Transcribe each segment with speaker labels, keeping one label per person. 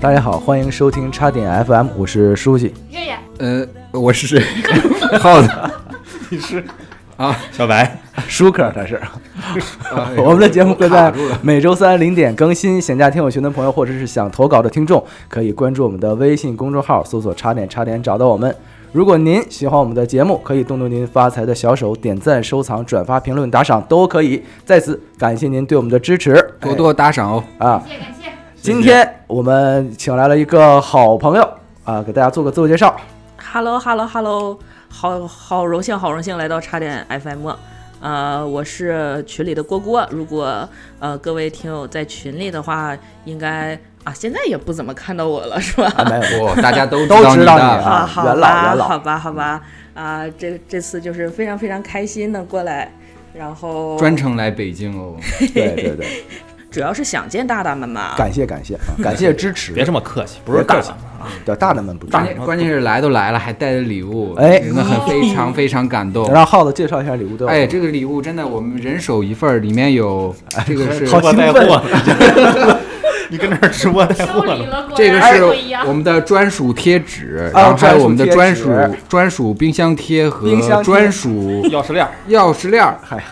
Speaker 1: 大家好，欢迎收听叉点 FM，我是书记。
Speaker 2: 月月，
Speaker 3: 呃，我是耗子，
Speaker 1: 你是
Speaker 3: 啊
Speaker 4: 小白，
Speaker 1: 舒克，他是。
Speaker 3: 啊
Speaker 1: 我们的节目会在
Speaker 3: 卡住了
Speaker 1: 每周三零点更新，想加听友群的朋友或者是想投稿的听众，可以关注我们的微信公众号，搜索“叉点叉点”找到我们。如果您喜欢我们的节目，可以动动您发财的小手，点赞、收藏、转发、评论、打赏都可以。在此感谢您对我们的支持，
Speaker 3: 多多打赏哦。
Speaker 1: 哎啊！
Speaker 2: 感谢感谢。
Speaker 1: 今天我们请来了一个好朋友啊，给大家做个自我介 绍。
Speaker 5: h e l l o h e l l o h e l l o 好好荣幸，好荣幸来到叉点 FM。呃，我是群里的郭郭。如果呃各位听友在群里的话，应该啊现在也不怎么看到我了，是吧？
Speaker 1: 啊，没有，
Speaker 3: 哇，大家都
Speaker 1: 都知
Speaker 3: 知
Speaker 1: 道
Speaker 3: 道
Speaker 1: 你
Speaker 3: 的
Speaker 1: 啊
Speaker 5: 啊，好
Speaker 1: 元老元老
Speaker 5: 吧，好吧，好吧。啊，这这次就是非常非常开心能过来，然后
Speaker 3: 专程来北京哦。
Speaker 1: 对对对，
Speaker 5: 主要是想见大大们嘛。
Speaker 1: 感谢感谢啊， 感谢支持。
Speaker 4: 别这么客气，不是客气，
Speaker 1: 对大的们不
Speaker 3: 关
Speaker 1: 知
Speaker 3: 键关键是来都来了，还带着礼物，
Speaker 1: 哎
Speaker 3: 真的很非常非常感动。
Speaker 1: 让耗子介绍一下礼物都有。
Speaker 3: 哦哎，这个礼物真的我们人手一份儿，里面有这个是
Speaker 1: 哎好兴
Speaker 4: 带
Speaker 1: 奋
Speaker 4: 货呢， 你跟那儿直播带
Speaker 2: 收
Speaker 4: 货
Speaker 2: 礼
Speaker 4: 呢？
Speaker 2: 了，果
Speaker 3: 这个
Speaker 2: 然
Speaker 3: 是
Speaker 2: 不一样
Speaker 3: 我。们的专属贴纸，
Speaker 1: 啊
Speaker 3: 然后还有我们的
Speaker 1: 专
Speaker 3: 专
Speaker 1: 属
Speaker 3: 属
Speaker 1: 贴纸
Speaker 3: 专属冰箱贴
Speaker 1: 冰箱
Speaker 3: 和
Speaker 1: 贴
Speaker 3: 专属
Speaker 4: 钥匙链儿，
Speaker 3: 钥匙链儿。
Speaker 1: 嗨，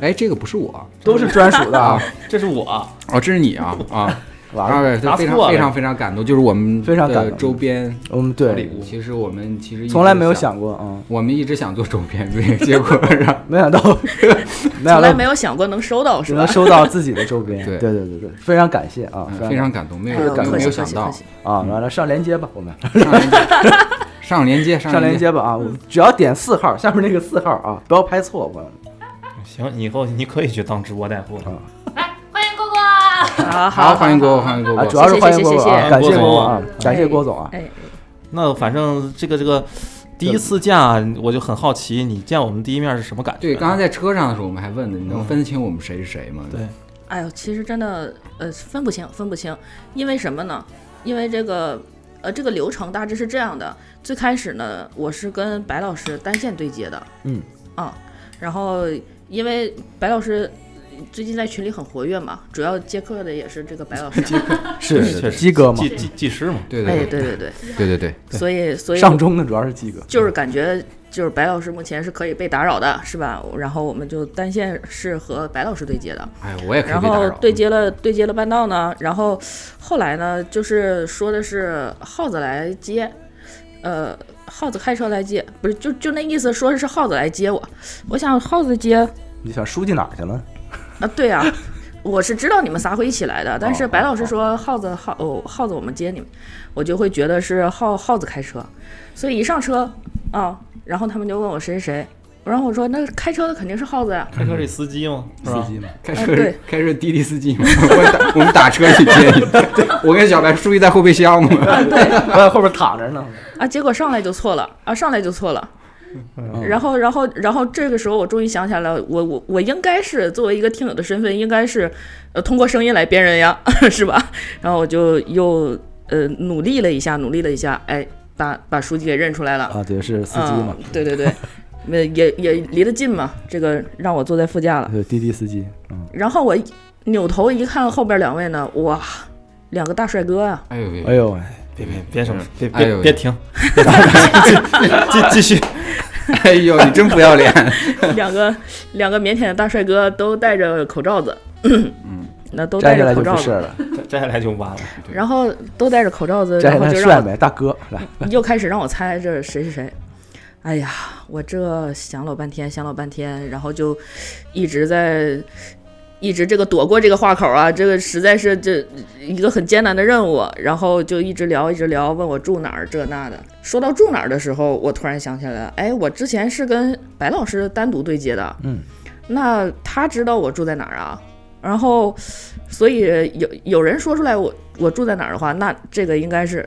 Speaker 3: 哎，这个不是我
Speaker 1: 都是专 属的
Speaker 3: 啊
Speaker 1: 啊，，
Speaker 4: 这是我，
Speaker 3: 哦，这是你啊啊！
Speaker 1: 完了，
Speaker 3: 啊，对
Speaker 4: 拿
Speaker 3: 非
Speaker 4: 错
Speaker 3: 常
Speaker 4: 了
Speaker 3: 非常非常感动，就是我们
Speaker 1: 非常感
Speaker 3: 的
Speaker 1: 动
Speaker 3: 周边
Speaker 1: 我们嗯
Speaker 3: 礼
Speaker 1: 对
Speaker 3: 物。其实我们其实一直
Speaker 1: 从来没有，想过啊，
Speaker 3: 我们一直想做周边，对，结果 让
Speaker 1: 没想到，没
Speaker 5: 从
Speaker 1: 想
Speaker 5: 来
Speaker 1: 到
Speaker 5: 没有想过能收到，是
Speaker 1: 只能
Speaker 5: 吧？
Speaker 1: 收到自己的周边。对
Speaker 3: 对
Speaker 1: 对对对，非常感谢啊，
Speaker 3: 嗯非常感动，没
Speaker 5: 哎呦
Speaker 3: 有
Speaker 1: 感
Speaker 3: 没
Speaker 1: 动
Speaker 3: 有没
Speaker 5: 客气
Speaker 3: 有
Speaker 5: 客
Speaker 3: 想
Speaker 5: 气
Speaker 3: 到
Speaker 5: 客气。
Speaker 1: 啊，完了上连接吧，我们
Speaker 3: 上连接
Speaker 1: 上连
Speaker 3: 连接，
Speaker 1: 接吧啊，我们只要点四号，下面那个四号啊，不要拍错，朋友们。
Speaker 4: 行，以后你可以去当直播带货了。
Speaker 2: 来，欢迎郭郭。
Speaker 5: 好
Speaker 3: 好，欢迎郭郭，欢迎郭
Speaker 1: 啊，
Speaker 3: 郭
Speaker 1: 主。要是
Speaker 5: 谢谢
Speaker 1: 欢迎郭总啊，感
Speaker 5: 谢
Speaker 4: 谢
Speaker 1: 谢
Speaker 4: 谢
Speaker 1: 郭总啊
Speaker 4: 郭，
Speaker 1: 感谢郭总啊，
Speaker 5: 哎，
Speaker 4: 那反正这个这个第一次见啊，我就很好奇，你见我们第一面是什么感觉？啊
Speaker 3: 对，刚刚在车上的时候，我们还问呢，
Speaker 1: 嗯
Speaker 3: 你能分清我们谁是谁吗？
Speaker 4: 对
Speaker 5: 哎呦，其实真的，呃，分不清，分不清，因为什么呢？因为这个，呃，这个流程大致是这样的。最开始呢，我是跟白老师单线对接的，
Speaker 1: 嗯，
Speaker 5: 啊，然后因为白老师最近在群里很活跃嘛，主要接客的也是这个白老师，
Speaker 1: 啊是
Speaker 4: 哎确
Speaker 1: 是
Speaker 4: 实
Speaker 1: 鸡哥嘛
Speaker 4: 技，技技师嘛，
Speaker 3: 对
Speaker 5: 哎，
Speaker 3: 对
Speaker 5: 对对对，
Speaker 3: 对对对，
Speaker 5: 所以所以
Speaker 1: 上中的主要是鸡哥，
Speaker 5: 就是感觉就是白老师目前是可以被打扰的，是吧？然后我们就单线是和白老师对接的，
Speaker 3: 哎，我也可以
Speaker 5: 然
Speaker 3: 被打
Speaker 5: 后
Speaker 1: 嗯
Speaker 3: 扰。
Speaker 5: 对接了对接了半道呢，然后后来呢，就是说的是耗子来接，呃，耗子开车来接，不是就就那意思，说是耗子来接我。我想耗子接
Speaker 1: 你想书记哪儿去了？
Speaker 5: 啊，对 啊，我是知道你们仨会一起来的，但
Speaker 1: 哦
Speaker 5: 是白老师说耗子耗哦耗子我们接你们，我就会觉得是耗耗子开车，所以一上车啊，然后他们就问我谁谁谁，然后我说那开车的肯定是耗子呀、
Speaker 4: 开车这嗯司机嘛，是吧
Speaker 1: 司？机嘛，
Speaker 3: 开
Speaker 5: 哎
Speaker 3: 车
Speaker 5: 对
Speaker 3: 开车滴滴司机嘛，我打我们打车去接你。 我跟小白书记在后备箱嘛。
Speaker 1: 我在后边躺着呢。
Speaker 5: 啊，结果上来就错了啊，上来就错了。
Speaker 1: 嗯
Speaker 5: 然后，然后，然后这个时候我终于想起来了，我我我应该是作为一个听友的身份，应该是呃通过声音来辨认呀， 是吧？然后我就又呃努力了一下，努力了一下，哎，把把书记给认出来了，
Speaker 1: 啊，对，是司机嘛
Speaker 5: 嗯，，对 对对，呃也也离得近嘛，这个让我坐在副驾了。
Speaker 1: 对，滴滴司机，嗯，
Speaker 5: 然后我一扭头一看后边两位呢，哇，两个大帅哥 啊！
Speaker 3: 哎呦喂
Speaker 1: 哎！呦喂，
Speaker 4: 别别别什么，别
Speaker 3: 哎呦
Speaker 4: 别
Speaker 3: 喂
Speaker 4: 别停，继 继继续，
Speaker 3: 哎呦，你真不要 脸！
Speaker 5: 两个两个腼腆的大帅哥都戴着口罩子， 那
Speaker 1: 嗯
Speaker 5: 都
Speaker 1: 摘
Speaker 5: 戴
Speaker 1: 下
Speaker 5: 着
Speaker 1: 来
Speaker 5: 口
Speaker 1: 就
Speaker 5: 罩
Speaker 1: 不是
Speaker 5: 子，
Speaker 1: 了，
Speaker 4: 摘下来就完了。
Speaker 5: 然后都戴着口罩子，
Speaker 1: 摘
Speaker 5: 然
Speaker 1: 下
Speaker 5: 后
Speaker 1: 来
Speaker 5: 就
Speaker 1: 帅
Speaker 5: 让
Speaker 1: 没？大哥，来，
Speaker 5: 我又开始让我猜这谁是谁。哎呀，我这想老半天，想老半天，然后就一直在一直这个躲过这个话口啊，这个实在是这一个很艰难的任务，然后就一直聊一直聊，问我住哪儿这那的。说到住哪儿的时候，我突然想起来了，哎，我之前是跟白老师单独对接的，
Speaker 1: 嗯，
Speaker 5: 那他知道我住在哪儿啊？然后，所以有有人说出来我我住在哪儿的话，那这个应该是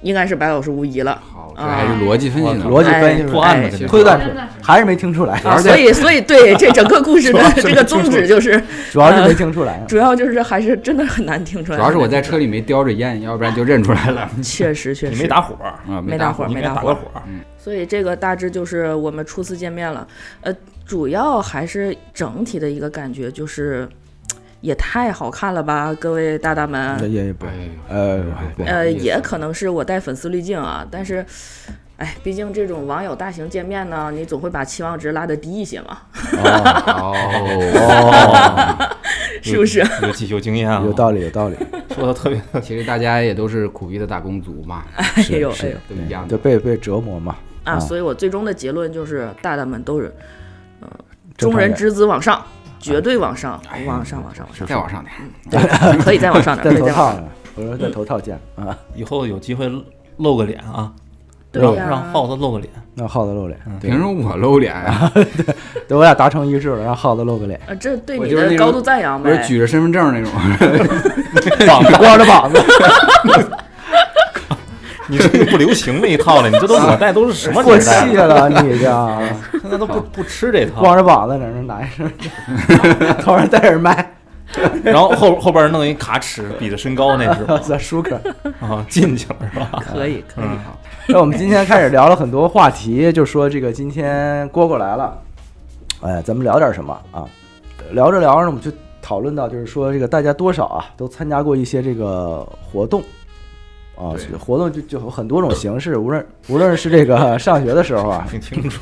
Speaker 5: 应该是白老师无疑了。
Speaker 3: 好，这还是逻辑分析呢。
Speaker 1: 啊逻辑分析
Speaker 5: 哎
Speaker 1: 出
Speaker 4: 破
Speaker 1: 来，
Speaker 4: 案嘛，
Speaker 3: 嗯哎
Speaker 4: 这就
Speaker 1: 推断出
Speaker 2: 真
Speaker 1: 来
Speaker 2: 的，
Speaker 1: 还是没听出来，
Speaker 5: 啊，所以所 以对这整个故事的这个宗旨就是，
Speaker 1: 主要是没听出来啊。
Speaker 5: 主要就是还是真的很难听出来。
Speaker 3: 主要是我在车里没叼着烟，要不然就认出来了。
Speaker 5: 确实确
Speaker 4: 你
Speaker 5: 实
Speaker 4: 没打火，
Speaker 3: 啊，
Speaker 5: 没
Speaker 3: 打
Speaker 5: 打火
Speaker 4: 你应
Speaker 5: 没
Speaker 4: 该
Speaker 5: 打
Speaker 4: 打
Speaker 5: 火
Speaker 4: 个，火。
Speaker 5: 所以这个大致就是我们初次见面了。呃，主要还是整体的一个感觉就是，也太好看了吧，各位大大们。
Speaker 1: 也也不
Speaker 3: 哎呦，
Speaker 1: 呃
Speaker 3: 不好
Speaker 5: 呃，
Speaker 3: 意思
Speaker 5: 也可能是我带粉丝滤镜啊，但是，哎，毕竟这种网友大型见面呢，你总会把期望值拉得低一些嘛，
Speaker 3: 哦，
Speaker 5: 是不是？
Speaker 4: 有有有经验啊，
Speaker 1: 有道理有道理，
Speaker 4: 说的特别
Speaker 3: 其实大家也都是苦逼的打工族 嘛，
Speaker 5: 哎呦哎呦
Speaker 1: 是嗯
Speaker 3: 都一样
Speaker 1: 就
Speaker 3: 的。
Speaker 1: 被被折磨嘛，啊
Speaker 5: 啊！所以我最终的结论就是，大大们都是呃
Speaker 1: 正
Speaker 5: 中
Speaker 1: 常
Speaker 5: 人之子往
Speaker 1: 啊
Speaker 5: 上，绝对往上，
Speaker 1: 哎
Speaker 5: 往上往上往上，
Speaker 3: 再往上点，
Speaker 5: 可以再往上点，
Speaker 1: 戴
Speaker 5: 可以
Speaker 1: 头
Speaker 5: 再
Speaker 1: 套
Speaker 5: 往上。
Speaker 1: 呢，我说戴头套见啊，
Speaker 4: 以后有机会露个脸啊，
Speaker 5: 对啊
Speaker 4: 让
Speaker 5: 呀
Speaker 4: 让耗子露个脸，
Speaker 1: 那耗子露脸，
Speaker 3: 嗯凭什么我露脸啊？
Speaker 1: 对，我俩达成一致了，让耗子露个脸，
Speaker 5: 呃，这对
Speaker 3: 我
Speaker 5: 你
Speaker 3: 就是那
Speaker 5: 的
Speaker 3: 种
Speaker 5: 高度赞扬
Speaker 1: 啊
Speaker 3: 我是
Speaker 5: 呗。
Speaker 3: 举着身份证那种，
Speaker 4: 哦
Speaker 1: 膀子光着膀子，
Speaker 4: 你这个不流行那一套了，你这都怎么带都是什么
Speaker 1: 过
Speaker 4: 年代
Speaker 1: 气
Speaker 4: 了？
Speaker 1: 了你这样。
Speaker 4: 现在都不不吃这套
Speaker 1: 光，着膀子在那儿拿一身，头上戴耳麦，
Speaker 4: 然后后后边弄一卡尺比着身高那是吧？
Speaker 1: 在舒克。
Speaker 4: 啊，进去了是吧？
Speaker 5: 可以可以，
Speaker 4: 嗯，
Speaker 1: 那我们今天开始聊了很多话题，就说这个今天蝈蝈来了，哎，咱们聊点什么啊？聊着聊着呢，我们就讨论到，就是说这个大家多少啊，都参加过一些这个活动。啊，
Speaker 3: 对
Speaker 1: 活动就就有很多种形式，无论无论是这个上学的时候 啊，
Speaker 4: 挺清楚，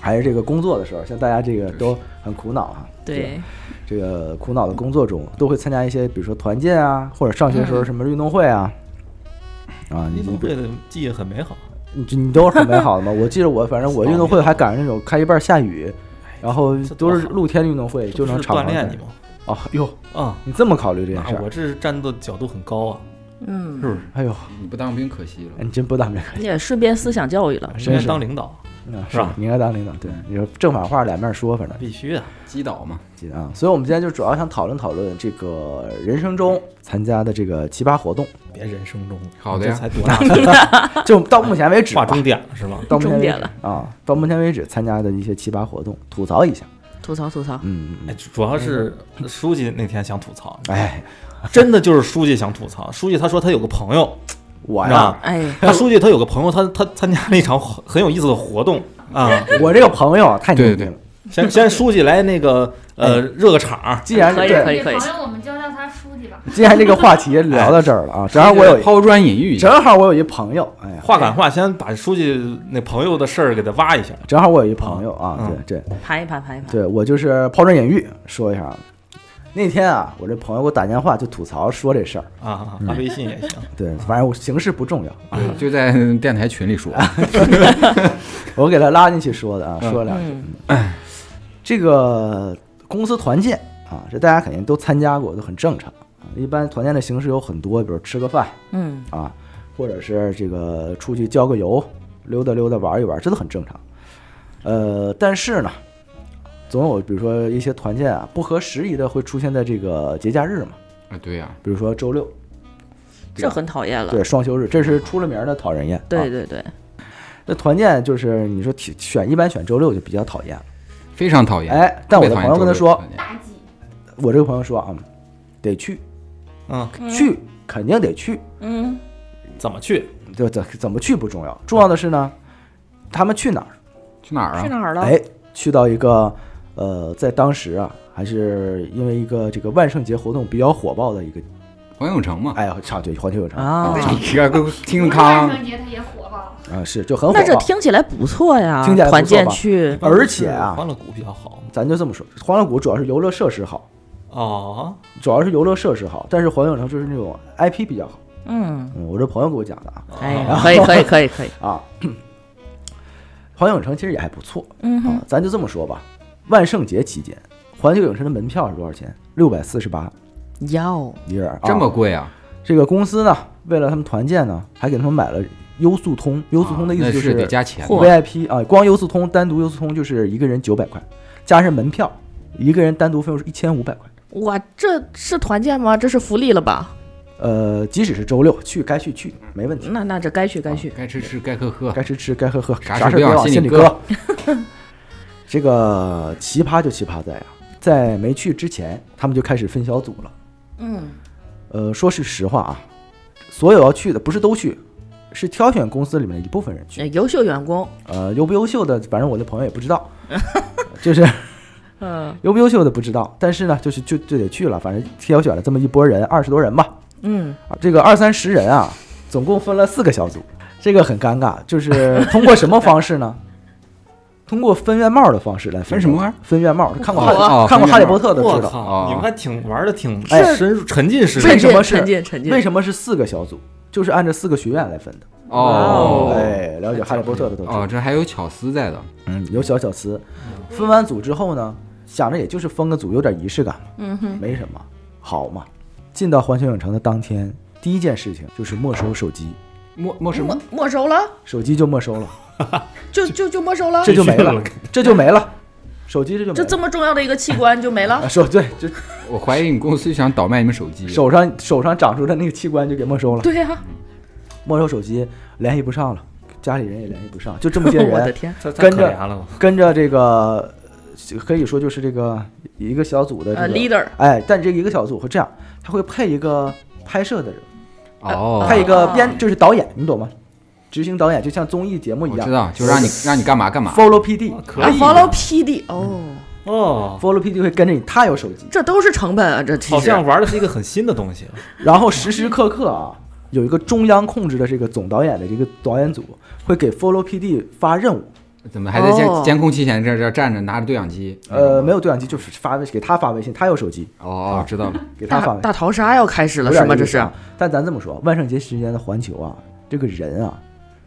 Speaker 1: 还是这个工作的时候，像大家这个都很苦恼啊。
Speaker 5: 对，
Speaker 1: 这个苦恼的工作中，都会参加一些，比如说团建啊，或者上学时候什么运动会啊，啊，
Speaker 4: 嗯运
Speaker 1: 你
Speaker 4: 动会的记忆很美好，
Speaker 1: 你你你都是很美好的嘛。我记得我反正我运动会还赶上那种开一半下雨，然后
Speaker 4: 哎这多
Speaker 1: 都是
Speaker 4: 好
Speaker 1: 露天运动会，就
Speaker 4: 这
Speaker 1: 能
Speaker 4: 不是
Speaker 1: 场
Speaker 4: 锻
Speaker 1: 上
Speaker 4: 炼
Speaker 1: 打
Speaker 4: 你吗？
Speaker 1: 哦哟，
Speaker 4: 啊，
Speaker 1: 你这么考虑这件事
Speaker 4: 那我
Speaker 1: 儿，
Speaker 4: 这是站的角度很高啊，
Speaker 5: 嗯，
Speaker 4: 是不是？
Speaker 1: 哎呦，
Speaker 3: 你不当兵可惜了。
Speaker 1: 哎你真不当面看，
Speaker 5: 也顺便思想教育了。
Speaker 1: 真
Speaker 4: 应该
Speaker 1: 是
Speaker 4: 当领导，
Speaker 1: 嗯
Speaker 4: 是吧嗯
Speaker 1: 你应该当领导，对，你说正反话两面说，反正
Speaker 4: 必须的。
Speaker 3: 击倒嘛，
Speaker 1: 记得啊。所以我们今天就主要想讨论讨论这个人生中参加的这个奇葩 活动，
Speaker 4: 别人生中，
Speaker 3: 好的呀
Speaker 4: 这才多大岁
Speaker 1: 就到目前为止
Speaker 4: 数，划
Speaker 1: 吧。
Speaker 4: 重点了是吧？
Speaker 1: 到目前为
Speaker 5: 终点
Speaker 1: 止
Speaker 5: 了
Speaker 1: 啊！到目前为止参加的一些奇葩活动，吐槽一下。
Speaker 5: 吐槽吐槽，
Speaker 1: 嗯，
Speaker 4: 哎，主主要是书记那天想吐槽，
Speaker 1: 哎，
Speaker 4: 真的就是书记想吐槽。书记他说他有个朋友，
Speaker 1: 我
Speaker 4: 是
Speaker 1: 呀，
Speaker 4: 吧？
Speaker 5: 哎，
Speaker 4: 他书记他有个朋友，他他参加了一场很很有意思的活动啊。
Speaker 1: 我这个朋友太牛
Speaker 3: 对
Speaker 1: 逼
Speaker 3: 对
Speaker 1: 了。
Speaker 4: 先先书记来那个呃热个场，
Speaker 1: 既然
Speaker 5: 可以可
Speaker 1: 对，
Speaker 5: 以可以
Speaker 2: 朋友，我们就叫他书 记吧。
Speaker 1: 既然这个话题聊到这儿了啊，正好我有一
Speaker 3: 抛砖引玉一下，
Speaker 1: 正好我有一朋友，哎呀，
Speaker 4: 话赶话，先把书记那朋友的事儿给他挖一下。
Speaker 1: 正好我有一朋友啊，
Speaker 4: 嗯
Speaker 1: 对对
Speaker 5: 盘一盘盘一盘，
Speaker 1: 对，我就是抛砖引玉说一下啊。那天啊，我这朋友给我打电话就吐槽说这事儿，
Speaker 4: 啊，发微信也 行。
Speaker 1: 对，反正我形式不重要，啊
Speaker 3: 对啊就在电台群里说，
Speaker 1: 我给他拉进去说的啊，
Speaker 3: 嗯
Speaker 1: 说了两句。
Speaker 5: 嗯，
Speaker 1: 这个公司团建啊，这大家肯定都参加过，都很正常啊。一般团建的形式有很多，比如吃个饭
Speaker 5: 嗯
Speaker 1: 啊，或者是这个出去郊个游、溜达溜达、玩一玩，这都很正常。呃，但是呢，总有比如说一些团建啊，不合时宜的会出现在这个节假日嘛，
Speaker 3: 啊，对呀，
Speaker 1: 比如说周六，
Speaker 5: 这很讨厌了。
Speaker 1: 对，双休日，这是出了名的讨人厌。
Speaker 5: 对
Speaker 1: 啊，
Speaker 5: 对对，
Speaker 1: 那团建就是你说提选一般选周六就比较讨厌了。
Speaker 3: 非常讨厌。嗯
Speaker 1: 哎，但我的朋友跟他说
Speaker 3: 特，别讨厌
Speaker 2: 妲己，
Speaker 1: 我这个朋友说啊，得去，
Speaker 4: 嗯，
Speaker 1: 去肯定得去，
Speaker 5: 嗯，
Speaker 4: 怎么去？
Speaker 1: 就怎怎么去不重要，重要的是呢，他们去哪儿？
Speaker 3: 去哪儿
Speaker 5: 去
Speaker 3: 啊？
Speaker 5: 哪儿了？
Speaker 1: 哎，去到一个呃，在当时啊，还是因为一个这个万圣节活动比较火爆的一个，
Speaker 3: 黄永城嘛。
Speaker 1: 哎呀，唱对环球影城啊、
Speaker 5: 啊，
Speaker 3: 你看，跟听
Speaker 2: 不是万
Speaker 3: 康
Speaker 2: 圣节他也火吧？
Speaker 1: 是就很火
Speaker 5: 那这
Speaker 1: 爆。
Speaker 5: 听起来不错呀，
Speaker 1: 听起来不错吧
Speaker 5: 团建去，
Speaker 1: 而且啊
Speaker 4: 欢乐谷比较好
Speaker 1: 咱就这么说，欢乐谷主要是游乐设施好，
Speaker 4: 哦，
Speaker 1: 主要是游乐设施好，但是环球影城就是那种 IP 比较好。
Speaker 5: 嗯，
Speaker 1: 嗯，我这朋友给我讲的啊
Speaker 5: 哎呀，可以可以可以可以，
Speaker 1: 啊，环球影城其实也还不错
Speaker 5: 嗯
Speaker 1: 啊
Speaker 5: 哼，，
Speaker 1: 咱就这么说吧，万圣节期间，环球影城的门票是多少钱？六百四十八
Speaker 5: 要
Speaker 1: 一人儿啊，
Speaker 3: 这么贵啊？
Speaker 1: 这个公司呢，为了他们团建呢，还给他们买了优速通。优速通的意思
Speaker 3: 啊那
Speaker 1: 就是
Speaker 3: 得加钱的，
Speaker 1: VIP 啊，光优速通单独优速通就是一个人九百块，加上门票，一个人单独费用是一千五百块。
Speaker 5: 哇，这是团建吗？这是福利了吧？
Speaker 1: 呃，即使是周六去，该去去没问题，
Speaker 5: 那那这该去该去，
Speaker 3: 该吃吃，该喝喝。
Speaker 1: 该吃吃，该喝喝，
Speaker 3: 嗯啥
Speaker 1: 啥
Speaker 3: 事
Speaker 1: 事
Speaker 3: 别
Speaker 1: 别
Speaker 3: 往
Speaker 1: 往
Speaker 3: 心
Speaker 1: 心
Speaker 3: 里
Speaker 1: 里
Speaker 3: 搁
Speaker 1: 搁。这个奇葩就奇葩在啊，在没去之前，他们就开始分小组了。
Speaker 5: 嗯，
Speaker 1: 呃，说是实话啊，所有要去的不是都去，是挑选公司里面的一部分
Speaker 3: 哎
Speaker 1: 人去。
Speaker 5: 优秀员工，
Speaker 1: 呃，优不优秀的，反正我的朋友也不知道，就是
Speaker 5: 嗯
Speaker 1: 优不优秀的不知道，但是呢，就是就就得去了，反正挑选了这么一拨人，二十多人吧，
Speaker 5: 嗯，
Speaker 1: 啊，这个二三十人啊，总共分了四个小组，这个很尴尬，就是通过什么方式 呢？通过分院帽的方式来
Speaker 3: 分什么玩意儿？
Speaker 1: 分院帽，看过哈利、
Speaker 3: 哦
Speaker 1: 看过《哈利波
Speaker 3: 分
Speaker 1: 特》的
Speaker 4: 我
Speaker 1: 知道，
Speaker 4: 靠，你们还挺玩的挺
Speaker 1: 哎
Speaker 4: 深入沉浸式的
Speaker 1: 为什么是
Speaker 5: 沉浸沉浸？
Speaker 1: 为什么是四个小组？就是按照四个学院来分的。
Speaker 3: 哦
Speaker 1: 哎，了解《哈利波特》的都知道
Speaker 3: 哦，，这还有巧思在的，
Speaker 1: 嗯，有小巧思。分完组之后呢，想着也就是分个组，有点仪式感嘛，
Speaker 5: 嗯哼，
Speaker 1: 没什么，好嘛。进到环球影城的当天，第一件事情就是没收手机，
Speaker 3: 没没什么
Speaker 5: 没没收了，
Speaker 1: 手机就没收了，
Speaker 5: 就就就没收了，
Speaker 1: 这就没
Speaker 4: 没
Speaker 1: 了
Speaker 4: 了，
Speaker 1: 这就没 了，手机这就没
Speaker 5: 就
Speaker 1: 了。
Speaker 5: 这么哎重要的一个器官就没
Speaker 1: 啊，
Speaker 5: 了。
Speaker 1: 手对，就
Speaker 3: 我怀疑你公司想倒卖你们手机，
Speaker 1: 手上手上长出的那个器官就给没收了，
Speaker 5: 对啊呀，
Speaker 1: 没收手机，联系不上了，家里人也联系不上，就这么些
Speaker 5: 我的
Speaker 1: 人
Speaker 5: 天，
Speaker 4: 太太
Speaker 1: 跟
Speaker 4: 可
Speaker 1: 着
Speaker 4: 怜了，
Speaker 1: 跟着这个，可以说就是这个一个小组的
Speaker 5: 呃
Speaker 1: 这个，
Speaker 5: ，leader，
Speaker 1: 哎，但这个一个小组会这样，他会配一个拍摄的人，
Speaker 3: 哦，
Speaker 1: 配一个编
Speaker 5: 哦
Speaker 1: 就是导演，你懂吗？执行导演就像综艺节目一
Speaker 3: 我
Speaker 1: 样哦
Speaker 3: 知道，就让你让你干嘛干嘛，
Speaker 1: ，follow PD。
Speaker 4: 可
Speaker 5: 啊
Speaker 4: 以
Speaker 5: ，follow PD，哦，
Speaker 4: 哦，
Speaker 1: Follow PD 会跟着你，他有手机，
Speaker 5: 这都是成本啊，这其
Speaker 4: 好
Speaker 5: 实
Speaker 4: 像玩的是一个很新的东西，
Speaker 1: 然后时时刻刻啊，有一个中央控制的这个总导演的这个导演组会给 Follow PD 发任务，
Speaker 3: 怎么还在监
Speaker 5: 哦
Speaker 3: 监控器前这这站着拿着对讲机？
Speaker 1: 呃，没有对讲机，就是发微给他发微信，他有手机，
Speaker 3: 哦，知道了，
Speaker 1: 给他发
Speaker 5: 大
Speaker 1: 微信。
Speaker 5: 大逃杀要开始了是吗？这是，
Speaker 1: 啊。但咱这么说，万圣节时间的环球啊，这个人啊，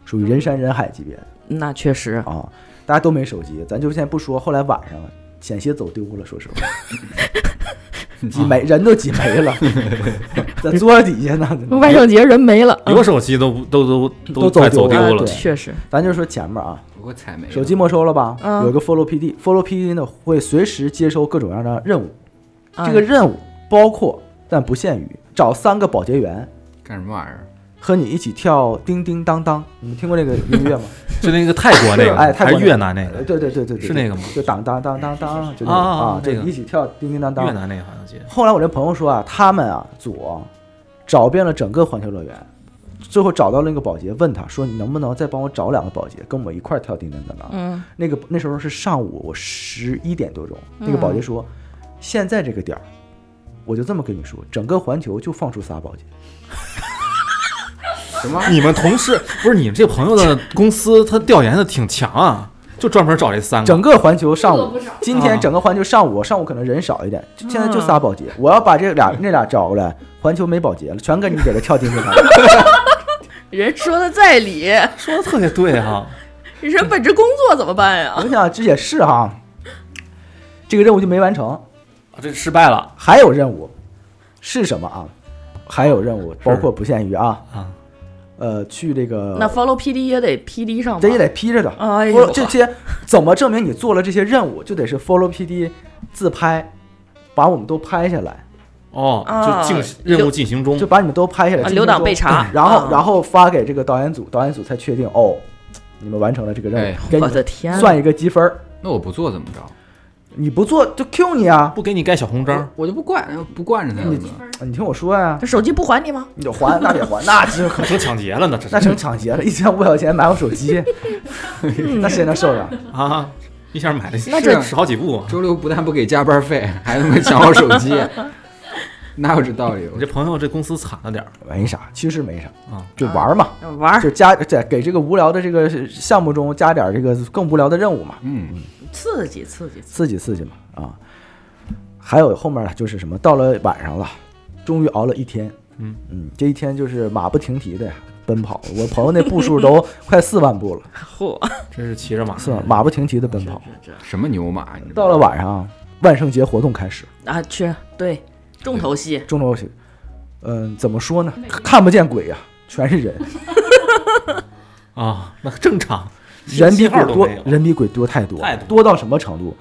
Speaker 1: 属于人山人海级别的
Speaker 5: 那确实，
Speaker 1: 啊，大家都没手机，咱就现在不说。后来晚上险些走丢了，说实话，挤 没人都挤没了，在桌子底下呢。
Speaker 5: 万圣节人没了，
Speaker 4: 有手机都不都
Speaker 1: 都
Speaker 4: 都
Speaker 1: 走
Speaker 4: 快
Speaker 1: 丢
Speaker 4: 走
Speaker 1: 了
Speaker 4: 丢
Speaker 5: 啊
Speaker 4: 了，
Speaker 1: 对
Speaker 5: 确实，
Speaker 1: 咱就说前面啊，
Speaker 3: 我踩没了
Speaker 1: 手机没收了吧？
Speaker 5: 嗯
Speaker 1: 有一个 Follow PD，Follow PD 呢会随时接收各种各样的任务，
Speaker 5: 啊
Speaker 1: 这个任务包括但不限于找三个保洁员
Speaker 3: 干什么玩意儿？
Speaker 1: 和你一起跳叮叮当当，你们听过那个音 乐吗？
Speaker 4: 就那个泰国那个，
Speaker 1: 哎泰国那个
Speaker 4: 还是越南那
Speaker 1: 呃
Speaker 4: 个，
Speaker 1: 对对对对对，
Speaker 4: 是那个吗
Speaker 1: 就当当当当当，就那个
Speaker 4: 啊啊啊
Speaker 1: 啊，就
Speaker 4: 那个
Speaker 1: 一起跳叮叮当
Speaker 4: 越
Speaker 1: 当。
Speaker 4: 南那个好像记得，
Speaker 1: 后来我这朋友说啊，他们啊组找遍了整个环球乐园，最后找到了那个保洁，问他说：“你能不能再帮我找两个保洁，跟我一块儿跳叮叮当当？”
Speaker 5: 嗯，
Speaker 1: 那个那时候是上午我十一点多钟，那个保洁说，现在这个点儿，我就这么跟你说，整个环球就放出仨保洁，
Speaker 3: 什么？
Speaker 4: 你们同事不是你这朋友的公司，他调研的挺强啊，就专门找这三个
Speaker 1: 整。个环球上
Speaker 2: 这
Speaker 1: 午
Speaker 2: 个不少，
Speaker 1: 今天整个环球上午，上午可能人少一点，就现在就仨保洁，我要把这俩那俩找过来，环球没保洁了，全跟你给他跳进去了。
Speaker 5: 人说的在理，
Speaker 4: 说的特别对哈、
Speaker 5: 人本职工作怎么办呀？
Speaker 1: 我想这也是哈，这个任务就没完成，
Speaker 4: 啊，这失败了
Speaker 1: 还有任务是什么啊？还有任务，包括不限于啊，
Speaker 4: 啊！
Speaker 1: 呃，去这个
Speaker 5: 那 follow PD 也得 PD 上吧，
Speaker 1: 这也得披着的。
Speaker 5: 哎
Speaker 1: 不
Speaker 5: 呦
Speaker 1: 是这些怎么证明你做了这些任务？就得是 follow PD 自拍，把我们都拍下来，
Speaker 5: 啊
Speaker 4: 哦，就进行任务进行中
Speaker 1: 就，把你们都拍下来，
Speaker 5: 啊
Speaker 1: 进行
Speaker 5: 留档
Speaker 1: 中
Speaker 5: 被查
Speaker 1: 嗯然后
Speaker 5: 啊
Speaker 1: 然后发给这个导演组，导演组才确定哦，你们完成了这个任
Speaker 3: 哎
Speaker 1: 务，给你
Speaker 5: 我的
Speaker 1: 们
Speaker 5: 天呐，
Speaker 1: 算一个积分儿。
Speaker 3: 那我不做怎么着？
Speaker 1: 你不做就 Q 你啊！
Speaker 4: 不给你盖小红章
Speaker 3: 我，我就不惯不惯着他了。
Speaker 1: 你听我说呀、
Speaker 5: 这手机不还你吗？
Speaker 1: 你得还，那得还， 那就
Speaker 4: 可成抢劫了呢，这
Speaker 1: 那
Speaker 4: 是
Speaker 1: 成抢劫了，一千五百块钱买我手 机，那谁能受得了？
Speaker 4: 啊！一下买了
Speaker 3: 那这
Speaker 4: 十好几部啊，
Speaker 3: 周六不但不给加班费，还他妈抢我手 机，哪有这道理？
Speaker 4: 你这朋友这公司惨了点儿
Speaker 1: 没啥，其实没啥，
Speaker 4: 啊！
Speaker 1: 就玩儿嘛。
Speaker 5: 玩儿
Speaker 1: 就加在给这个无聊的这个项目中加点儿这个更无聊的任务嘛，
Speaker 3: 嗯，
Speaker 5: 刺激刺激，刺激
Speaker 1: 刺激刺激嘛啊。还有后面呢，就是什么，到了晚上了，终于熬了一天，
Speaker 4: 嗯
Speaker 1: 这一天就是马不停蹄的奔跑，我朋友那步数都快四万步了，
Speaker 5: 嚯，
Speaker 4: 真是骑着马，
Speaker 1: 是啊吧？马不停蹄的奔跑。
Speaker 5: 这这
Speaker 3: 什么牛马？你知道
Speaker 1: 到了晚上，万圣节活动开始，
Speaker 5: 啊，去对重头戏，
Speaker 1: 中州戏，嗯、怎么说呢？看不见鬼呀、全是人，
Speaker 4: 啊，那正常，
Speaker 1: 人比
Speaker 4: 信号
Speaker 1: 鬼
Speaker 4: 都
Speaker 1: 多
Speaker 4: 没有，
Speaker 1: 人比鬼多太多，
Speaker 4: 太多
Speaker 1: 多到什么程度？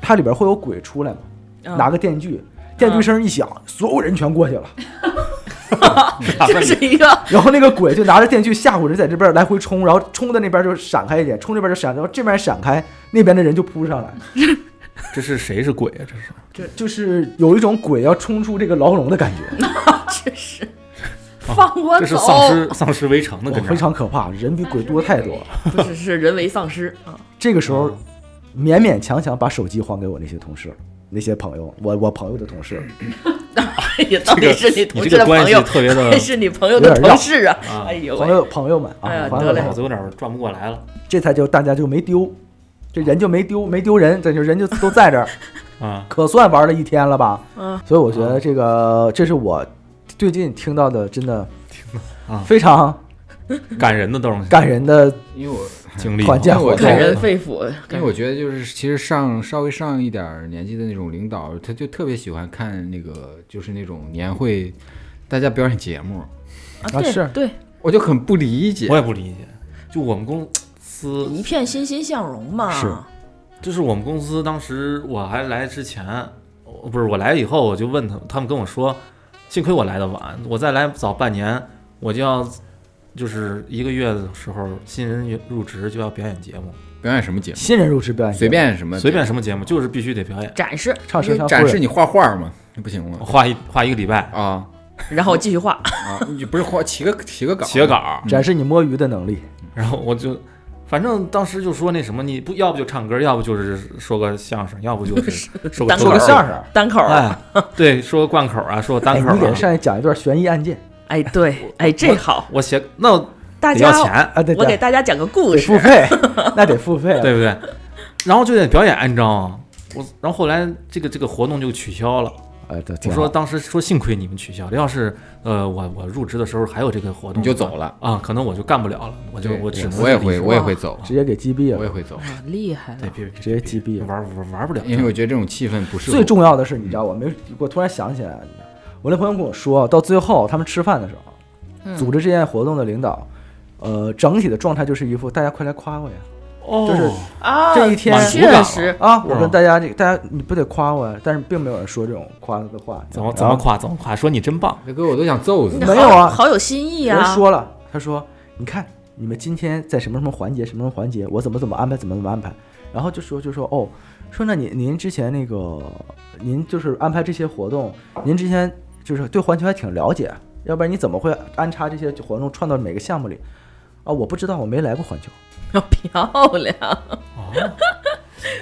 Speaker 1: 它里边会有鬼出来吗？
Speaker 5: 嗯
Speaker 1: 拿个电锯，电锯声一响，所有人全过去了。
Speaker 4: 嗯
Speaker 5: 这是一个
Speaker 1: 然后那个鬼就拿着电锯吓唬人，在这边来回冲，然后冲的那边就闪开一点，冲这边就闪，然后这边闪开，那边的人就扑上来，
Speaker 4: 这是谁是鬼啊？这是
Speaker 1: 就是有一种鬼要冲出这个牢笼的感觉，
Speaker 5: 确实放我
Speaker 4: 哦这是
Speaker 5: 走，
Speaker 4: 丧尸丧尸围城的
Speaker 1: 哇
Speaker 4: 跟
Speaker 1: 非
Speaker 4: 着，
Speaker 1: 常可怕，人比鬼多太多了。
Speaker 5: 不是是人为丧尸啊，
Speaker 4: 嗯
Speaker 1: 这个时候，勉勉强强把手机还给我那些同事、那些朋友，我我朋友的同事，
Speaker 5: 也到底是你
Speaker 4: 你
Speaker 5: 同
Speaker 4: 这
Speaker 5: 事
Speaker 4: 个
Speaker 5: 的
Speaker 4: 关
Speaker 5: 朋
Speaker 4: 系
Speaker 5: 友，哎
Speaker 4: 特别 的
Speaker 5: 还，是你朋友的同事啊
Speaker 4: 有点绕啊？
Speaker 5: 哎呦
Speaker 1: 朋
Speaker 5: 喂，
Speaker 1: 友朋友们啊，
Speaker 5: 哎呀
Speaker 1: 还
Speaker 5: 得
Speaker 1: 给
Speaker 5: 嘞
Speaker 1: 我
Speaker 4: 脑子有点转不过来了
Speaker 1: 这才就大家就没丢，这人就没丢，没丢人，这就人就都在 这儿，
Speaker 4: 啊。
Speaker 1: 可算玩了一天了吧？
Speaker 5: 嗯，
Speaker 1: 所以我觉得这个这是我最近听到的，真的
Speaker 4: 啊
Speaker 1: 非常
Speaker 4: 感人 的东西，
Speaker 1: 感人的
Speaker 3: 因为我
Speaker 4: 经历
Speaker 1: 团建
Speaker 3: 因为
Speaker 1: 活
Speaker 3: 我
Speaker 1: 动
Speaker 5: 感。人
Speaker 4: 哦
Speaker 5: 肺腑，啊
Speaker 4: 哎
Speaker 3: 因为我觉得就是其实上稍微上一点儿年纪的那种领导，他就特别喜欢看那个就是那种年会，大家表演节目，
Speaker 5: 啊
Speaker 1: 啊
Speaker 5: 对
Speaker 1: 是
Speaker 5: 对，
Speaker 3: 我就很不理解
Speaker 4: 我。也不理解，就我们公司
Speaker 5: 一片欣欣向荣嘛。
Speaker 1: 是
Speaker 4: 就是我们公司当时我还来之前，哦不是我来以后，我就问他，他们跟我说，幸亏我来的晚，我再来早半年，我就要就是一个月的时候，新人入职就要表演节目，
Speaker 3: 表演什么节目？
Speaker 1: 新人入职表演节目
Speaker 3: 随便什么，
Speaker 4: 随便什么节目，就是必须得表演，
Speaker 5: 展示，
Speaker 1: 唱《
Speaker 3: 你
Speaker 1: 舌唱
Speaker 3: 展
Speaker 1: 夫
Speaker 3: 示
Speaker 1: 人》，
Speaker 3: 你画画吗？那不行吗？
Speaker 4: 画一画一个礼拜，
Speaker 3: 啊
Speaker 5: 然后继续画。
Speaker 3: 啊，你不是画起个起个稿？
Speaker 4: 写稿，
Speaker 1: 展示你摸鱼的能力。
Speaker 4: 然后我就。反正当时就说那什么，你不要不就唱歌，要不就是说个相声，要不就是 说个
Speaker 5: 单口
Speaker 1: 说个
Speaker 4: 口
Speaker 1: 相声，
Speaker 5: 单口儿，
Speaker 4: 哎，对，说个贯口啊，说个单
Speaker 1: 哎，
Speaker 4: 口啊。
Speaker 1: 你给上来讲一段悬疑案件
Speaker 5: 哎，对，哎，这好，
Speaker 4: 我写那我
Speaker 5: 大
Speaker 4: 得要
Speaker 5: 家，
Speaker 4: 钱，
Speaker 1: 啊？对，
Speaker 5: 我给
Speaker 1: 对
Speaker 5: 大家讲个故
Speaker 1: 得
Speaker 5: 事
Speaker 1: 付，费，那得付费啊。
Speaker 4: 对不对？然后就得表演，你知道吗？我然后后来这个这个活动就取消了。
Speaker 1: 哎，对，
Speaker 4: 我
Speaker 1: 挺好
Speaker 4: 说当时说幸亏你们取消了，要是呃我我入职的时候还有这个活动，
Speaker 3: 你就走了。
Speaker 4: 啊，可能我就干不了了，我就
Speaker 3: 嗯对
Speaker 4: 我只能
Speaker 3: 我也
Speaker 4: 自己
Speaker 3: 会
Speaker 4: 说
Speaker 3: 我也会走，
Speaker 1: 直接给击毙
Speaker 3: 我也
Speaker 1: 了。
Speaker 3: 会走，
Speaker 5: 哇厉害
Speaker 4: 对，
Speaker 5: 了，
Speaker 4: 别别
Speaker 1: 直接击毙
Speaker 4: 别玩玩玩不了，
Speaker 3: 因为我觉得这种气氛不适合
Speaker 1: 最
Speaker 3: 我。
Speaker 1: 重要的是，你知道，我没，我突然想起来，我那朋友跟我说，到最后他们吃饭的时候，组织这件活动的领导，呃，整体的状态就是一副大家快来夸我呀，
Speaker 4: 哦，
Speaker 1: 就是
Speaker 5: 啊，
Speaker 1: 这一天
Speaker 4: 满足感
Speaker 5: 确
Speaker 4: 了
Speaker 5: 实，
Speaker 1: 啊，我跟
Speaker 4: 嗯
Speaker 1: 大家这大家你不得夸我呀，但是并没有人说这种夸他的话，
Speaker 4: 怎么怎么夸怎么夸，说你真棒，
Speaker 3: 大哥，我都想揍死
Speaker 5: 你
Speaker 3: 你。
Speaker 1: 没有啊
Speaker 5: 好好有新意
Speaker 1: 然后人
Speaker 5: 啊，
Speaker 1: 说了，他说你看你们今天在什么什么环节什么什么环节，我怎么怎么安排怎么怎么安排，然后就说就说哦，说那您您之前那个您就是安排这些活动，您之前就是对环球还挺了解，要不然你怎么会安插这些活动串到每个项目里？啊，我不知道，我没来过环球，
Speaker 5: 漂亮，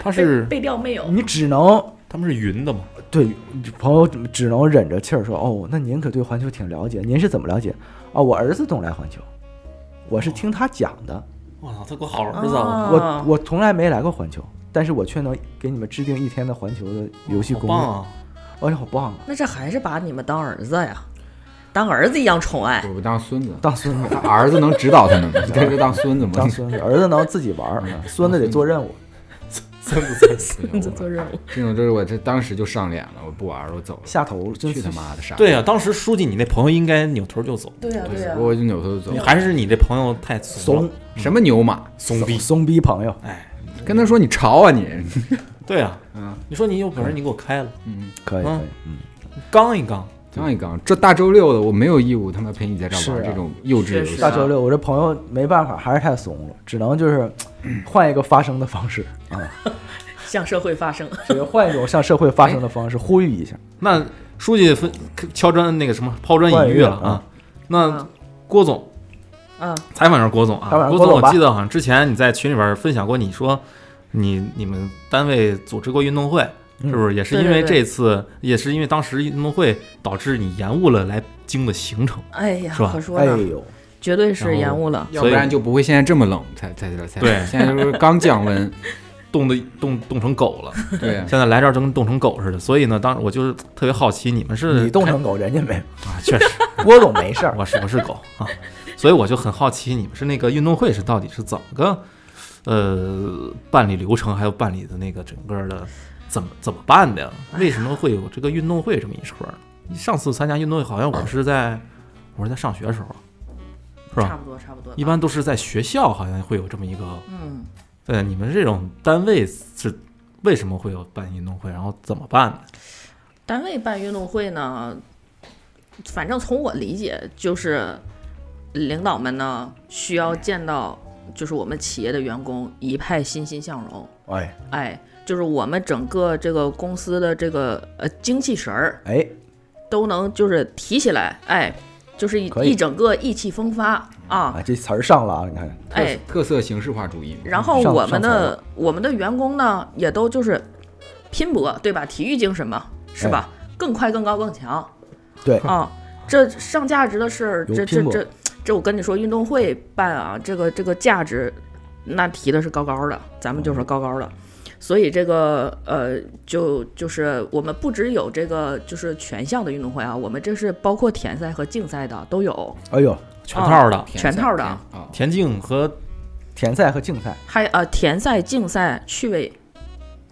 Speaker 4: 他是
Speaker 5: 背调没有，
Speaker 1: 你只能
Speaker 4: 他们是云的嘛，
Speaker 1: 对朋友只能忍着气儿说：“哦，那您可对环球挺了解，您是怎么了解？啊，我儿子总来环球，我是听他讲的，
Speaker 4: 我操，他给我好儿子啊，
Speaker 1: 我我从来没来过环球，但是我却能给你们制定一天的环球的游戏
Speaker 4: 好
Speaker 1: 攻略，
Speaker 4: 棒啊，
Speaker 1: 哎呀，好棒啊！
Speaker 5: 那这还是把你们当儿子呀，当儿子一样宠爱，
Speaker 3: 我不当孙子，
Speaker 1: 当孙子，
Speaker 3: 他儿子能指导他们 吗？他就当孙子吗？
Speaker 1: 当孙子，儿子能自己玩儿，
Speaker 4: 嗯
Speaker 1: 孙子得做任务。
Speaker 4: 孙子孙子，
Speaker 3: 孙
Speaker 5: 任务，
Speaker 3: 这种就是我这当时就上脸了，我不玩了，我走了。
Speaker 1: 下头真
Speaker 3: 去
Speaker 1: 是
Speaker 3: 他妈的傻！
Speaker 4: 对
Speaker 5: 啊
Speaker 4: 呀，当时书记你那朋友应该扭头就走，
Speaker 5: 对呀对呀，啊
Speaker 3: 我就扭头就走
Speaker 4: 你。还是你这朋友太怂
Speaker 1: 怂
Speaker 4: 了，
Speaker 3: 什么牛马？
Speaker 4: 怂逼，
Speaker 1: 怂逼朋友，
Speaker 4: 哎，
Speaker 3: 跟他说你潮啊你！
Speaker 4: 对啊
Speaker 3: 嗯，
Speaker 4: 你说你有本事你给我开了，
Speaker 3: 嗯，
Speaker 1: 可以可
Speaker 4: 嗯
Speaker 1: 以，嗯，
Speaker 4: 刚一刚。
Speaker 3: 刚一刚，这大周六的我没有义务他妈陪你在这儿
Speaker 1: 是啊
Speaker 3: 玩这种幼稚游
Speaker 5: 确
Speaker 3: 戏啊
Speaker 5: 实。
Speaker 4: 啊
Speaker 5: 啊
Speaker 1: 大周六我这朋友没办法，还是太怂了，只能 就是换一个发声的方 式啊，
Speaker 5: 向社会发声，
Speaker 1: 只能换一种向社会发声的方
Speaker 4: 哎
Speaker 1: 式呼吁一下。”
Speaker 4: 那书记分敲砖那个什么抛砖引玉了啊。那
Speaker 5: 嗯
Speaker 4: 郭总
Speaker 5: 啊，
Speaker 4: 采访上郭总
Speaker 1: 采访
Speaker 4: 啊，
Speaker 1: 上
Speaker 4: 郭
Speaker 1: 郭总
Speaker 4: 我
Speaker 1: 吧
Speaker 4: 记得好像之前你在群里边分享过，你说你你们单位组织过运动会，
Speaker 1: 嗯
Speaker 4: 是不是也是
Speaker 5: 对
Speaker 4: 因
Speaker 5: 对
Speaker 4: 为
Speaker 5: 对
Speaker 4: 这次，也是因为当时运动会导致你延误了来京的行程？
Speaker 5: 哎呀，
Speaker 4: 是吧
Speaker 5: 可说
Speaker 1: 哎
Speaker 5: 呢，
Speaker 1: 呦，
Speaker 5: 绝对是延误了，
Speaker 3: 要不然就不会现在这么冷，才才才才
Speaker 4: 对
Speaker 3: 现在就是刚降温，
Speaker 4: 冻的冻冻成 狗了，
Speaker 3: 对啊，
Speaker 4: 现在来这儿都跟冻成狗似的。所以呢，当时我就是特别好奇，你们是
Speaker 1: 你冻成狗，人家没，
Speaker 4: 啊，确实，
Speaker 1: 郭总没事儿。
Speaker 4: 我是我是狗啊，所以我就很好奇你们是那个运动会是到底是怎么个呃办理流程，还有办理的那个整个的怎么怎么办的呀？为什么会有这个运动会这么一说呢？上次参加运动会好像我是在我是在上学时候，是
Speaker 5: 差
Speaker 4: 吧？
Speaker 5: 不多差不多吧，
Speaker 4: 一般都是在学校，好像会有这么一个。
Speaker 5: 嗯。
Speaker 4: 呃，你们这种单位是为什么会有办运动会，然后怎么办呢？
Speaker 5: 单位办运动会呢，反正从我理解就是，领导们呢需要见到就是我们企业的员工一派欣欣向荣，
Speaker 1: 哎
Speaker 5: 哎，就是我们整个这个公司的这个呃精气神儿
Speaker 1: 哎，
Speaker 5: 都能就是提起来，哎，就是一
Speaker 1: 可以
Speaker 5: 一整个意气风发，啊，
Speaker 1: 啊，这词儿上了啊，你看，
Speaker 3: 特
Speaker 5: 哎，
Speaker 3: 特色形式化主义嘛。
Speaker 5: 然后
Speaker 1: 嗯上
Speaker 5: 我们
Speaker 1: 上层
Speaker 5: 的我们的员工呢，也都就是拼搏，对吧？体育精神嘛，是吧？更快、更高、更强。
Speaker 1: 哎对
Speaker 5: 啊，这上价值的事儿，
Speaker 1: 有
Speaker 5: 这
Speaker 1: 拼
Speaker 5: 这
Speaker 1: 搏
Speaker 5: 这这，我跟你说，运动会办啊，这个这个价值，那提的是高高的，咱们就说高高的。所以这个呃，就就是我们不只有这个就是全项的运动会啊，我们这是包括田赛和竞赛的都有，
Speaker 1: 哎呦，
Speaker 4: 全套的
Speaker 5: 全套的
Speaker 3: 啊
Speaker 5: 啊，
Speaker 3: 哦
Speaker 4: 田径和
Speaker 1: 田赛和竞赛，
Speaker 5: 还呃田赛、竞赛、趣味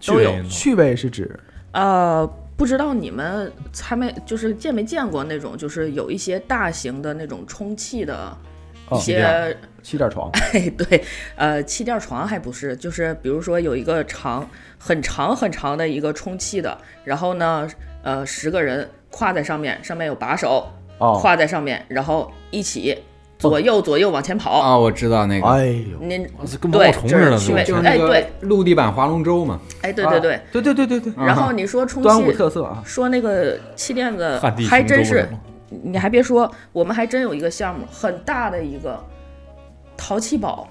Speaker 4: 趣
Speaker 5: 都有
Speaker 4: 味运动
Speaker 1: 趣味是指
Speaker 5: 呃，不知道你们还没就是见没见过那种，就是有一些大型的那种充气的
Speaker 1: 哦
Speaker 5: 一些，
Speaker 1: 气垫床，
Speaker 5: 哎，对，呃，气垫床还不是，就是比如说有一个长很长很长的一个充气的，然后呢，呃，十个人跨在上面，上面有把手，
Speaker 1: 哦，
Speaker 5: 跨在上面，然后一起左右左右往前
Speaker 1: 哦
Speaker 5: 跑，
Speaker 3: 啊，我知道那个，
Speaker 1: 哎呦，
Speaker 5: 您
Speaker 4: 哇这跟
Speaker 5: 对
Speaker 4: 毛虫似的
Speaker 5: 这是趣味
Speaker 4: 那
Speaker 5: 哎
Speaker 3: 就
Speaker 4: 种，
Speaker 3: 是那个
Speaker 5: 对
Speaker 3: 陆地板划龙舟嘛。
Speaker 5: 哎，对对对，
Speaker 1: 啊对对对对对，
Speaker 5: 然后你说充
Speaker 1: 端午
Speaker 5: 气，
Speaker 1: 特色啊，
Speaker 5: 说那个气垫子
Speaker 4: 旱地
Speaker 5: 还
Speaker 4: 行舟
Speaker 5: 真是
Speaker 4: 那种
Speaker 5: 你还别说，我们还真有一个项目，很大的一个淘气堡。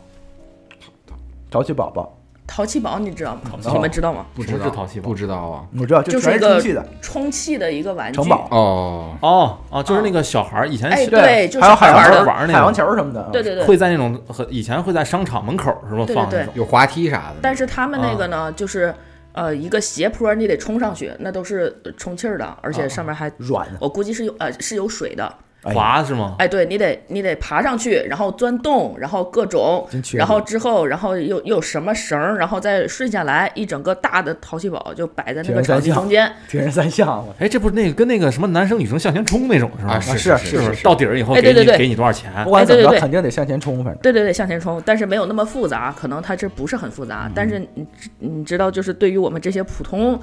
Speaker 1: 淘气宝宝，
Speaker 5: 淘气堡你知道吗
Speaker 4: 淘？气
Speaker 1: 堡
Speaker 5: 你们知道吗？
Speaker 3: 不
Speaker 4: 什
Speaker 3: 知
Speaker 4: 么
Speaker 3: 道，
Speaker 4: 是淘气堡
Speaker 3: 不知道啊。
Speaker 1: 我知道，就
Speaker 5: 就是
Speaker 1: 全是
Speaker 5: 一个
Speaker 1: 充气的
Speaker 5: 充气的一个玩具。
Speaker 1: 城堡，
Speaker 3: 哦，
Speaker 4: 哦哦，就是那个小孩儿以前
Speaker 5: 哎
Speaker 4: 小
Speaker 5: 对就是
Speaker 1: 还有海
Speaker 5: 玩
Speaker 1: 洋
Speaker 5: 的
Speaker 1: 球
Speaker 4: 玩儿那个
Speaker 1: 海洋球什么的啊，
Speaker 5: 对对对。
Speaker 4: 会在那种和以前会在商场门口儿是吗？
Speaker 5: 对对
Speaker 4: 放
Speaker 5: 对
Speaker 4: 那种啊
Speaker 3: 有滑梯啥的。
Speaker 5: 但是他们那个呢，就是呃一个斜坡，你得冲上去，那都是呃充气儿的，而
Speaker 4: 啊
Speaker 5: 且上面还
Speaker 1: 软的，
Speaker 5: 我估计是有呃是有水的。
Speaker 1: 哎呀
Speaker 4: 滑是吗？
Speaker 5: 哎，对你得你得爬上去，然后钻洞，然后各种
Speaker 1: 真，缺德
Speaker 5: 然后之后然后又又有什么绳儿，然后再顺下来，一整个大的淘气堡就摆在那
Speaker 1: 铁
Speaker 5: 个
Speaker 1: 人
Speaker 5: 场
Speaker 1: 三
Speaker 5: 地
Speaker 1: 项
Speaker 5: 中间。
Speaker 1: 铁人三项，我
Speaker 4: 哎，这不是那个跟那个什么男生女生向前冲那种是吗？
Speaker 3: 啊，
Speaker 1: 啊
Speaker 3: 是
Speaker 1: 是
Speaker 3: 是
Speaker 4: 不
Speaker 3: 是
Speaker 4: 是到底儿以后
Speaker 5: 哎
Speaker 4: 给
Speaker 5: 对
Speaker 4: 你
Speaker 5: 对对
Speaker 4: 给你多少钱
Speaker 1: 不？管怎么
Speaker 5: 哎对对
Speaker 1: 着，
Speaker 5: 对
Speaker 1: 肯定得向前冲，反正
Speaker 5: 对对对，向前冲，但是没有那么复杂，可能它这不是很复
Speaker 1: 嗯
Speaker 5: 杂。但是你知你知道，就是对于我们这些普通，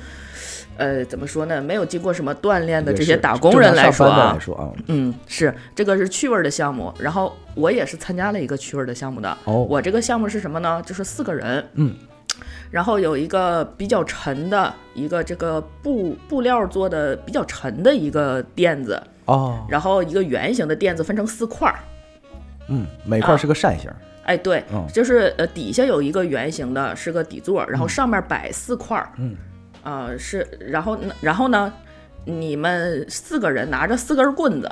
Speaker 5: 呃，怎么说呢，没有经过什么锻炼的
Speaker 1: 也
Speaker 5: 这些
Speaker 1: 是
Speaker 5: 打工人
Speaker 1: 正常
Speaker 5: 来说
Speaker 1: 上班的
Speaker 5: 啊
Speaker 1: 来，说啊，
Speaker 5: 嗯，是这个是趣味儿的项目。然后我也是参加了一个趣味儿的项目的。
Speaker 1: 哦
Speaker 5: 我这个项目是什么呢？就是四个人，
Speaker 1: 嗯，
Speaker 5: 然后有一个比较沉的一个这个布布料做的比较沉的一个垫子，
Speaker 1: 哦，
Speaker 5: 然后一个圆形的垫子分成四块儿。
Speaker 1: 嗯，每块
Speaker 5: 啊
Speaker 1: 是个扇形，
Speaker 5: 哎，对，
Speaker 1: 嗯
Speaker 5: 就是呃，底下有一个圆形的，是个底座，然后上面摆四块儿，
Speaker 1: 嗯，
Speaker 5: 呃，是，然后呢，然后呢，你们四个人拿着四根棍子，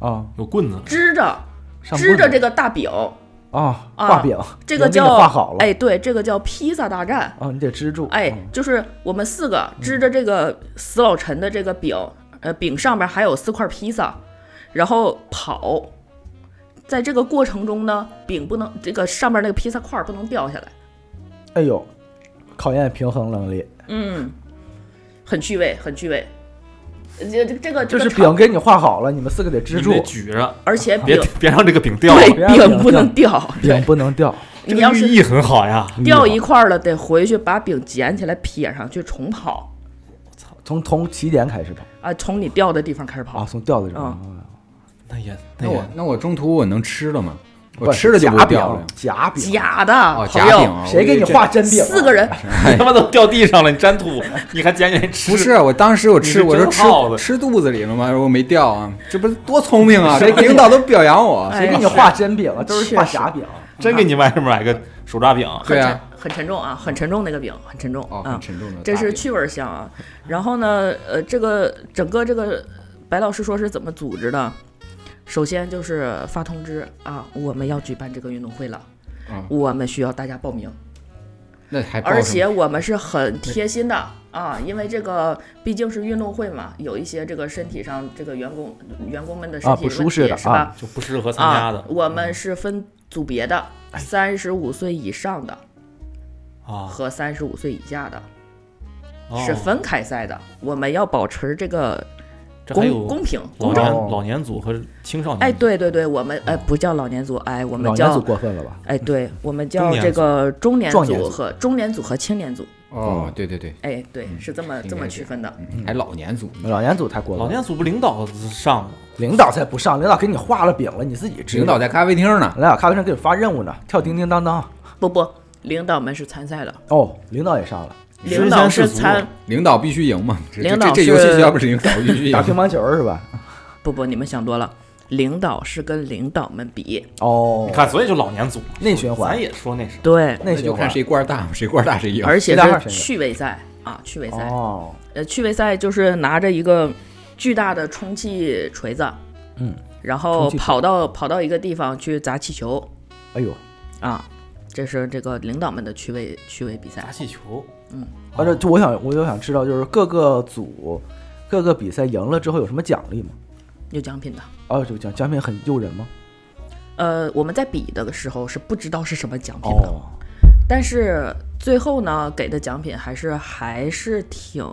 Speaker 1: 啊，
Speaker 4: 有棍子，
Speaker 5: 支着
Speaker 1: 上
Speaker 5: 支着
Speaker 1: 棍
Speaker 5: 这个大饼，
Speaker 1: 啊，
Speaker 5: 啊
Speaker 1: 画饼，
Speaker 5: 这个
Speaker 1: 人给
Speaker 5: 叫
Speaker 1: 你画好了，
Speaker 5: 哎，对，这个叫披萨大战，
Speaker 1: 啊，你得支住，
Speaker 5: 哎
Speaker 1: 嗯，
Speaker 5: 就是我们四个支着这个死老陈的这个饼，呃，饼上面还有四块披萨，然后跑，在这个过程中呢，饼不能这个上面那个披萨块儿不能掉下来。
Speaker 1: 哎呦，考验平衡能力，
Speaker 5: 嗯，很趣味，很趣味。这这这个
Speaker 1: 就
Speaker 5: 这
Speaker 1: 是
Speaker 5: 个
Speaker 1: 饼
Speaker 5: 场，
Speaker 1: 给你画好了，你们四个得支
Speaker 4: 你
Speaker 1: 住
Speaker 4: 得，举着，
Speaker 5: 而且饼
Speaker 4: 别别让这个饼掉了。
Speaker 5: 哎对
Speaker 1: 别让
Speaker 5: 饼
Speaker 1: 饼
Speaker 5: 不能掉，
Speaker 1: 饼不能掉，
Speaker 4: 这
Speaker 5: 你
Speaker 4: 个
Speaker 5: 要
Speaker 4: 寓
Speaker 5: 是
Speaker 4: 意很好呀。
Speaker 5: 掉一块儿了，得回去把饼捡起来撇上去重跑
Speaker 1: 从从起点开始跑
Speaker 5: 啊，从你掉的地方开始
Speaker 1: 啊，
Speaker 5: 跑。
Speaker 1: 从掉的地方
Speaker 5: 嗯，
Speaker 4: 那也
Speaker 3: 那
Speaker 4: 那
Speaker 3: 我
Speaker 4: 也
Speaker 3: 那我中途我能吃了吗？
Speaker 1: 不
Speaker 3: 我吃了就不
Speaker 1: 假
Speaker 3: 掉了
Speaker 1: 饼。，假饼，
Speaker 5: 假
Speaker 3: 哦，
Speaker 5: 的，
Speaker 3: 夹
Speaker 5: 朋友
Speaker 3: 饼啊，
Speaker 1: 谁
Speaker 3: 我
Speaker 1: 给你
Speaker 3: 这
Speaker 1: 画真饼啊？
Speaker 5: 四个人
Speaker 4: 他妈都掉地上了，你沾土，你还捡起来吃？
Speaker 3: 不是，我当时我吃，
Speaker 4: 你
Speaker 3: 我
Speaker 4: 是啊
Speaker 3: 说
Speaker 4: 真耗子
Speaker 3: 吃吃肚子里了吗？我没掉啊，这不是多聪明啊！这领导都表扬我，
Speaker 5: 哎
Speaker 1: 谁给你画真饼啊？都是画假饼，
Speaker 4: 真给你外面买个手抓饼，
Speaker 5: 很
Speaker 3: 对
Speaker 5: 沉
Speaker 3: 啊，
Speaker 5: 很沉重啊，很沉重那个饼，很沉重
Speaker 3: 哦，
Speaker 5: 啊
Speaker 3: 很。沉重的大饼，
Speaker 5: 这是趣味项啊。然后呢，呃，这个整个这个白老师说是怎么组织的？首先就是发通知啊，我们要举办这个运动会了，
Speaker 3: 嗯
Speaker 5: 我们需要大家报名，
Speaker 3: 那还报什
Speaker 5: 而
Speaker 3: 么
Speaker 5: 且我们是很贴心的啊，因为这个毕竟是运动会嘛，有一些这个身体上这个员工员工们的身
Speaker 1: 啊不
Speaker 5: 体问
Speaker 1: 舒适
Speaker 5: 题
Speaker 1: 的
Speaker 5: 是吧？
Speaker 1: 啊
Speaker 4: 就不适合参加
Speaker 5: 啊
Speaker 4: 的，
Speaker 5: 我
Speaker 3: 嗯
Speaker 5: 们是分组别的，
Speaker 3: 哎
Speaker 5: 三十五岁以上的
Speaker 4: 啊，
Speaker 5: 和三十五岁以下的。
Speaker 4: 哦
Speaker 5: 是分开赛的，我们要保持这个
Speaker 4: 这还有
Speaker 5: 公公平
Speaker 4: 老
Speaker 5: 公正。
Speaker 4: 年
Speaker 1: 哦
Speaker 4: 老年组和青少年组，
Speaker 5: 哎，对对对，我们哎不叫老年组，哎我们
Speaker 1: 老年
Speaker 5: 叫
Speaker 1: 组过分了吧？
Speaker 5: 哎对，我们
Speaker 4: 中
Speaker 5: 叫
Speaker 4: 年
Speaker 5: 这个中年
Speaker 1: 壮年
Speaker 5: 组
Speaker 1: 组
Speaker 5: 和中年组和青年组。
Speaker 3: 哦，对对对，
Speaker 5: 哎，对，
Speaker 4: 嗯
Speaker 5: 是这么
Speaker 3: 应该
Speaker 5: 这么
Speaker 3: 是
Speaker 5: 区分的。
Speaker 3: 嗯还老年组，
Speaker 1: 老年组太过分了，
Speaker 4: 老年组不领导上吗？
Speaker 1: 领导才不上，领导给你画了饼了，你自己知道
Speaker 3: 领导在咖啡厅呢，
Speaker 1: 领导咖啡上给你发任务呢，跳叮叮当当。
Speaker 5: 不不，领导们是参赛的，
Speaker 1: 哦，领导也上了，
Speaker 4: 身
Speaker 5: 领导
Speaker 4: 先士
Speaker 5: 是
Speaker 4: 卒
Speaker 5: 参
Speaker 3: 领导必须赢嘛，这
Speaker 5: 领导
Speaker 3: 这这
Speaker 5: 是
Speaker 3: 这游戏要不是领导必须赢
Speaker 1: 打乒乓球是吧？
Speaker 5: 不不，你们想多了。领导是跟领导们比，
Speaker 1: 哦
Speaker 4: 你，看，所以就老年组
Speaker 1: 内循环
Speaker 4: 咱也说那是
Speaker 5: 对，
Speaker 1: 内
Speaker 3: 那就
Speaker 1: 循
Speaker 3: 看
Speaker 1: 环
Speaker 3: 谁官儿大，谁官儿大谁赢。
Speaker 5: 而且
Speaker 1: 谁大二谁
Speaker 5: 是
Speaker 1: 赢
Speaker 5: 趣味赛啊，趣味赛，
Speaker 1: 哦，
Speaker 5: 呃，趣味赛就是拿着一个巨大的充气锤子，
Speaker 1: 嗯，
Speaker 5: 然后
Speaker 1: 充气锤
Speaker 5: 跑到跑到一个地方去砸气球
Speaker 1: 哎呦，
Speaker 5: 啊，这是这个领导们的趣味趣味比赛
Speaker 4: 打。气球，
Speaker 1: 啊，这就我想我就想知道，就是各个组各个比赛赢了之后有什么奖励吗？
Speaker 5: 有奖品的。
Speaker 1: 哦，这个奖奖品很诱人吗？
Speaker 5: 呃，我们在比的时候是不知道是什么奖品的，
Speaker 1: 哦，
Speaker 5: 但是最后呢，给的奖品还是还是挺，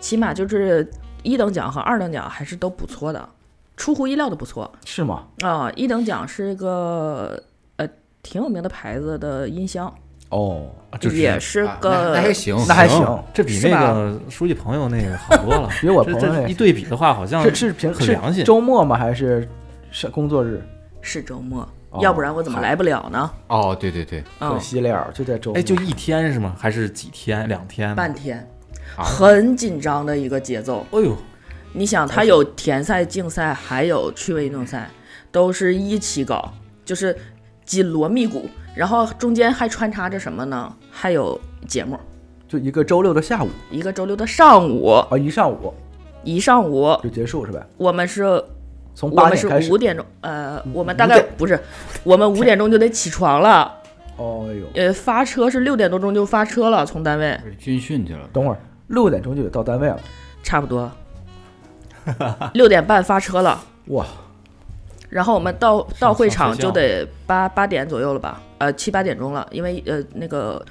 Speaker 5: 起码就是一等奖和二等奖还是都不错的，出乎意料的不错
Speaker 1: 是吗？
Speaker 5: 啊、一等奖是一个呃挺有名的牌子的音箱，
Speaker 1: 哦，
Speaker 4: 啊这
Speaker 5: 也
Speaker 4: 是
Speaker 5: 是
Speaker 3: 啊那
Speaker 5: 个、
Speaker 3: 那还行，
Speaker 1: 那还行，
Speaker 4: 这比
Speaker 5: 是
Speaker 4: 那
Speaker 5: 吧
Speaker 4: 个书记朋友那个好多了。
Speaker 1: 比我
Speaker 4: 这
Speaker 1: 朋友
Speaker 4: 这
Speaker 1: 那
Speaker 4: 一对比的话，好像
Speaker 1: 是是平
Speaker 4: 很良
Speaker 1: 是
Speaker 4: 心
Speaker 1: 周末吗？还是是工作日？
Speaker 5: 是周末，
Speaker 1: 哦
Speaker 5: 要不然我怎么
Speaker 1: 好
Speaker 5: 来不了呢？
Speaker 3: 哦，对对对，
Speaker 1: 可
Speaker 5: 嗯，
Speaker 1: 惜了，就在周末。
Speaker 4: 哎，就一天是吗？还是几天？两天？
Speaker 5: 半天，
Speaker 3: 啊
Speaker 5: 很紧张的一个节奏。
Speaker 4: 哎呦，
Speaker 5: 你想，它有田赛、竞赛，还有趣味运动赛，都是一起搞，就是紧锣密鼓，然后中间还穿插着什么呢？还有节目，
Speaker 1: 就一个周六的下午
Speaker 5: 一个周六的上午，
Speaker 1: 啊，一上午
Speaker 5: 一上午
Speaker 1: 就结束是吧？
Speaker 5: 我们是
Speaker 1: 从
Speaker 5: 我
Speaker 1: 八
Speaker 5: 们
Speaker 1: 点
Speaker 5: 是
Speaker 1: 开始嗯
Speaker 5: 五。点钟，呃，我们
Speaker 1: 五
Speaker 5: 大概
Speaker 1: 点
Speaker 5: 不是，我们五点钟就得起床了，
Speaker 1: 哦，哎呦，
Speaker 5: 呃，发车是六点多钟就发车了，从单位
Speaker 3: 军训去了。
Speaker 1: 等会儿六点钟就得到单位了。
Speaker 5: 差 不多六点半发车了。
Speaker 1: 哇，
Speaker 5: 然后我们到到会
Speaker 4: 上
Speaker 5: 场
Speaker 4: 学校
Speaker 5: 就得八八点左右了吧，呃七八点钟了，因为呃那个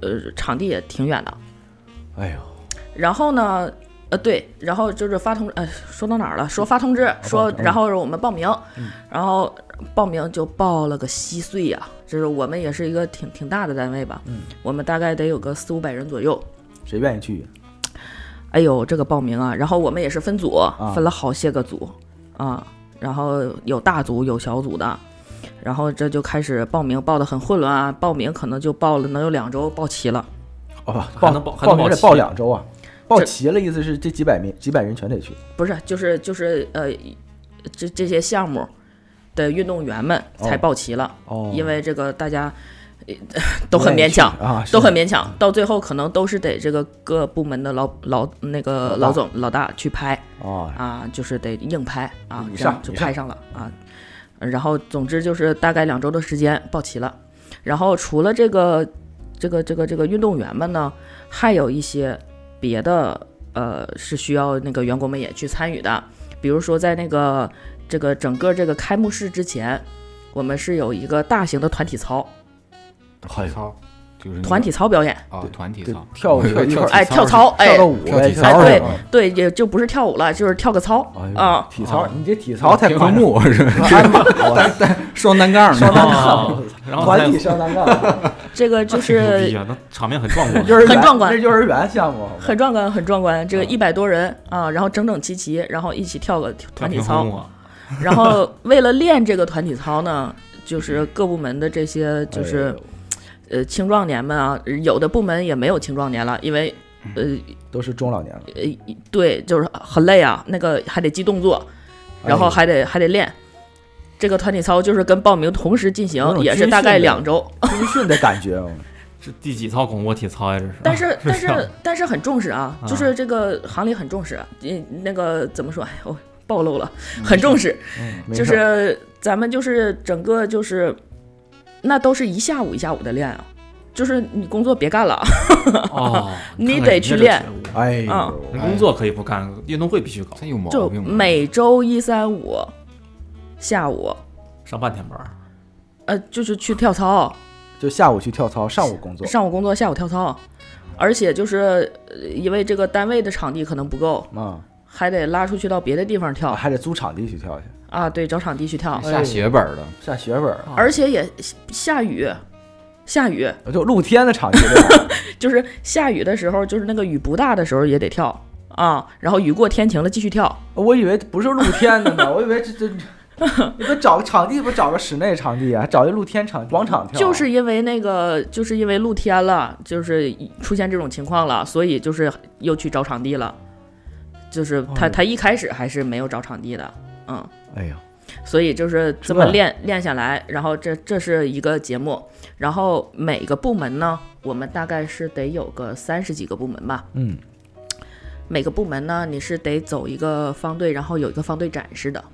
Speaker 5: 呃场地也挺远的。
Speaker 1: 哎呦，
Speaker 5: 然后呢，呃对，然后就是发通呃说到哪儿了？说发通知，
Speaker 1: 嗯报
Speaker 5: 说
Speaker 1: 名嗯
Speaker 5: 然后我们报名，然后报名就报了个稀碎呀、就是我们也是一个挺挺大的单位吧，
Speaker 1: 嗯
Speaker 5: 我们大概得有个四五百人左右。
Speaker 1: 谁愿意去？
Speaker 5: 哎呦，这个报名啊！然后我们也是分组，
Speaker 1: 啊
Speaker 5: 分了好些个组啊，然后有大组有小组的，然后这就开始报名，报的很混乱啊，报名可能就报了能有两周，报齐了。
Speaker 1: 哦，
Speaker 4: 还
Speaker 1: 报
Speaker 4: 能报还
Speaker 1: 报
Speaker 4: 能
Speaker 1: 名
Speaker 4: 报
Speaker 1: 得
Speaker 4: 齐
Speaker 1: 报两周啊，报
Speaker 5: 这
Speaker 1: 齐了意思是这几百名几百人全得去。
Speaker 5: 不是，就是就是呃，这这些项目的运动员们才
Speaker 1: 哦
Speaker 5: 报齐了，
Speaker 1: 哦
Speaker 5: 因
Speaker 1: 为
Speaker 5: 为这个大家、呃都很 勉强。
Speaker 1: 啊，
Speaker 5: 都
Speaker 1: 是
Speaker 5: 很勉强，到最后可能都是得这个各部门的老老那
Speaker 1: 老
Speaker 5: 个
Speaker 1: 大
Speaker 5: 老总老大去拍，
Speaker 1: 哦，
Speaker 5: 啊，就是得硬拍啊
Speaker 1: 你，
Speaker 5: 这
Speaker 1: 上
Speaker 5: 样就
Speaker 1: 你
Speaker 5: 拍上了啊。然后总之就是大概两周的时间报齐了。然后除了这个这个这个这个运动员们呢，还有一些别的呃是需要那个员工们也去参与的，比如说在那个这个整个这个开幕式之前。我们是有一个大型的团体操，
Speaker 1: 好
Speaker 3: 操，就
Speaker 1: 嗯
Speaker 3: 是那个
Speaker 5: 团体操表演，
Speaker 3: 啊，团体
Speaker 1: 对
Speaker 3: 操，
Speaker 1: 跳舞
Speaker 3: 我以为
Speaker 1: 一会儿
Speaker 3: 体
Speaker 5: 哎，
Speaker 3: 操
Speaker 5: 跳
Speaker 3: 是
Speaker 5: 操，哎
Speaker 1: 跳，个舞
Speaker 3: 跳
Speaker 1: 呗
Speaker 3: 体
Speaker 1: 跳
Speaker 3: 操
Speaker 1: 个
Speaker 5: 是
Speaker 1: 舞
Speaker 5: 吧对，也就不是跳舞了，就是跳个操
Speaker 1: 哎呦
Speaker 5: 啊，
Speaker 1: 体操，
Speaker 3: 啊
Speaker 1: 你这体操太
Speaker 3: 天
Speaker 1: 夸
Speaker 3: 空
Speaker 1: 张了，
Speaker 3: 木是吧
Speaker 1: 鞍马我
Speaker 3: 双单 杠呢，
Speaker 1: 双单
Speaker 4: 哦
Speaker 1: 杠，
Speaker 4: 然后
Speaker 1: 团
Speaker 4: 再
Speaker 1: 体双单杠，
Speaker 5: 这 个就
Speaker 4: 那挺牛
Speaker 5: 是
Speaker 4: 逼啊，那场面很壮观。
Speaker 1: 幼儿园
Speaker 5: 很壮观
Speaker 1: 这是幼儿园项目，
Speaker 5: 很壮观，很壮观。这个
Speaker 1: 嗯
Speaker 5: 一百多人啊，然后整整齐齐，然后一起跳个团体
Speaker 4: 跳
Speaker 5: 操
Speaker 4: 平衡。舞啊，
Speaker 5: 然后为了练这个团体操呢，就是各部门的这些就
Speaker 1: 哎
Speaker 5: 是
Speaker 1: 呦
Speaker 5: 呃青壮年们啊，有的部门也没有青壮年了，因为呃
Speaker 1: 都是中老年了，
Speaker 5: 对，就是很累啊，那个还得记动作，
Speaker 1: 哎
Speaker 5: 然后还得还得练。这个团体操就是跟报名同时进
Speaker 1: 有
Speaker 5: 行，
Speaker 1: 种
Speaker 5: 也是
Speaker 1: 哎军
Speaker 5: 大概
Speaker 1: 训的
Speaker 5: 两周，
Speaker 1: 哎军训的感觉 哦，
Speaker 4: 这第几套拱卧体操呀？这是。
Speaker 5: 但是但
Speaker 4: 这样
Speaker 5: 是但是很重视啊，
Speaker 4: 啊
Speaker 5: 就是这个行里很重视，嗯，那个怎么说？哎呦，暴露了，很重视，
Speaker 1: 没
Speaker 5: 就
Speaker 1: 事儿
Speaker 5: 是咱们就是整个就是，那都是一下午一下午的练啊，就是你工作别干了，
Speaker 4: 哦，
Speaker 5: 你
Speaker 4: 看看
Speaker 5: 得
Speaker 4: 人
Speaker 5: 去
Speaker 4: 家这
Speaker 5: 练
Speaker 4: 觉悟
Speaker 1: 哎呦
Speaker 5: 啊
Speaker 4: 人工作可以不干，运动会必须搞，
Speaker 3: 真有毛
Speaker 5: 就
Speaker 3: 病吧。啊
Speaker 5: 每周一三五下午，
Speaker 4: 上半天班儿。
Speaker 5: 呃，就是去跳操，
Speaker 1: 就下午去跳操，上午工作，
Speaker 5: 上午工作，下午跳操，而且就是呃因为这个单位的场地可能不够，
Speaker 1: 啊，
Speaker 5: 还得拉出去到别的地方
Speaker 1: 啊
Speaker 5: 跳
Speaker 1: 还得租场地去跳去，
Speaker 5: 啊，对，找场地去跳，
Speaker 3: 下血本了，
Speaker 1: 下血本儿，
Speaker 5: 而且也下雨，下雨
Speaker 1: 就露天的场地 对吧
Speaker 5: 就是下雨的时候，就是那个雨不大的时候也得跳啊，然后雨过天晴了继续跳。
Speaker 1: 我以为不是露天的呢，我以为这 这，你不找个场地，不找个室内场地啊，找一露天场广场跳啊，
Speaker 5: 就是因为那个，就是因为露天了，就是出现这种情况了，所以就是又去找场地了。就是他、
Speaker 1: 哦
Speaker 5: 他一开始还是没有找场地的，嗯，
Speaker 1: 哎呀，
Speaker 5: 所以就是这
Speaker 1: 是
Speaker 5: 么
Speaker 1: 吧
Speaker 5: 练练下来，然后这这是一个节目，然后每个部门呢，我们大概是得有个三十几个部门吧，
Speaker 1: 嗯，
Speaker 5: 每个部门呢，你是得走一个方队，然后有一个方队展示的，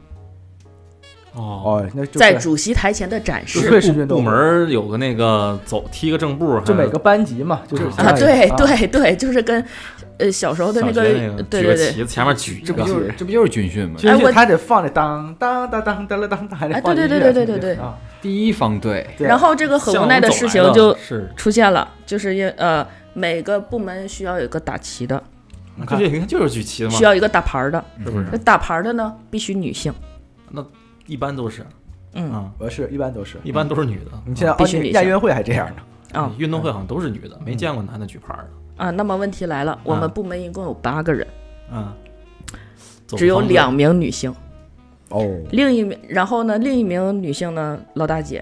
Speaker 4: 哦，
Speaker 1: 哦，那就
Speaker 5: 在
Speaker 1: 是
Speaker 5: 主席台前的展示
Speaker 4: 就
Speaker 1: 是。对运
Speaker 4: 部
Speaker 1: 动
Speaker 4: 部门儿有个那个走踢个正步，还
Speaker 1: 就每个班级嘛，就是
Speaker 4: 啊
Speaker 1: 相
Speaker 5: 啊，
Speaker 1: 当于
Speaker 5: 对
Speaker 1: 啊
Speaker 5: 对对，就是跟，呃，小时候的
Speaker 4: 小
Speaker 5: 那
Speaker 4: 学
Speaker 5: 个，
Speaker 4: 那个
Speaker 5: 对
Speaker 4: 举个
Speaker 5: 对对，
Speaker 4: 旗子前面举
Speaker 3: 这
Speaker 4: 着
Speaker 3: 不就是这不就是军训吗？
Speaker 1: 其实
Speaker 5: 哎我
Speaker 1: 他得放着当当当当当当当，还得
Speaker 5: 哎
Speaker 1: 放
Speaker 5: 对对
Speaker 1: 音
Speaker 5: 对
Speaker 1: 乐
Speaker 5: 对对对
Speaker 1: 啊
Speaker 3: 第一方队，
Speaker 1: 对
Speaker 5: 然后这个很无奈的事情就嗯出现了，就是因为呃每个部门需要有一个打旗的，
Speaker 1: 你
Speaker 4: 这
Speaker 1: 看
Speaker 4: 就你看就是举旗嘛
Speaker 5: 需，要一个打牌儿的，
Speaker 4: 是不是
Speaker 5: 这？打牌儿的呢必须女性，
Speaker 4: 一般都是，
Speaker 5: 嗯
Speaker 4: 啊，
Speaker 1: 我是一般都是。
Speaker 4: 一般都是女的。
Speaker 1: 你现在
Speaker 5: 必
Speaker 1: 奥
Speaker 5: 须
Speaker 1: 运
Speaker 5: 女
Speaker 1: 亚
Speaker 5: 性
Speaker 1: 运会还这样呢，
Speaker 5: 啊
Speaker 4: 运动会好像都是女
Speaker 5: 嗯
Speaker 4: 的，没见过男的举牌儿的。
Speaker 5: 啊。那么问题来了，
Speaker 4: 啊
Speaker 5: 我们部门一共有八个人，
Speaker 4: 嗯，走
Speaker 5: 只有
Speaker 4: 方队
Speaker 5: 两名女性，
Speaker 1: 哦，
Speaker 5: 另一名然后呢另一名女性呢老大姐，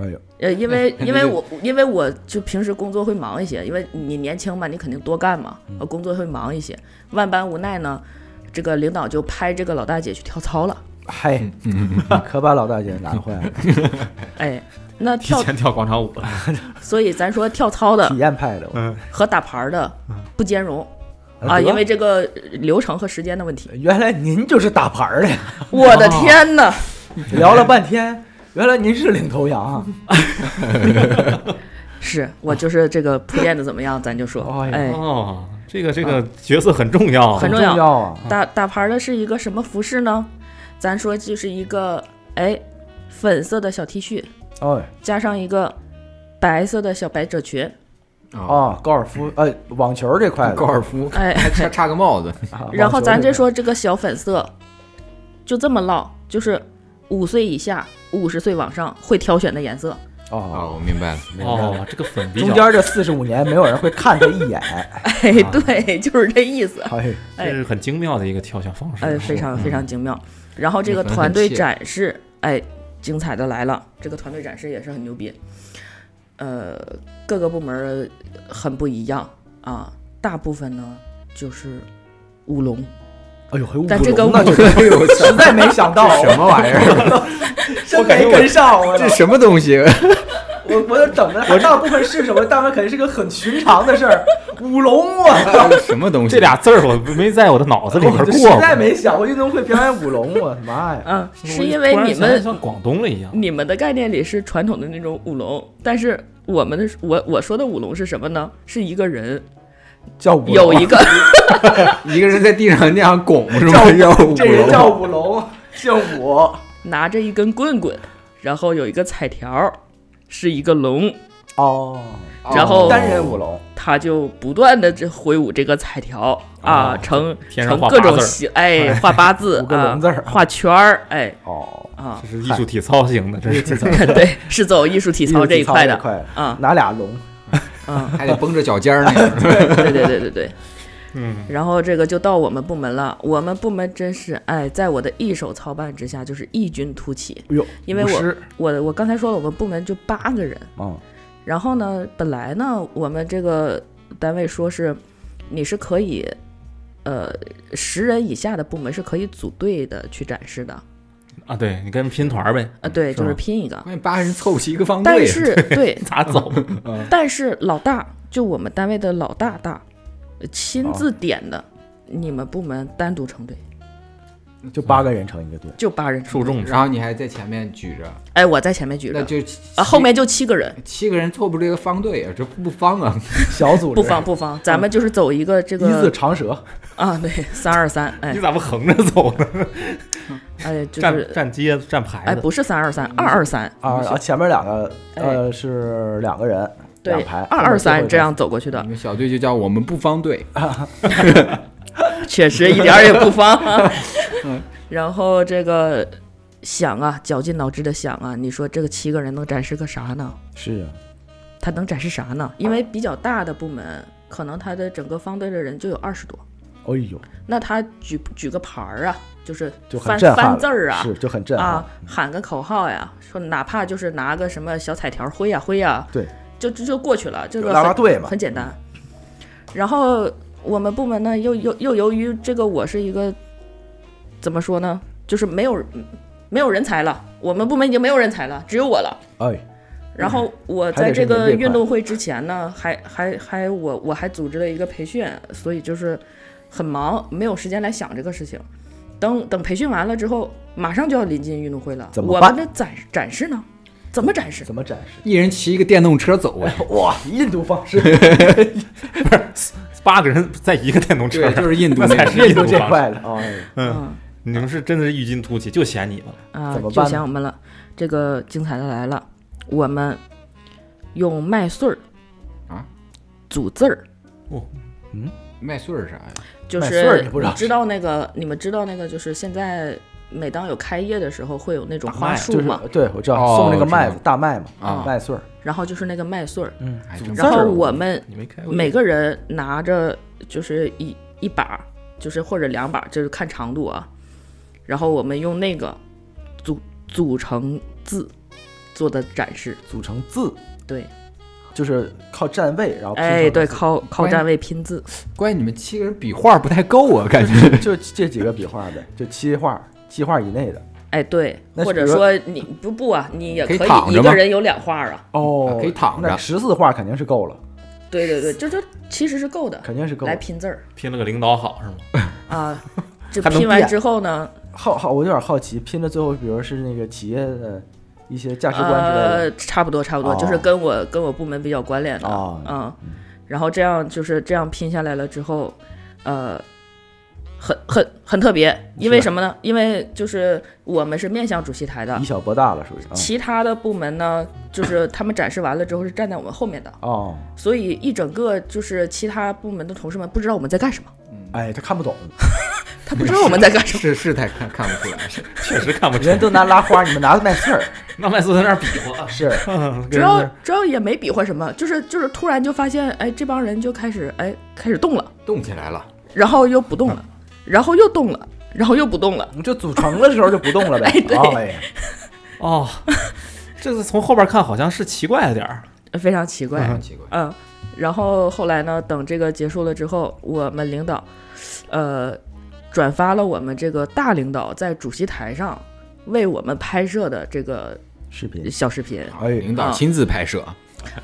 Speaker 1: 哎呦，
Speaker 5: 呃，因 为
Speaker 4: 那
Speaker 5: 因为
Speaker 4: 就
Speaker 5: 我因为我就平时工作会忙一些，因为你年轻嘛，你肯定多干嘛，
Speaker 4: 嗯
Speaker 5: 呃，工作会忙一些。万般无奈呢，这个领导就派这个老大姐去跳操了。
Speaker 1: 嗨，可把老大姐啊难坏了，
Speaker 5: 哎，那
Speaker 4: 提
Speaker 5: 跳，
Speaker 4: 前跳广场舞 了。
Speaker 5: 所以咱说跳操的
Speaker 1: 体验派的我
Speaker 5: 和打牌的
Speaker 4: 嗯
Speaker 5: 不兼容
Speaker 1: 得
Speaker 5: 啊，因为这个流程和时间的问题。
Speaker 1: 哎原来您就是打牌儿的，呀，
Speaker 4: 哦
Speaker 5: 我的天呐！
Speaker 1: 聊了半天，原来您是领头羊啊，
Speaker 5: 是我就是这个铺垫的怎么样，咱就说，
Speaker 1: 哎呀
Speaker 5: 哎，嗯
Speaker 4: 哦，这个这个角色很重要，
Speaker 5: 很
Speaker 1: 重
Speaker 5: 重要
Speaker 1: 啊，
Speaker 5: 打打牌的是一个什么服饰呢？咱说就是一个哎粉色的小 T 恤。
Speaker 1: 哦
Speaker 5: 加上一个白色的小百褶 裙，
Speaker 1: 哦，高尔夫呃，网球这块的
Speaker 3: 啊高尔夫，
Speaker 5: 哎，
Speaker 3: 还插插个帽子，
Speaker 1: 啊
Speaker 5: 然后咱
Speaker 1: 网球这
Speaker 5: 这
Speaker 1: 块
Speaker 5: 说这个小粉色，就这么唠，就是五岁以下、五十岁往上会挑选的颜色。
Speaker 1: 哦，
Speaker 3: 哦，我明白了，明白了。
Speaker 4: 哦，这个粉比
Speaker 1: 中
Speaker 4: 较
Speaker 1: 间这四十五年没有人会看他一眼，
Speaker 5: 哎，对，就是这意思。
Speaker 1: 哎，
Speaker 4: 这是很精妙的一个挑选方式。啊
Speaker 5: 哎，非常非常精妙。然后这个
Speaker 3: 那可能
Speaker 5: 团
Speaker 3: 很
Speaker 5: 队
Speaker 3: 切
Speaker 5: 展示，哎，精彩的来了，这个团队展示也是很牛逼。呃，各个部门儿很不一样啊，大部分呢就是舞龙，
Speaker 1: 哎呦，还有
Speaker 5: 但这个
Speaker 1: 舞龙呢
Speaker 5: 舞
Speaker 1: 就是
Speaker 3: 哎呦，
Speaker 1: 实在没想到，
Speaker 3: 什么 玩意儿？
Speaker 1: 真没跟上，我
Speaker 3: 这什么东西？啊
Speaker 1: 我我就等着，我大部分是什么？大部分肯定是个很寻常的事儿， 舞龙我操，
Speaker 3: 什么东西？啊
Speaker 4: 这俩字儿我没在我的脑子里面
Speaker 1: 我就实
Speaker 4: 过过，
Speaker 1: 在没想过运动会表演舞龙，我的妈呀！
Speaker 5: 嗯，
Speaker 4: 我
Speaker 5: 是因为
Speaker 4: 突然
Speaker 5: 你
Speaker 4: 想起
Speaker 5: 们
Speaker 4: 像广东了一样。
Speaker 5: 你们的概念里是传统的那种舞龙，但是我们的我我说的舞龙是什么呢？是一个人
Speaker 1: 叫舞龙
Speaker 5: 有一个
Speaker 3: 一个人在地上那样拱是
Speaker 1: 叫
Speaker 3: 吗？要舞
Speaker 1: 这人叫
Speaker 3: 龙，
Speaker 1: 舞龙，姓武，
Speaker 5: 拿着一根棍棍，然后有一个彩条，是一个龙，
Speaker 1: 哦，
Speaker 3: 啊
Speaker 5: 然后
Speaker 1: 单人舞龙，
Speaker 5: 他就不断的这挥舞这个彩条啊，
Speaker 4: 哦
Speaker 5: 成
Speaker 4: 天上
Speaker 5: 成
Speaker 4: 画
Speaker 5: 各
Speaker 4: 八
Speaker 5: 种
Speaker 4: 字儿
Speaker 5: 形，哎，画八字
Speaker 1: 五个
Speaker 5: 啊
Speaker 1: 龙字儿，
Speaker 5: 画圈儿，哎
Speaker 1: 哦，
Speaker 5: 啊
Speaker 4: 这，是艺术体操型的，这是
Speaker 1: 体操
Speaker 5: 对，是走艺术体操这一块的啊
Speaker 1: 拿俩龙，
Speaker 5: 啊，
Speaker 3: 还得绷着脚尖儿那样。
Speaker 5: 对对对对对。
Speaker 4: 嗯，
Speaker 5: 然后这个就到我们部门了，我们部门真是哎，在我的一手操办之下，就是异军突起。
Speaker 1: 哎呦，
Speaker 5: 因为
Speaker 1: 舞
Speaker 5: 我
Speaker 1: 狮
Speaker 5: 我我刚才说了，我们部门就八个人，
Speaker 1: 嗯
Speaker 5: 然后呢，本来呢，我们这个单位说是你是可以，呃，十人以下的部门是可以组队的去展示的，
Speaker 4: 啊，对你跟人拼团儿呗，
Speaker 5: 啊，对，
Speaker 4: 是
Speaker 5: 就是
Speaker 4: 吗
Speaker 5: 拼一个。
Speaker 3: 关键八人凑齐一个方队，啊
Speaker 5: 但是对，
Speaker 4: 咋走？
Speaker 5: 但是老大就我们单位的老大大呃亲自点的，你们部门单独成队，
Speaker 1: 就八个人成一个队，
Speaker 5: 就八人成
Speaker 4: 受
Speaker 5: 队。
Speaker 4: 众
Speaker 3: 然后你还在前面举着，
Speaker 5: 哎，我在前面举着
Speaker 3: 那，就
Speaker 5: 啊，后面就七个人，
Speaker 3: 七个人凑不出一个方队啊，这不方啊！
Speaker 1: 小组织
Speaker 5: 不方不方，咱们就是走一个这
Speaker 1: 一字
Speaker 5: 个
Speaker 1: 长蛇，
Speaker 5: 啊，对，三二三，哎
Speaker 4: 你咋不横着走呢？
Speaker 5: 哎，就
Speaker 4: 站
Speaker 5: 是
Speaker 4: 站街站牌
Speaker 5: 哎，
Speaker 4: 子，
Speaker 5: 不是三二三，二二三，
Speaker 1: 啊，啊前面两个呃是两个人，
Speaker 5: 哎对
Speaker 1: 两，排，
Speaker 5: 二二三这
Speaker 1: 样。
Speaker 5: 样走过去的
Speaker 3: 你，们小队就叫我们不方队，
Speaker 1: 嗯
Speaker 5: 确实一点儿也 不方。 然后这个想啊，绞尽脑汁的想啊，你说这个七个人能展示个啥呢？
Speaker 1: 是啊，
Speaker 5: 他能展示啥呢？因为比较大的部门，可能他的整个方队的人就有二十多，
Speaker 1: 哎呦，
Speaker 5: 那他举举个牌儿啊，就是
Speaker 1: 就很
Speaker 5: 翻
Speaker 1: 震撼了，
Speaker 5: 翻字儿啊，
Speaker 1: 是就很震撼。
Speaker 5: 啊，喊个口号呀，说哪怕就是拿个什么小彩条挥呀挥呀，
Speaker 1: 对，
Speaker 5: 就就就过去了，这
Speaker 1: 有
Speaker 5: 个
Speaker 1: 拉拉
Speaker 5: 很
Speaker 1: 队嘛
Speaker 5: 很简单。然后我们部门呢，又又又由于这个我是一个怎么说呢，就是没有没有人才了，我们部门已经没有人才了，只有我了。
Speaker 1: 哎，
Speaker 5: 然后我
Speaker 1: 还
Speaker 5: 在
Speaker 1: 得是
Speaker 5: 这
Speaker 1: 您
Speaker 5: 个
Speaker 1: 这块
Speaker 5: 运动会之前呢，还还还我我还组织了一个培训，所以就是很忙，没有时间来想这个事情。等等培训完了之后，马上就要临近运动会了，
Speaker 1: 怎么
Speaker 5: 我
Speaker 1: 办
Speaker 5: 们的展展示呢？怎么展示？
Speaker 1: 怎么展示？
Speaker 3: 一人骑一个电动车走啊，
Speaker 1: 哇，印度方式，
Speaker 4: 八个人在一个电动车
Speaker 3: 对，
Speaker 4: 上，
Speaker 3: 就是印度
Speaker 4: 那才
Speaker 3: 那
Speaker 4: 是
Speaker 3: 个。
Speaker 1: 印
Speaker 4: 印
Speaker 1: 度
Speaker 4: 度
Speaker 1: 这
Speaker 4: 方式
Speaker 1: 块的哦，哎
Speaker 4: 嗯，你们是真的是异军突起，就嫌你们了。
Speaker 5: 啊
Speaker 1: 怎么，
Speaker 5: 就
Speaker 1: 办
Speaker 5: 想我们了。这个精彩的来了，我们用麦穗儿
Speaker 3: 啊
Speaker 5: 组字儿，
Speaker 3: 麦穗儿啥呀？
Speaker 5: 就
Speaker 1: 麦穗儿
Speaker 5: 是
Speaker 1: 你不知道
Speaker 5: 知道那个你们知道那个就是现在每当有开业的时候会有那种花束
Speaker 1: 就是
Speaker 5: 嘛，
Speaker 1: 对我知道
Speaker 3: 哦
Speaker 1: 送那个麦
Speaker 3: 知
Speaker 1: 子大麦嘛，
Speaker 3: 啊
Speaker 1: 麦穗儿，
Speaker 5: 然后就是那个麦穗儿，
Speaker 1: 嗯
Speaker 3: 哎，
Speaker 1: 组
Speaker 3: 真
Speaker 1: 字
Speaker 5: 然
Speaker 1: 儿
Speaker 5: 后我们
Speaker 4: 你没开过
Speaker 5: 每个人拿着就是一一把儿，就是或者两把儿，就是看长度啊。然后我们用那个组组成字做的展示，
Speaker 1: 组成字，
Speaker 5: 对，
Speaker 1: 就是靠站位，然后拼
Speaker 5: 哎，
Speaker 1: 成
Speaker 5: 对，
Speaker 1: 字
Speaker 5: 靠靠
Speaker 3: 关于
Speaker 5: 站位拼字，
Speaker 3: 关键你们七个人比划不太够 啊，感觉。
Speaker 1: 就这几个笔画呗，就七画、七画以内的。
Speaker 5: 哎，对，
Speaker 1: 那
Speaker 5: 或
Speaker 1: 比
Speaker 5: 者
Speaker 1: 如说
Speaker 5: 说你不不啊，你也
Speaker 3: 可以
Speaker 5: 可
Speaker 3: 躺
Speaker 5: 以
Speaker 3: 着
Speaker 5: 一个
Speaker 3: 吗
Speaker 5: 人有两画儿啊，
Speaker 1: 哦
Speaker 3: 啊可以躺着
Speaker 1: 那十四画肯定是够了，
Speaker 5: 对对对，这这其实是够的，
Speaker 1: 肯定是够
Speaker 5: 来
Speaker 1: 了。
Speaker 5: 拼字儿
Speaker 4: 拼了个领导好是吗？
Speaker 5: 啊。这
Speaker 1: 还能
Speaker 5: 拼完
Speaker 1: 变
Speaker 5: 之后呢，
Speaker 1: 好好，我有点好奇，拼的最后，比如是那个企业的一些价值观之类的，
Speaker 5: 呃，差不多差不多，就是
Speaker 1: 哦
Speaker 5: 跟我跟我部门比较关联的，
Speaker 1: 哦
Speaker 5: 嗯，然后这样就是这样拼下来了之后，呃，很很很特别，因为
Speaker 1: 是
Speaker 5: 什么呢？因为就是我们是面向主席台的
Speaker 1: 以，小博大了，属于啊。
Speaker 5: 其他的部门呢，就是他们展示完了之后是站在我们后面的，
Speaker 1: 哦，
Speaker 5: 所以一整个就是其他部门的同事们不知道我们在干什么，
Speaker 1: 哎，他看不懂，
Speaker 5: 他不知道我们在干什么。
Speaker 3: 是是太看看不出来，是
Speaker 4: 确实看不出
Speaker 1: 人家
Speaker 4: 来。
Speaker 1: 都拿拉花，你们拿麦穗儿，
Speaker 4: 那麦斯在那儿比划，
Speaker 1: 是
Speaker 5: 主要主要也没比划什么，就是就是突然就发现，哎，这帮人就开始哎开始动了，
Speaker 3: 动起来了。
Speaker 5: 然后又不动了，然后又动了，然后又不动了。
Speaker 1: 你就组成的时候就不动了呗。
Speaker 5: 哎对
Speaker 1: 哦哎
Speaker 4: 哦，这次从后边看好像是奇怪了点儿。
Speaker 5: 非常奇怪，
Speaker 3: 很哎奇怪，
Speaker 5: 嗯。然后后来呢，等这个结束了之后，我们领导，呃，转发了我们这个大领导在主席台上为我们拍摄的这个
Speaker 1: 视 频，
Speaker 5: 小视频。
Speaker 1: 哎，
Speaker 3: 领导亲自拍摄，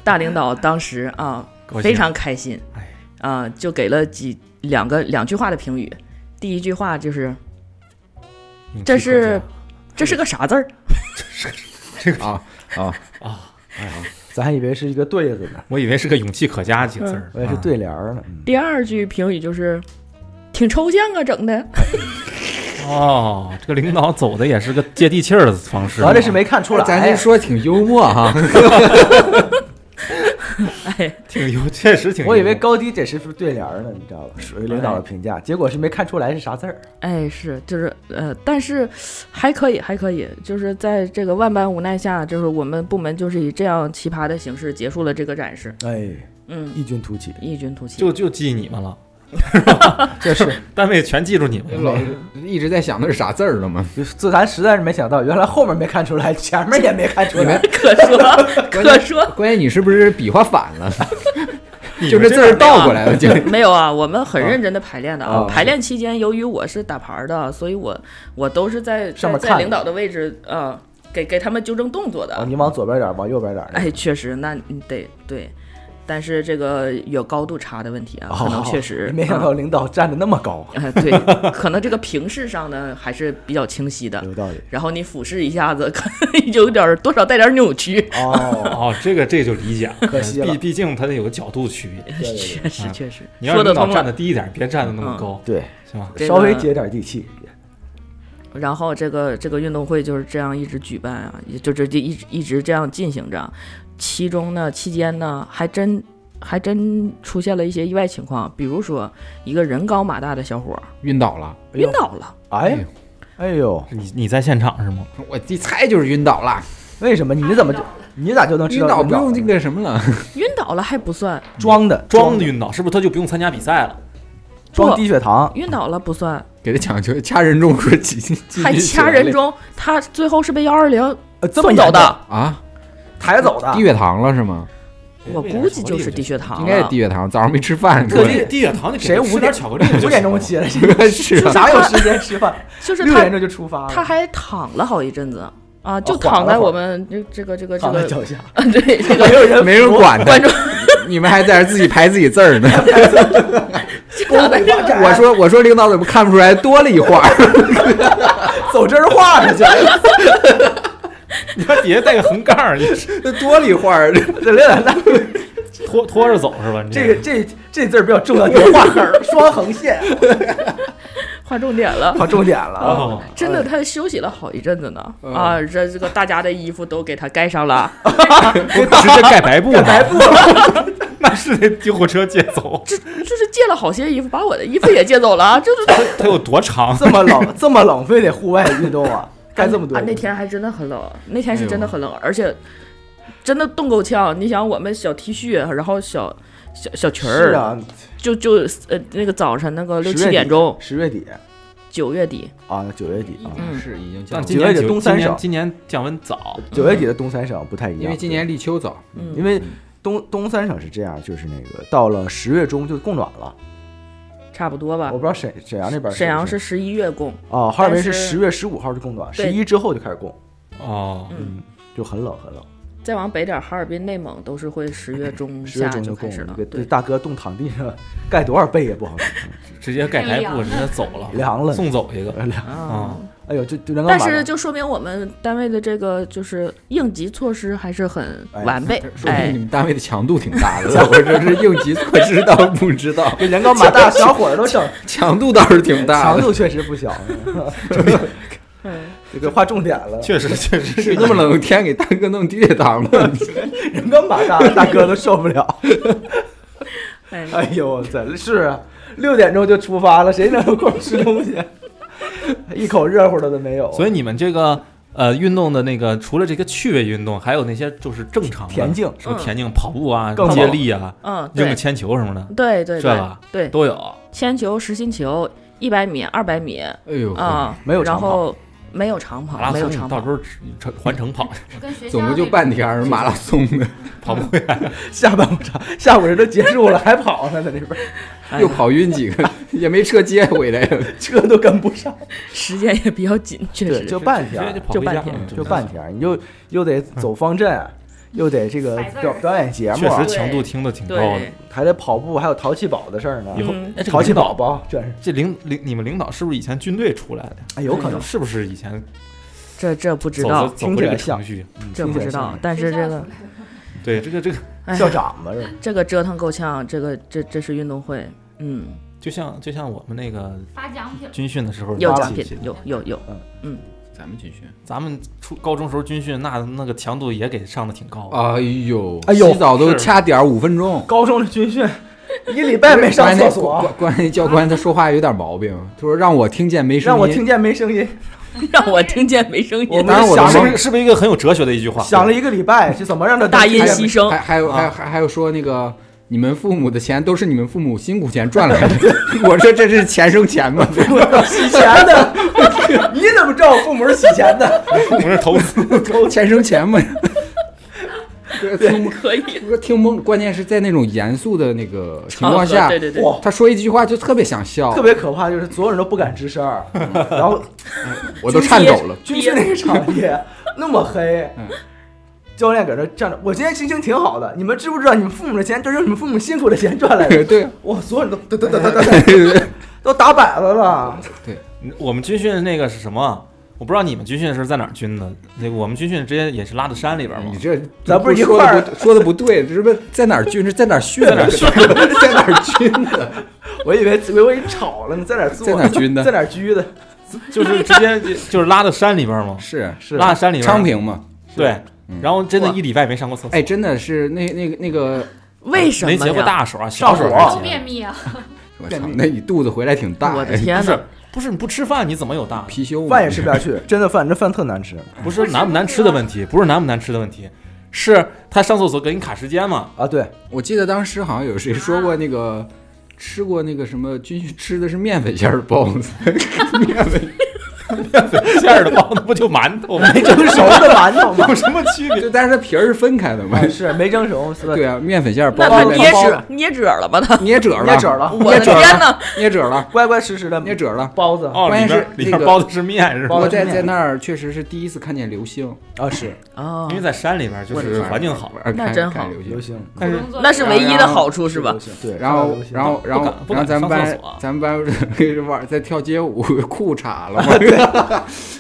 Speaker 5: 大领导当时啊，
Speaker 4: 高兴
Speaker 5: 非常开心
Speaker 4: 哎，
Speaker 5: 啊，就给了几两个两句话的评语。第一句话就是
Speaker 4: 勇气
Speaker 5: 这
Speaker 4: 可
Speaker 5: 是
Speaker 4: 嘉
Speaker 5: 这是个啥字儿？
Speaker 3: 啊啊，
Speaker 1: 咱还以为是一个对子呢，
Speaker 4: 我以为是个勇气可嘉几个字儿，
Speaker 1: 我也是对联儿呢。嗯
Speaker 5: 第二句评语就是挺抽象啊，整的。
Speaker 4: 哦，这个领导走的也是个接地气儿的方式。
Speaker 1: 哦咱这是没看出来，
Speaker 3: 哎咱这说挺幽默 哈，
Speaker 5: 哎，
Speaker 4: 挺有，确实挺幽默。
Speaker 1: 我以为高低这是不是对联儿呢，你知道吧？属于领导的评价，结果是没看出来是啥字儿。
Speaker 5: 哎，是，就是，呃，但是还可以，还可以，就是在这个万般无奈下，就是我们部门就是以这样奇葩的形式结束了这个展示，
Speaker 1: 哎，
Speaker 5: 嗯，
Speaker 1: 异军突起，
Speaker 5: 异军突起
Speaker 4: 就，就记你们了，
Speaker 1: 这是
Speaker 4: 单位全记住你们了。
Speaker 3: 老一直在想那是啥字儿了吗？
Speaker 1: 自咱实在是没想到，原来后面没看出来，前面也没看出来。
Speaker 5: 可说可说，
Speaker 3: 关键你是不是比划反 了？
Speaker 4: 你
Speaker 3: 就
Speaker 4: 们
Speaker 3: 这字
Speaker 4: 边
Speaker 3: 儿倒过来了，就
Speaker 5: 没有啊，我们很认真的排练的啊，
Speaker 1: 啊
Speaker 5: 排练期间，由于我是打牌的，所以我我都是在
Speaker 1: 上
Speaker 5: 在
Speaker 1: 面
Speaker 5: 在
Speaker 1: 看
Speaker 5: 领导的位置，呃，给给他们纠正动作的，
Speaker 1: 啊，你往左边点儿，往右边点儿。
Speaker 5: 哎，确实，那你得对，但是这个有高度差的问题啊，可能确实
Speaker 1: 哦没想
Speaker 5: 嗯
Speaker 1: 到领导站得那么高，
Speaker 5: 哎，对，可能这个平视上呢还是比较清晰的，
Speaker 1: 有道理。
Speaker 5: 然后你俯视一下子， 可能有点儿多少带点儿扭曲，
Speaker 1: 哦，
Speaker 4: 哦，这个这就理解了，
Speaker 1: 可惜了
Speaker 4: 毕毕竟它得有个角度区别，
Speaker 1: 对对
Speaker 5: 确实
Speaker 4: 啊
Speaker 5: 确实
Speaker 4: 你让
Speaker 5: 说得
Speaker 4: 领导
Speaker 5: 通
Speaker 4: 站
Speaker 5: 了。嗯
Speaker 4: 得低一点，别站得那么高，
Speaker 1: 对，
Speaker 4: 行吧？
Speaker 5: 这
Speaker 1: 稍微
Speaker 5: 个
Speaker 1: 接点地气。
Speaker 5: 然后这个这个运动会就是这样一直举办啊，也就这就一直一直这样进行着，其中呢期间呢还真。还真出现了一些意外情况，比如说一个人高马大的小伙儿
Speaker 3: 晕倒了。
Speaker 1: 哎呦
Speaker 5: 晕倒了，
Speaker 1: 哎，哎呦，
Speaker 4: 你你在现场是吗？
Speaker 3: 我一猜就是晕倒了，
Speaker 1: 为什么？你怎么就你咋就能知
Speaker 3: 晕
Speaker 1: 道
Speaker 3: 倒
Speaker 1: 领
Speaker 3: 不
Speaker 1: 导
Speaker 3: 用
Speaker 1: 呢
Speaker 3: 那个什么了，
Speaker 5: 晕倒了还不算，
Speaker 1: 装的
Speaker 4: 装
Speaker 1: 的
Speaker 4: 的晕倒，是不是他就不用参加比赛了？
Speaker 1: 装
Speaker 5: 不
Speaker 1: 低血糖？
Speaker 5: 晕倒了不算，
Speaker 3: 给他讲究掐人中说几斤，
Speaker 5: 还掐人中，他最后是被幺二零
Speaker 1: 呃，这么
Speaker 5: 送走
Speaker 1: 严重
Speaker 5: 的，
Speaker 3: 啊？
Speaker 1: 抬走的
Speaker 3: 低，血糖了是吗？
Speaker 5: 我估计就是低血糖
Speaker 3: 应该是
Speaker 5: 了
Speaker 3: 低。血糖，早上没吃饭。
Speaker 4: 特
Speaker 3: 对
Speaker 4: 地地血糖，你
Speaker 1: 谁
Speaker 4: 五
Speaker 1: 五
Speaker 4: 点
Speaker 1: 点
Speaker 4: 巧克力就行了？
Speaker 1: 五点钟起来，
Speaker 3: 是啊，
Speaker 1: 哪有时间吃饭？
Speaker 5: 就是
Speaker 1: 六点
Speaker 5: 他
Speaker 1: 钟就出发了，
Speaker 5: 他还躺了好一阵子啊，就
Speaker 1: 哦缓了
Speaker 5: 躺在
Speaker 1: 会儿
Speaker 5: 我们这这个这个这
Speaker 1: 躺在
Speaker 5: 个
Speaker 1: 脚下，
Speaker 5: 啊， 对这
Speaker 1: 没
Speaker 5: 个
Speaker 1: 有人
Speaker 3: 没人
Speaker 1: 扶
Speaker 3: 管他
Speaker 5: 观众，
Speaker 3: 你们还在这自己排自己字 儿呢。
Speaker 1: 公会发展
Speaker 3: 我说我说领导怎么看不出来多了一画？
Speaker 1: 走这儿画着去，
Speaker 4: 你看底下带个横杠儿，你
Speaker 3: 多了一画儿，
Speaker 1: 这俩那
Speaker 4: 拖拖着走是吧？你
Speaker 1: 这个这这字儿比较重要，你画横儿双横线，
Speaker 5: 划重点了。
Speaker 1: 画重点了啊。
Speaker 4: 哦，
Speaker 5: 真的，他休息了好一阵子呢
Speaker 3: 嗯
Speaker 5: 啊！这这个大家的衣服都给他盖上了，
Speaker 3: 直接盖白布，
Speaker 1: 白布，
Speaker 4: 那是得救护车接走。
Speaker 5: 这就是借了好些衣服，把我的衣服也借走了， 就是
Speaker 4: 它有 多长？
Speaker 1: 这么冷，这么冷，非得户外运动 啊？干这么多哎
Speaker 5: 啊，那天还真的很冷，那天是真的很冷，而且真的冻够呛。你想，我们小 T 恤，然后小小小裙
Speaker 1: 是
Speaker 5: 儿，
Speaker 1: 啊，
Speaker 5: 就就呃那个早晨那个六
Speaker 1: 10月
Speaker 5: 七
Speaker 1: 底
Speaker 5: 点钟，
Speaker 1: 十月底
Speaker 5: 九月底，
Speaker 1: 啊，九月底啊，
Speaker 5: 嗯
Speaker 3: 是已经降
Speaker 4: 但
Speaker 3: 了，
Speaker 4: 今年
Speaker 1: 九月底
Speaker 4: 九
Speaker 1: 东
Speaker 4: 今
Speaker 1: 三
Speaker 4: 年
Speaker 1: 省
Speaker 4: 今年降温早，
Speaker 1: 九月底的东三省不太一样，
Speaker 3: 因为今年立秋早，
Speaker 5: 嗯，
Speaker 1: 因为东东三省是这样，就是那个到了十月中就供暖了，
Speaker 5: 差不多吧
Speaker 1: 我不。知道沈沈阳那边
Speaker 5: 啊沈阳
Speaker 1: 是
Speaker 5: 是十一月供，
Speaker 1: 不是哦，哈尔滨是
Speaker 5: 但是
Speaker 1: 十月十五号就供暖，
Speaker 5: 对
Speaker 1: 十一之后就开始供，
Speaker 4: 哦，
Speaker 5: 嗯，
Speaker 1: 就很冷很冷，
Speaker 5: 再往北点儿，哈尔滨、内蒙都是会十月中
Speaker 1: 十月
Speaker 5: 下
Speaker 1: 中
Speaker 5: 就
Speaker 1: 供
Speaker 5: 开始了
Speaker 1: 了。。对，
Speaker 5: 对，
Speaker 1: 大哥冻躺地上盖多少被也不好
Speaker 4: 直接盖白布，
Speaker 2: 凉
Speaker 4: 直接走了，
Speaker 1: 凉了
Speaker 4: 送走一个。
Speaker 1: 受，凉。
Speaker 5: 啊。
Speaker 1: 哎呦，这这人刚
Speaker 5: 但
Speaker 1: 完
Speaker 5: 是
Speaker 1: 了
Speaker 5: 就说明我们单位的这个就是应急措施还是很完备，
Speaker 3: 说明
Speaker 5: 哎
Speaker 3: 你， 们单位的强度挺 大的。我这是应急措施倒是不知道，
Speaker 1: 这 人高马大，小伙儿都 整
Speaker 3: 强度倒是挺大
Speaker 1: 强
Speaker 3: 的。
Speaker 1: 度确实不小，
Speaker 5: 嗯
Speaker 1: 这个划重点了。
Speaker 4: 确 实，确实是
Speaker 3: 那么冷的天给大哥弄低血糖吗？
Speaker 1: 人高马大，大哥都受不了。
Speaker 5: 哎，
Speaker 1: 哎呦，我真是啊，六点钟就出发了，谁能有空吃东西？ 一口热乎的都没有。
Speaker 4: 所
Speaker 1: 以
Speaker 4: 以你们这个呃运动的那个，除了这个趣味运动，还有那些就是正常的
Speaker 1: 田径
Speaker 4: 什么田径、跑步啊、
Speaker 1: 更
Speaker 4: 接
Speaker 1: 猛
Speaker 4: 力啊、
Speaker 5: 嗯，
Speaker 4: 扔
Speaker 5: 对，
Speaker 4: 个铅球什么的，
Speaker 5: 对对
Speaker 4: 是
Speaker 5: 对
Speaker 4: 吧
Speaker 5: 对，
Speaker 4: 都有。
Speaker 5: 铅球、实心球、一百米、二百米
Speaker 3: 哎呦，
Speaker 5: 啊，
Speaker 1: 没有长
Speaker 5: 然
Speaker 1: 跑
Speaker 5: 后没有长
Speaker 4: 马拉
Speaker 5: 跑，没有
Speaker 4: 松
Speaker 5: 长
Speaker 4: 到
Speaker 5: 跑
Speaker 4: 时，候只成环城跑，
Speaker 2: 我跟学校
Speaker 3: 总共就
Speaker 2: 那
Speaker 3: 半
Speaker 2: 个
Speaker 3: 天儿马拉松的，
Speaker 4: 跑不回来。
Speaker 1: 下半午场，下午人都结束了，还跑呢，在那边
Speaker 3: 又跑晕几个，也没车接回来。
Speaker 1: 车都跟不上。
Speaker 5: 时间也比较紧，确
Speaker 1: 对，
Speaker 5: 实
Speaker 1: 就半天
Speaker 4: 直接
Speaker 1: 儿，
Speaker 4: 跑
Speaker 5: 就
Speaker 4: 回
Speaker 5: 半
Speaker 4: 家
Speaker 5: 天
Speaker 4: 嗯
Speaker 1: 就半天儿，你就又得走方阵，又得这个
Speaker 2: 摆字儿
Speaker 1: 表表演节目
Speaker 4: 确
Speaker 1: 啊，
Speaker 4: 实强度听的挺高的
Speaker 5: 对。，
Speaker 1: 还得跑步，还有淘气堡的事儿呢
Speaker 4: 哦以。后
Speaker 5: 嗯
Speaker 4: 哎，这
Speaker 1: 淘
Speaker 4: 个
Speaker 1: 气
Speaker 4: 领
Speaker 1: 堡
Speaker 4: 导，
Speaker 1: 吧，真是
Speaker 4: 这领领你们领导是不是以前军队出来的？
Speaker 1: 哎有可能
Speaker 4: 是不是以前
Speaker 5: 这这不知
Speaker 4: 走
Speaker 5: 道
Speaker 4: 的，走
Speaker 1: 听
Speaker 4: 过
Speaker 1: 起
Speaker 4: 这
Speaker 1: 来
Speaker 4: 个
Speaker 1: 像
Speaker 4: 程序？
Speaker 5: 这不知道，但是
Speaker 2: 学校
Speaker 5: 这
Speaker 2: 出
Speaker 5: 个
Speaker 2: 来的
Speaker 4: 对，这个这个
Speaker 5: 哎
Speaker 1: 校
Speaker 5: 呀，
Speaker 1: 长嘛，这
Speaker 5: 这个折腾够呛，这个这这是运动会，嗯，
Speaker 4: 就像就像我们那个
Speaker 2: 发奖品，
Speaker 4: 军训的时候
Speaker 5: 有
Speaker 4: 发
Speaker 5: 奖
Speaker 4: 起
Speaker 5: 品，有有有，
Speaker 3: 咱们军训，
Speaker 4: 咱们初高中时候军训，那那个强度也给上的挺高的。
Speaker 3: 哎呦，
Speaker 1: 哎呦
Speaker 3: 洗澡都掐点儿五分钟。
Speaker 1: 高中的军训，一礼拜没上
Speaker 3: 关键
Speaker 1: 厕 所，
Speaker 3: 关关键教官他说话有点 毛病，他说让我听见没声
Speaker 1: 让
Speaker 3: 音，
Speaker 1: 我听见没声音。
Speaker 5: 让我听见没声
Speaker 1: 我
Speaker 5: 音，
Speaker 1: 们
Speaker 3: 当然我
Speaker 1: 想
Speaker 3: 的
Speaker 4: 是不
Speaker 1: 了
Speaker 4: 是是不是一个很有哲学的一句话？
Speaker 1: 想了一个礼拜，是怎么让他
Speaker 5: 大音
Speaker 1: 听见
Speaker 5: 牺牲
Speaker 3: 还，还
Speaker 1: 啊
Speaker 3: 有还有还还有说那个你们父母的钱都是你们父母辛苦钱赚 来的，我说这是钱生钱吗？
Speaker 1: 洗钱的， 你怎么知道我父母是洗钱的？
Speaker 4: 我们是投资，
Speaker 3: 钱生 钱吗？听懵
Speaker 5: 可以，
Speaker 3: 我听懵，关键是在那种严肃的那个情况
Speaker 5: 场合
Speaker 1: 啊
Speaker 3: 下，
Speaker 5: 对对对，
Speaker 1: 哇，
Speaker 3: 他说一句话就特别想笑
Speaker 1: 哦特，别可怕，就是所有人都不敢吱声儿，
Speaker 3: 嗯
Speaker 1: 然后
Speaker 3: 我都颤抖了。
Speaker 1: 军训那个场地那么黑
Speaker 3: 嗯，
Speaker 1: 教练搁这站着，我今天心情挺好的，你们知不知道你们父母的钱都是你们父母辛苦的钱赚来的？
Speaker 3: 对，
Speaker 1: 哇，所有人都都都都都都都打摆子了，
Speaker 4: 我们军训那个是什么？我不知道你们军训是在哪儿军的？那个我们军训直接也是拉到山里边嘛
Speaker 3: 你。这
Speaker 1: 啊咱不是一
Speaker 3: 说
Speaker 1: 块儿
Speaker 3: 的不说的不对，这是不是在哪儿军？是在哪儿训的？ 在哪 儿军的？
Speaker 1: 我以为以为我一吵了呢，在哪儿坐？
Speaker 3: 在哪儿军的
Speaker 1: 在哪儿居的？
Speaker 4: 就是直接就就是拉到山里边嘛，
Speaker 3: 是
Speaker 1: 是
Speaker 4: 拉到山里边。
Speaker 3: 昌平嘛？
Speaker 4: 对，然后真的一礼拜没上过厕所，
Speaker 3: 哎，真的是那那个那个，
Speaker 5: 为什么
Speaker 4: 没
Speaker 5: 呀？
Speaker 4: 结过大手啊，
Speaker 1: 上
Speaker 4: 小手
Speaker 1: 火
Speaker 4: 还
Speaker 2: 都
Speaker 4: 结
Speaker 2: 便秘啊，
Speaker 3: 我操，那你肚子回来挺大，
Speaker 5: 我的
Speaker 3: 哎
Speaker 5: 天
Speaker 4: 不
Speaker 5: 呐
Speaker 4: 是，不是你不吃饭你怎么有 大？
Speaker 3: 貔貅嘛
Speaker 1: 饭也吃不下去，真的饭这饭特难吃
Speaker 4: 不是难不难吃的问题，不是难不难吃的问题，是他上厕所给你卡时间嘛？
Speaker 1: 啊！对，
Speaker 3: 我记得当时好像有谁说过那
Speaker 1: 啊
Speaker 3: 个。 吃过那个什么军训吃的是面粉馅儿的包子，面粉
Speaker 4: 馅儿的包那不就馒头吗？
Speaker 1: 没蒸熟的馒头 吗？
Speaker 4: 有什么区别？
Speaker 3: 就但是它皮儿是分开的嘛
Speaker 1: 啊。是没蒸熟，是吧？
Speaker 3: 对啊，面粉馅儿包
Speaker 1: 包
Speaker 5: 那他
Speaker 1: 着
Speaker 5: 捏
Speaker 1: 包
Speaker 5: 褶
Speaker 1: 着
Speaker 5: 捏褶了吧？他
Speaker 3: 捏褶了，
Speaker 1: 捏啊褶了
Speaker 5: 我的
Speaker 3: 褶了
Speaker 5: 天哪！
Speaker 3: 捏褶了，
Speaker 1: 乖乖实实的
Speaker 3: 捏褶了。
Speaker 1: 包子
Speaker 4: 哦，
Speaker 3: 关
Speaker 4: 里
Speaker 3: 键是
Speaker 4: 边里
Speaker 3: 那
Speaker 4: 边
Speaker 3: 个哦
Speaker 4: 包的是面是吧？
Speaker 1: 包
Speaker 3: 我
Speaker 1: 的是
Speaker 3: 在
Speaker 1: 面
Speaker 3: 在那儿确实是第一次看见流星，
Speaker 1: 啊，是
Speaker 5: 哦
Speaker 4: 因为在山里边就是环境好，
Speaker 3: 呃
Speaker 5: 那
Speaker 3: 看
Speaker 5: 真
Speaker 3: 看
Speaker 5: 好
Speaker 3: 流星
Speaker 1: 流。星，
Speaker 4: 但是
Speaker 2: 苦中作乐
Speaker 5: 那是唯一的好处 是吧？
Speaker 1: 流星？对，
Speaker 3: 然后，然后，然后
Speaker 4: 不敢，不
Speaker 3: 然后咱们
Speaker 4: 敢上厕
Speaker 3: 班
Speaker 4: 所啊，
Speaker 3: 咱们 班玩在跳街舞， 裤衩了嘛，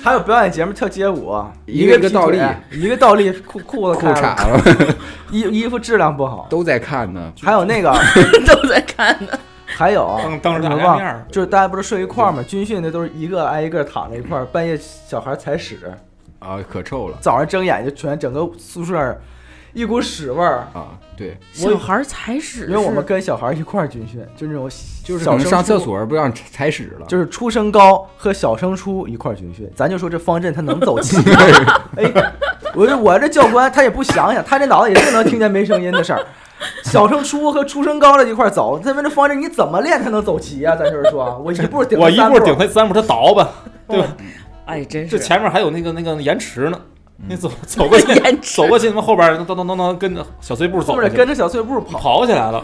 Speaker 1: 还有表演节目跳街舞，
Speaker 3: 一
Speaker 1: 个
Speaker 3: 个一个
Speaker 1: 劈
Speaker 3: 倒
Speaker 1: 腿
Speaker 3: 立
Speaker 1: 一个倒立，裤裤子
Speaker 3: 裤
Speaker 1: 开了
Speaker 3: 衩，了，
Speaker 1: 衣衣服质量不好。
Speaker 3: 都在看呢。
Speaker 1: 还有那个，
Speaker 5: 都在看呢。
Speaker 1: 还有啊
Speaker 4: 当当着
Speaker 1: 你
Speaker 4: 大
Speaker 1: 们
Speaker 4: 家
Speaker 1: 忘
Speaker 4: 面儿
Speaker 1: 就是大家不是睡一块儿吗？军训那都是一个挨一个躺在一块儿，半夜小孩踩屎，
Speaker 3: 啊，可臭了
Speaker 1: 早上睁眼就全整个宿舍一股屎味儿。
Speaker 3: 啊！对，
Speaker 1: 我
Speaker 5: 小孩儿踩屎
Speaker 1: 因为我们
Speaker 5: 是
Speaker 1: 跟小孩一块儿军训，就那种
Speaker 3: 就是
Speaker 1: 小
Speaker 3: 可能
Speaker 1: 升
Speaker 3: 上厕
Speaker 1: 初，
Speaker 3: 所不让踩屎了，
Speaker 1: 就是初升高和小升初一块儿军训。咱就说这方振他能走进，哎，我这我这教官他也不想想，他这脑子也就能听见没声音的事儿。小升初和初升高的一块儿走，再问这方振你怎么练才能走齐啊？咱就是说，我一步顶
Speaker 4: 我
Speaker 1: 他
Speaker 4: 一
Speaker 1: 三
Speaker 4: 步顶他三步，他倒吧，对吧？
Speaker 5: 哎，真
Speaker 4: 这
Speaker 5: 是
Speaker 4: 前面还有那个那个延迟呢，
Speaker 1: 嗯
Speaker 4: 你走走过去
Speaker 5: 延，迟
Speaker 4: 走过去，他妈后边儿咚咚咚咚跟着小碎步
Speaker 1: 是
Speaker 4: 走
Speaker 1: 不
Speaker 4: 过
Speaker 1: 是
Speaker 4: 去，
Speaker 1: 跟着小碎步跑，
Speaker 4: 跑起来了。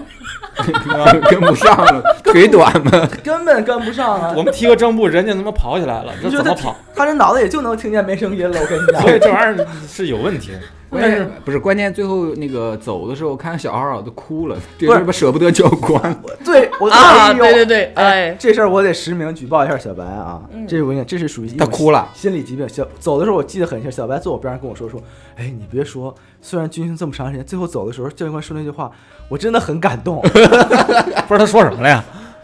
Speaker 3: 跟不上了， 腿短嘛。
Speaker 1: 根本跟不上啊
Speaker 4: 我！们踢个正步，人家他妈跑起来了，这
Speaker 1: 你说
Speaker 4: 怎
Speaker 1: 他
Speaker 4: 么跑？
Speaker 1: 他这脑子也就能听见没声音了，我跟你讲。
Speaker 4: 所以这玩意儿是有问题的。
Speaker 3: 关
Speaker 4: 但是
Speaker 3: 键不是关键，最后那个走的时候，我看小孩儿都哭了，这
Speaker 1: 不是
Speaker 3: 他妈舍不得教官。
Speaker 1: 对，我
Speaker 5: 啊，
Speaker 1: 哎呦
Speaker 5: 对对对，
Speaker 1: 哎，
Speaker 5: 哎，
Speaker 1: 这事儿我得实名举报一下小白啊！
Speaker 5: 嗯
Speaker 1: 这是我跟你讲，这是属于一
Speaker 3: 他
Speaker 1: 种
Speaker 3: 哭了
Speaker 1: 心理疾病。小走的时候我记得很清，小白坐我边上跟我说说：“哎，你别说，虽然军训这么长时间，最后走的时候教官说那句话，我真的很感动。
Speaker 4: 不是他说什么了呀？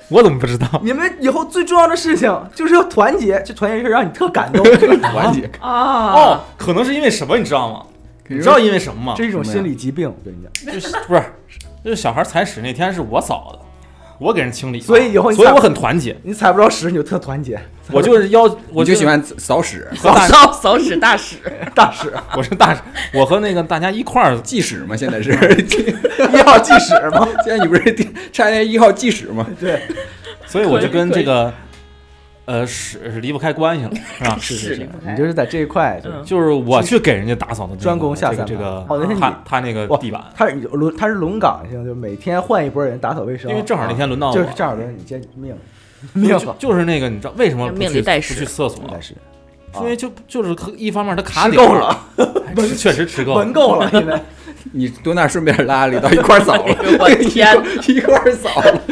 Speaker 4: 我怎么不知道？
Speaker 1: 你们以后最重要的事情就是要团结，这团结事儿让你特感动，
Speaker 3: 团结，
Speaker 5: 啊，
Speaker 4: 哦，可能是因为什么，你知道吗？你知道因为什么吗？
Speaker 1: 这是一种心理疾病。我跟你讲，
Speaker 4: 就是 不是，就是小孩踩屎那天是我扫的，我给人清理的，
Speaker 1: 所以以后你
Speaker 4: 所以
Speaker 1: 踩
Speaker 4: 我很团结，
Speaker 1: 你踩不着屎你就特团结，
Speaker 4: 我就是要，我
Speaker 3: 我就
Speaker 4: 就
Speaker 3: 喜欢扫屎，
Speaker 4: 和大，
Speaker 5: 扫扫屎大屎，
Speaker 1: 大屎
Speaker 4: 我是大，我和那个大家一块儿
Speaker 3: 计时嘛，现在 是。
Speaker 1: 一号记屎吗？
Speaker 3: 现在你不是第差点一号计时吗？
Speaker 1: 对，
Speaker 4: 所以我就跟这个，呃，是是离不开关系了，是吧？
Speaker 1: 是
Speaker 5: 屎
Speaker 1: 是
Speaker 5: 离
Speaker 1: 是
Speaker 5: 不，开
Speaker 1: 你就是在这一块就
Speaker 5: 嗯，
Speaker 4: 就是我去给人家打扫的这个
Speaker 1: 专攻下
Speaker 4: 这个
Speaker 1: 三
Speaker 4: 这个
Speaker 1: 哦那是你
Speaker 4: 他他那个地板，
Speaker 1: 他是轮他是轮岗性，就是每天换一波人打扫卫生，啊
Speaker 4: 因为正好那天轮到我，
Speaker 1: 就是正好轮你接命，命
Speaker 4: 就就是那个你知道为什么不
Speaker 5: 命
Speaker 4: 去
Speaker 5: 里带
Speaker 4: 不
Speaker 5: 屎
Speaker 4: 去厕所？啊
Speaker 1: 但是
Speaker 4: 因为就就是一方面他卡
Speaker 1: 啊吃
Speaker 4: 点
Speaker 1: 够了，
Speaker 4: 哎吃确实吃够了
Speaker 1: 闻，够 了，因为
Speaker 3: 你蹲那儿顺便拉了一道一块儿扫了，
Speaker 5: 哎我天，
Speaker 3: 一块儿扫了，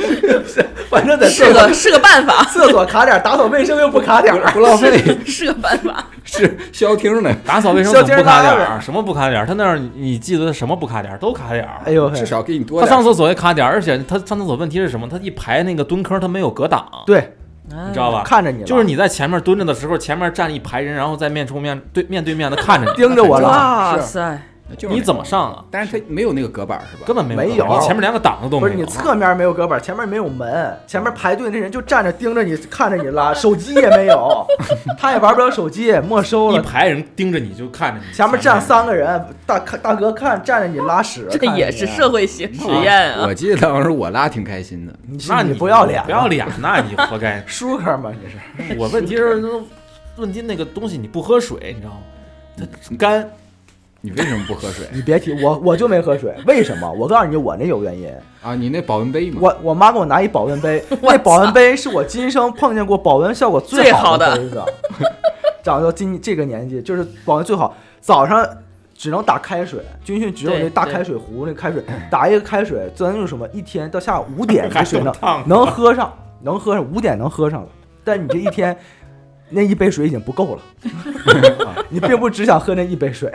Speaker 1: 反正在
Speaker 5: 是
Speaker 1: 厕所
Speaker 5: 个是个办法，
Speaker 1: 厕所 卡点儿，打扫卫生又不卡点儿，
Speaker 3: 不浪费，
Speaker 5: 是个办法，
Speaker 3: 是消停呢，
Speaker 4: 打扫卫生
Speaker 1: 小
Speaker 4: 怎么
Speaker 1: 鸡儿
Speaker 4: 不卡
Speaker 1: 拉
Speaker 4: 点
Speaker 1: 了
Speaker 4: 儿？什么不卡点儿？他那儿你你记得什么不卡点儿？都卡点儿。
Speaker 1: 哎呦嘿
Speaker 3: 至，少给你多
Speaker 4: 他
Speaker 3: 点
Speaker 4: 上
Speaker 3: 儿。
Speaker 4: 厕所也卡点儿，而且他上厕所问题是什么？他一排那个蹲坑，他没有隔挡，
Speaker 1: 对，
Speaker 5: 哎
Speaker 4: 你知道吧？
Speaker 1: 看着你了，
Speaker 4: 就是你在前面蹲着的时候，前面站一排人，然后在面冲面对面对面的看着 你，
Speaker 1: 盯着我了，
Speaker 5: 哇
Speaker 3: 是
Speaker 5: 塞，
Speaker 3: 就是
Speaker 4: 你怎么？上啊？
Speaker 3: 但是他没有那个隔板儿是吧？
Speaker 4: 根本没
Speaker 1: 没
Speaker 4: 有
Speaker 1: 有
Speaker 4: 隔挡，你前面连个挡子都
Speaker 1: 不是
Speaker 4: 没
Speaker 1: 你
Speaker 4: 有。
Speaker 1: 侧面没有隔板，前面没有门，前面排队那人就站着盯着你，看着你拉， 手机也没有， 他也玩不了手机，没收
Speaker 4: 一
Speaker 1: 了。
Speaker 4: 排人盯着你就看着你，
Speaker 1: 前面站三个人，大看大哥看站着你拉屎，
Speaker 5: 这
Speaker 1: 看着
Speaker 5: 也
Speaker 1: 你啊
Speaker 5: 是社会性实验啊，，
Speaker 3: 我记得当时我拉挺开心的，
Speaker 1: 你
Speaker 4: 那
Speaker 1: 你
Speaker 4: 你
Speaker 1: 不要脸，。
Speaker 4: 不要，脸，那你活该
Speaker 1: 舒克嘛你是，
Speaker 4: 我问题是，问题那个东西你不喝水，你知道吗？它干，
Speaker 3: 你为什么不喝水
Speaker 1: 你别提我我就没喝水，为什么？我告诉你，我那有原因。
Speaker 3: 啊？你那保温杯嘛，
Speaker 1: 我我妈给我拿一保温杯
Speaker 5: 我
Speaker 1: 那保温杯是我今生碰见过保温效果最好的杯子。长到今这个年纪，就是保温最好。早上只能打开水，军训只有
Speaker 5: 对
Speaker 1: 那大
Speaker 5: 对
Speaker 1: 开水壶，那开水打一个开水，咱就是什么一天到下午五点，这水能
Speaker 4: 还挺烫的
Speaker 1: 能喝上，能喝上五点能喝上了。但你这一天，那一杯水已经不够了，啊你并不只想喝那一杯水，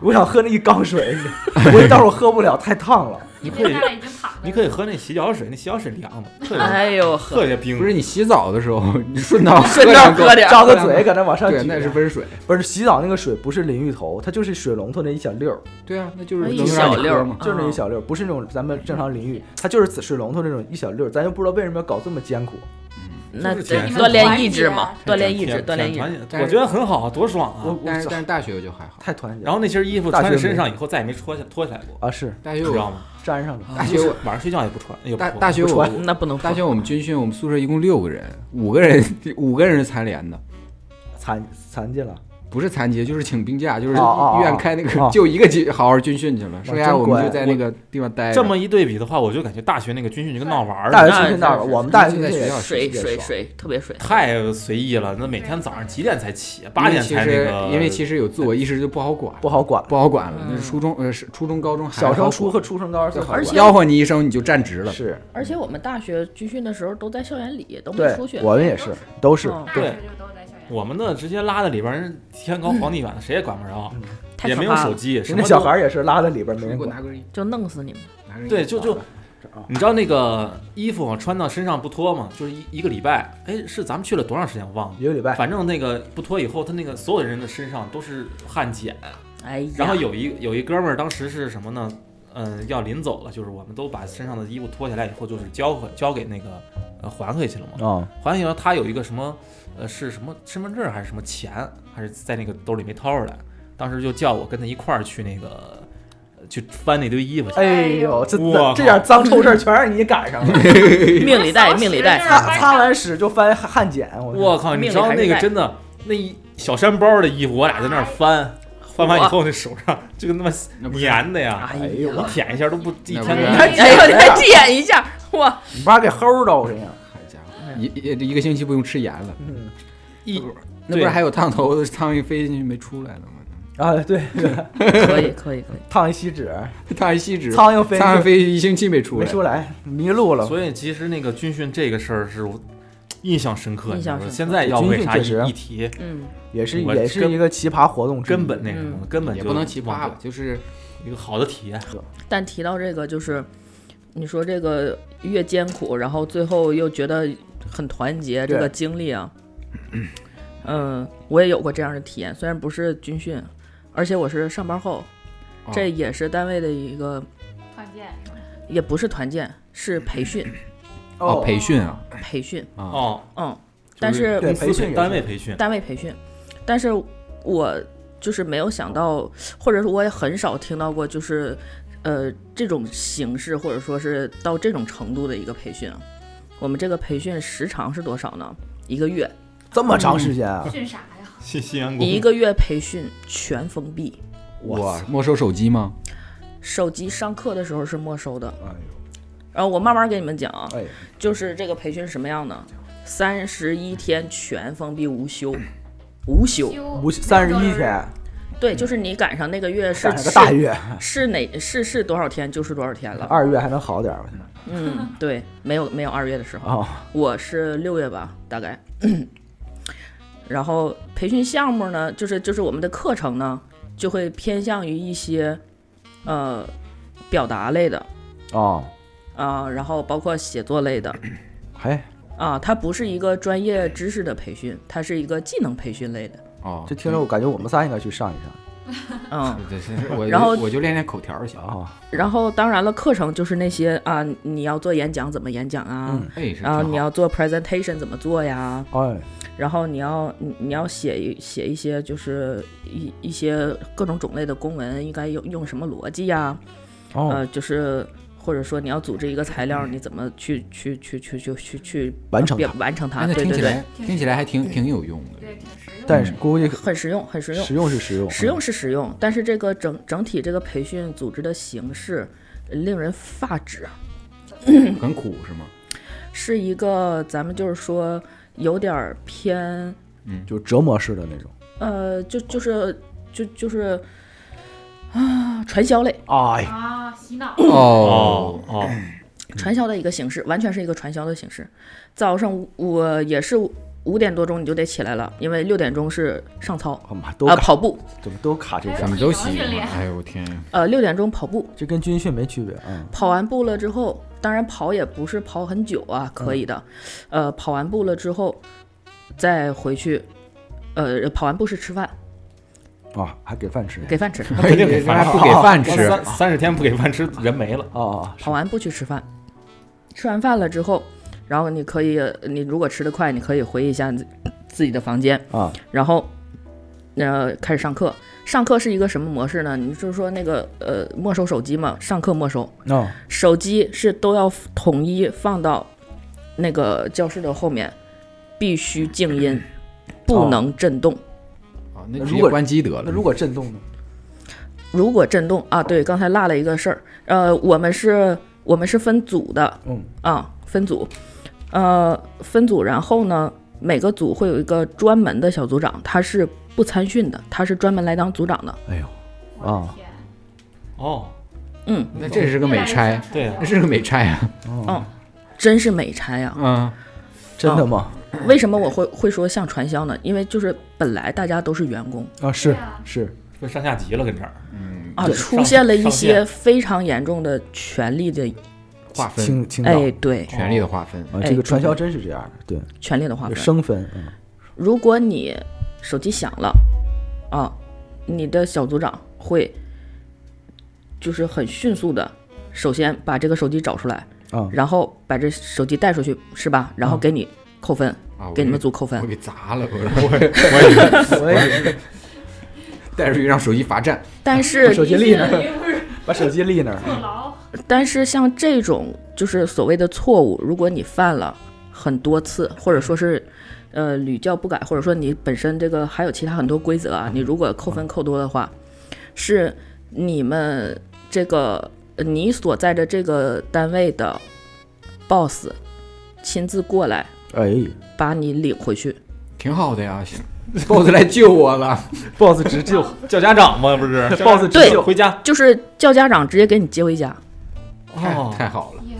Speaker 1: 我想喝那一缸水，我到时候喝不了，太烫了。
Speaker 4: 你
Speaker 2: 因
Speaker 4: 可
Speaker 2: 为
Speaker 4: 以
Speaker 2: 他俩已经躺着
Speaker 4: 你
Speaker 2: 了。
Speaker 4: 可以喝那洗脚水，那洗脚水凉的，特别
Speaker 5: 哎呦
Speaker 4: 特
Speaker 5: 呵，
Speaker 4: 别冰。
Speaker 3: 不是你洗澡的时候，你顺道
Speaker 5: 顺道
Speaker 3: 啊两口
Speaker 5: 喝点儿，
Speaker 1: 张个嘴搁那往上举
Speaker 3: 对，，那是温水，
Speaker 1: 不是洗澡那个水不是淋浴头，它就是水龙头那一小溜儿，
Speaker 3: 对啊，那就是
Speaker 5: 哎
Speaker 3: 能让你
Speaker 5: 小溜
Speaker 3: 喝
Speaker 5: 儿
Speaker 3: 嘛。
Speaker 1: 就是那一小溜儿，不是那种咱们正常淋浴，它就是水龙头那种一小溜儿，咱又不知道为什么要搞这么艰苦。
Speaker 5: 那
Speaker 4: 就是
Speaker 5: 得
Speaker 4: 天
Speaker 5: 锻炼意志嘛，
Speaker 4: 这
Speaker 5: 锻炼意志，
Speaker 4: 天
Speaker 5: 锻炼意
Speaker 4: 天
Speaker 5: 志，
Speaker 4: 团结我觉得很好，多爽啊！
Speaker 1: 我我
Speaker 3: 但是
Speaker 1: 操
Speaker 3: 但是大学就还好，
Speaker 1: 太团结了
Speaker 4: 然后那身衣服
Speaker 1: 大学
Speaker 4: 穿在
Speaker 1: 没
Speaker 4: 身上以后再也没脱下脱下来过，
Speaker 1: 啊，是
Speaker 3: 大
Speaker 4: 你
Speaker 3: 学
Speaker 4: 知道
Speaker 3: 我
Speaker 4: 吗？
Speaker 1: 粘
Speaker 5: 啊
Speaker 1: 上了，
Speaker 3: 大学我
Speaker 4: 晚上睡觉也不穿，也不
Speaker 3: 大
Speaker 4: 脱
Speaker 3: 大学
Speaker 1: 不
Speaker 3: 我
Speaker 1: 穿
Speaker 5: 那不 能
Speaker 3: 大学我们军训，我们宿舍一共六个人，五个人五个人是残联的，
Speaker 1: 残残疾了，
Speaker 3: 不是残疾，就是请病假，就是
Speaker 1: 哦哦哦
Speaker 3: 医院开那
Speaker 1: 哦
Speaker 3: 个就一个军好好军训去了，剩下
Speaker 1: 真
Speaker 3: 我们
Speaker 1: 乖
Speaker 3: 就在那个地方待着。
Speaker 4: 这么一对比的话，我就感觉大学那个军训就跟闹玩儿
Speaker 1: 大
Speaker 4: 了，
Speaker 1: 学军训那儿，
Speaker 5: 那
Speaker 1: 我们大学军
Speaker 3: 在
Speaker 1: 训
Speaker 3: 学
Speaker 1: 也
Speaker 3: 校
Speaker 5: 水
Speaker 1: 也
Speaker 5: 水
Speaker 1: 爽
Speaker 5: 水特别水，
Speaker 4: 太随意了。那每天早上几点才起？八
Speaker 3: 因为
Speaker 4: 点
Speaker 3: 其
Speaker 4: 才那
Speaker 3: 实
Speaker 4: 个？哎
Speaker 3: 因为其实有自我意识就不好管，
Speaker 1: 不好管，
Speaker 3: 不好管了。那
Speaker 5: 嗯
Speaker 3: 是初中呃是初中高中还
Speaker 1: 小
Speaker 3: 好
Speaker 1: 升初和
Speaker 3: 管
Speaker 1: 初升高是最好
Speaker 5: 而且
Speaker 1: 管
Speaker 3: 吆喝你一声你就站直了。
Speaker 1: 是
Speaker 5: 而且我们大学军训的时候都在校园里，都没
Speaker 1: 嗯对
Speaker 5: 出去。，
Speaker 1: 我们也是都是
Speaker 5: 嗯
Speaker 2: 大
Speaker 4: 对
Speaker 2: 学就都在校园。
Speaker 4: 我们呢，直接拉在里边儿，天高皇帝远的，谁也管不着，
Speaker 5: 太
Speaker 4: 也
Speaker 5: 可
Speaker 4: 没有
Speaker 5: 怕
Speaker 4: 手
Speaker 5: 了，
Speaker 4: 机，什
Speaker 1: 人
Speaker 4: 么
Speaker 1: 家小
Speaker 4: 都
Speaker 1: 孩儿也是拉在里边儿没
Speaker 3: 你
Speaker 1: 人
Speaker 3: 给我
Speaker 1: 管，
Speaker 3: 拿根烟，
Speaker 5: 就弄死你们！
Speaker 3: 拿根烟
Speaker 4: 对就就
Speaker 1: 啊
Speaker 4: 你知道那个衣服穿到身上不脱吗？就是一一个礼拜，哎，是咱们去了多长时间我忘了。
Speaker 1: 一个礼拜
Speaker 4: 反正那个不脱以后，他那个所有人的身上都是汗碱。
Speaker 5: 哎呀，
Speaker 4: 然后有一有一哥们儿当时是什么呢？嗯，要临走了，就是我们都把身上的衣服脱下来以后，就是交回交给那个呃还回去了嘛。
Speaker 1: 啊
Speaker 4: 还以后他有一个什么，呃，是什么身份证还是什么钱，还是在那个兜里没掏出来。当时就叫我跟他一块儿去那个，呃去翻那堆衣服去。
Speaker 1: 哎呦，这
Speaker 4: 我靠
Speaker 1: 这点脏臭事儿全让你赶上了，
Speaker 5: 命里带，命里带，
Speaker 1: 擦擦完屎就翻汗碱，我
Speaker 4: 我靠！你
Speaker 5: 命
Speaker 4: 知
Speaker 5: 里
Speaker 4: 道
Speaker 5: 还是
Speaker 4: 那个
Speaker 5: 在
Speaker 4: 真的那一小山包的衣服，我俩在那儿翻，翻完以后那手上就跟他妈
Speaker 3: 那不是
Speaker 4: 粘的呀，
Speaker 5: 哎
Speaker 1: 哎呦
Speaker 4: 你舔一下都不一天
Speaker 3: 那不是
Speaker 4: 都
Speaker 1: 你
Speaker 5: 哎
Speaker 1: 还
Speaker 5: 呀，
Speaker 1: 捡
Speaker 5: 再
Speaker 1: 呀，
Speaker 5: 急眼一下，哇！
Speaker 1: 你把给齁着哎我呀，
Speaker 3: 好家伙，一一一个星期不用吃盐了，
Speaker 1: 嗯
Speaker 4: 一
Speaker 3: 那不
Speaker 4: 对
Speaker 3: 是还有烫头的苍蝇飞进去没出来呢吗？
Speaker 1: 啊对，
Speaker 5: 可以，可以，可以。
Speaker 1: 烫一锡纸，
Speaker 3: 大一锡纸，
Speaker 1: 苍蝇飞
Speaker 3: 苍蝇飞一星期没出
Speaker 1: 没
Speaker 3: 来，
Speaker 1: 出来，迷路了。
Speaker 4: 所以其实那个军训这个事儿是我印象深刻，
Speaker 5: 印象深
Speaker 4: 你知道吗
Speaker 5: 刻
Speaker 4: 现在要
Speaker 1: 军训
Speaker 4: 为啥
Speaker 1: 确实
Speaker 4: 一一提，
Speaker 5: 嗯，
Speaker 1: 也是
Speaker 4: 我
Speaker 1: 也是
Speaker 4: 根
Speaker 1: 一个奇葩活动之一，
Speaker 4: 根本那什么，根本
Speaker 3: 也
Speaker 4: 就
Speaker 3: 不能奇葩
Speaker 4: 忘
Speaker 3: 吧
Speaker 4: 不，
Speaker 3: 就是
Speaker 4: 了一个好的体验。
Speaker 5: 但提到这个，就是你说这个越艰苦，然后最后又觉得很团结，
Speaker 1: 对
Speaker 5: 这个经历啊，嗯，我也有过这样的体验，虽然不是军训，而且我是上班后，
Speaker 3: 哦
Speaker 5: 这也是单位的一个，
Speaker 2: 团建，
Speaker 5: 也不是团建，是培训，
Speaker 3: 哦
Speaker 1: 哦，
Speaker 3: 培训啊
Speaker 5: 培训，
Speaker 3: 啊，
Speaker 4: 哦，
Speaker 5: 嗯，但是
Speaker 1: 对培
Speaker 4: 公司
Speaker 1: 训也
Speaker 4: 培单
Speaker 1: 是
Speaker 4: 位培训，
Speaker 5: 单位培训，但是我就是没有想到，或者说我也很少听到过，就是呃这种形式或者说是到这种程度的一个培训啊。我们这个培训时长是多少呢？一个月，
Speaker 1: 这么长时间啊，
Speaker 2: 训啥呀？
Speaker 4: 信息员工
Speaker 5: 一个月培训全封闭，
Speaker 3: 我没收手机吗？
Speaker 5: 手机上课的时候是没收的。
Speaker 1: 哎
Speaker 5: 然后我慢慢给你们讲啊，
Speaker 1: 呦，哎，
Speaker 5: 就是这个培训是什么样的，三十一天全封闭无休，无休。
Speaker 1: 五三十一天，
Speaker 5: 对，就是你赶上那个月是
Speaker 1: 赶上个大
Speaker 5: 是
Speaker 1: 月，
Speaker 5: 是哪是是多少天就是多少天了。
Speaker 1: 二月还能好点儿吧？
Speaker 5: 嗯，对，没有没有二月的时候，
Speaker 1: 啊，
Speaker 5: 我是六月吧，大概。然后培训项目呢，就是就是我们的课程呢，就会偏向于一些，呃，表达类的
Speaker 1: 哦，
Speaker 5: 啊、然后包括写作类的
Speaker 1: 嘿，
Speaker 5: 啊、它不是一个专业知识的培训，它是一个技能培训类的，
Speaker 3: 哦，
Speaker 1: 这听着我感觉我们仨应该去上一上
Speaker 5: 嗯，
Speaker 3: 对，先是我
Speaker 5: 然后
Speaker 3: 我就练练口条儿行。
Speaker 1: 啊，
Speaker 5: 然后当然了，课程就是那些啊，你要做演讲怎么演讲啊，
Speaker 1: 嗯
Speaker 3: 哎，是
Speaker 5: 然后
Speaker 3: 挺
Speaker 5: 你
Speaker 3: 好
Speaker 5: 要做 presentation 怎么做呀，
Speaker 1: 哎，
Speaker 5: 然后你要你你要写一写一些就是一一些各种种类的公文，应该用用什么逻辑呀、
Speaker 1: 哦，
Speaker 5: 呃，就是或者说你要组织一个材料，你怎么去去去去去去去
Speaker 1: 完成
Speaker 5: 表
Speaker 1: 它，
Speaker 5: 完成它？
Speaker 3: 哎那
Speaker 5: 对
Speaker 3: 听
Speaker 5: 对
Speaker 3: 起
Speaker 5: 对，
Speaker 3: 来听起来还挺挺有用的。
Speaker 2: 对，挺实用的。啊
Speaker 1: 但是估计
Speaker 5: 很实用，很实用
Speaker 1: 实，用是实用，嗯
Speaker 5: 实用是实用，但是这个整整体这个培训组织的形式呃令人发指，
Speaker 3: 很苦是吗？
Speaker 5: 是一个咱们就是说有点儿偏
Speaker 1: 嗯就折磨式的那种
Speaker 5: 呃，就就是就就是啊传销类。
Speaker 1: 哎，
Speaker 2: 啊，洗脑。
Speaker 4: 哦哦，
Speaker 5: 传销的一个形式，完全是一个传销的形式。早上五我也是五点多钟你就得起来了，因为六点钟是上操啊、
Speaker 1: 干嘛哦都卡，
Speaker 5: 跑步，
Speaker 1: 怎么都卡这
Speaker 2: 哎
Speaker 1: 个
Speaker 3: 咱
Speaker 2: 呀，
Speaker 3: 们都行
Speaker 2: 体能训练。
Speaker 3: 哎呦我天呀！
Speaker 5: 呃六点钟跑步，
Speaker 1: 这跟军训没区别啊，
Speaker 5: 跑完步了之后，当然跑也不是跑很久啊，可以的。呃，跑完步了之后再回去，呃，跑完步是吃饭，
Speaker 1: 啊，还给饭吃
Speaker 5: 给饭吃，
Speaker 4: 肯定给饭
Speaker 3: 还
Speaker 4: 吃哦
Speaker 3: 不给
Speaker 1: 哦
Speaker 3: 饭吃
Speaker 4: 三三十天不给饭吃，人没了。
Speaker 1: 啊，
Speaker 5: 跑完步去吃饭，吃完饭了之后，然后你可以，你如果吃得快，你可以回一下自自己的房间。
Speaker 1: 啊，
Speaker 5: 然后，呃，开始上课。上课是一个什么模式呢？你就是说那个呃，没收手机嘛，上课没收，
Speaker 1: 那
Speaker 5: 手机是都要统一放到那个教室的后面，必须静音，不
Speaker 1: 哦
Speaker 5: 能震动。
Speaker 3: 啊，那
Speaker 1: 那
Speaker 3: 直
Speaker 1: 如
Speaker 3: 接
Speaker 1: 果
Speaker 3: 关机得了。
Speaker 1: 那如果震动呢？
Speaker 5: 如果震动啊，对，刚才落了一个事儿，呃，我们是，我们是分组的
Speaker 1: 嗯，
Speaker 5: 啊，分组，呃，分组，然后呢，每个组会有一个专门的小组长，他是不参训的，他是专门来当组长的。
Speaker 1: 哎呦，
Speaker 2: 我的天，
Speaker 4: 哦，
Speaker 5: 嗯，
Speaker 3: 那这是个美差，
Speaker 4: 对啊
Speaker 3: 那是个美差呀。
Speaker 1: 哦，
Speaker 5: 真是美差呀！
Speaker 3: 嗯，
Speaker 1: 真
Speaker 5: 哦
Speaker 1: 的吗？
Speaker 5: 为什么我会会说像传销呢？因为就是本来大家都是员工
Speaker 1: 啊，是
Speaker 2: 对啊
Speaker 1: 是，
Speaker 4: 分上下级了，跟这儿
Speaker 5: 啊，
Speaker 4: 嗯对
Speaker 5: 出
Speaker 4: 上
Speaker 5: 现了一
Speaker 4: 上
Speaker 5: 些
Speaker 4: 线
Speaker 5: 非常严重的权力的，
Speaker 3: 划分
Speaker 1: 青青岛
Speaker 5: 哎，对，
Speaker 3: 权力的划分，
Speaker 1: 啊，
Speaker 5: 哎
Speaker 1: 这个传销真是这样的，对，
Speaker 5: 权力的划
Speaker 1: 有
Speaker 5: 分。
Speaker 1: 生分，嗯
Speaker 5: 如果你手机响了，啊，你的小组长会就是很迅速的，首先把这个手机找出来，
Speaker 1: 啊，
Speaker 5: 然后把这手机带出去，是吧？
Speaker 1: 嗯
Speaker 5: 然后给你扣分，
Speaker 3: 啊我
Speaker 5: 给你们
Speaker 3: 给
Speaker 5: 组扣分
Speaker 3: 我。给砸了，我我我以为
Speaker 1: 我 也
Speaker 3: 带出去让手机罚站。
Speaker 5: 但
Speaker 1: 把
Speaker 5: 是，
Speaker 1: 手机立那儿，
Speaker 2: 一会儿
Speaker 1: 把手机立那
Speaker 2: 坐
Speaker 1: 儿，
Speaker 2: 牢，
Speaker 5: 但是像这种就是所谓的错误，如果你犯了很多次，或者说是。呃，屡教不改，或者说你本身这个还有其他很多规则
Speaker 1: 嗯
Speaker 5: 啊，你如果扣分扣多的话，是你们这个呃你所在的这个单位的 boss 亲自过来
Speaker 1: 哎
Speaker 5: 把你领回去。
Speaker 3: 挺好的呀，boss 来救我了。
Speaker 1: ，boss 直 救
Speaker 4: 叫家长嘛，不是
Speaker 1: ，boss 直
Speaker 5: 对
Speaker 1: 救，
Speaker 4: 回家
Speaker 5: 就是叫家长直接给你接回家
Speaker 3: 太
Speaker 4: 哦，
Speaker 3: 太好了，
Speaker 2: 天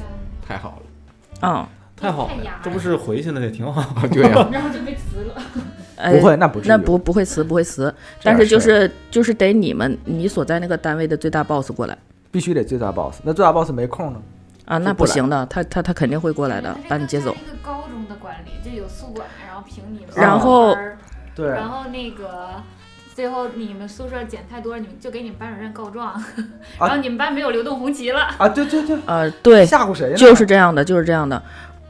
Speaker 3: 太好了。
Speaker 5: 啊、
Speaker 4: 太好了，这不是回去了也挺好。
Speaker 3: 啊，对呀，
Speaker 2: 然后就被辞了。
Speaker 5: 哎，
Speaker 1: 不会，那不至于
Speaker 5: 那不不会辞，不会辞，但是就是就是得你们你所在那个单位的最大 boss 过来
Speaker 1: 必须得最大 boss，那最大 boss 没空呢，
Speaker 5: 啊，那
Speaker 1: 就不
Speaker 5: 不
Speaker 1: 来
Speaker 5: 行的，他他他肯定会过来的
Speaker 2: 他这，个
Speaker 5: 把你接走
Speaker 2: 他。这个高中的管理，就有宿管，然后评你们，
Speaker 1: 然
Speaker 5: 后
Speaker 1: 对
Speaker 5: 啊
Speaker 2: 然后那个。最后你们宿舍捡太多，你们就给你们班主任告状，
Speaker 4: 啊
Speaker 2: 然后你们班没有流动红旗了。
Speaker 1: 啊，对对对，
Speaker 5: 呃，对，
Speaker 1: 吓唬谁呢？
Speaker 5: 就是这样的，就是这样的。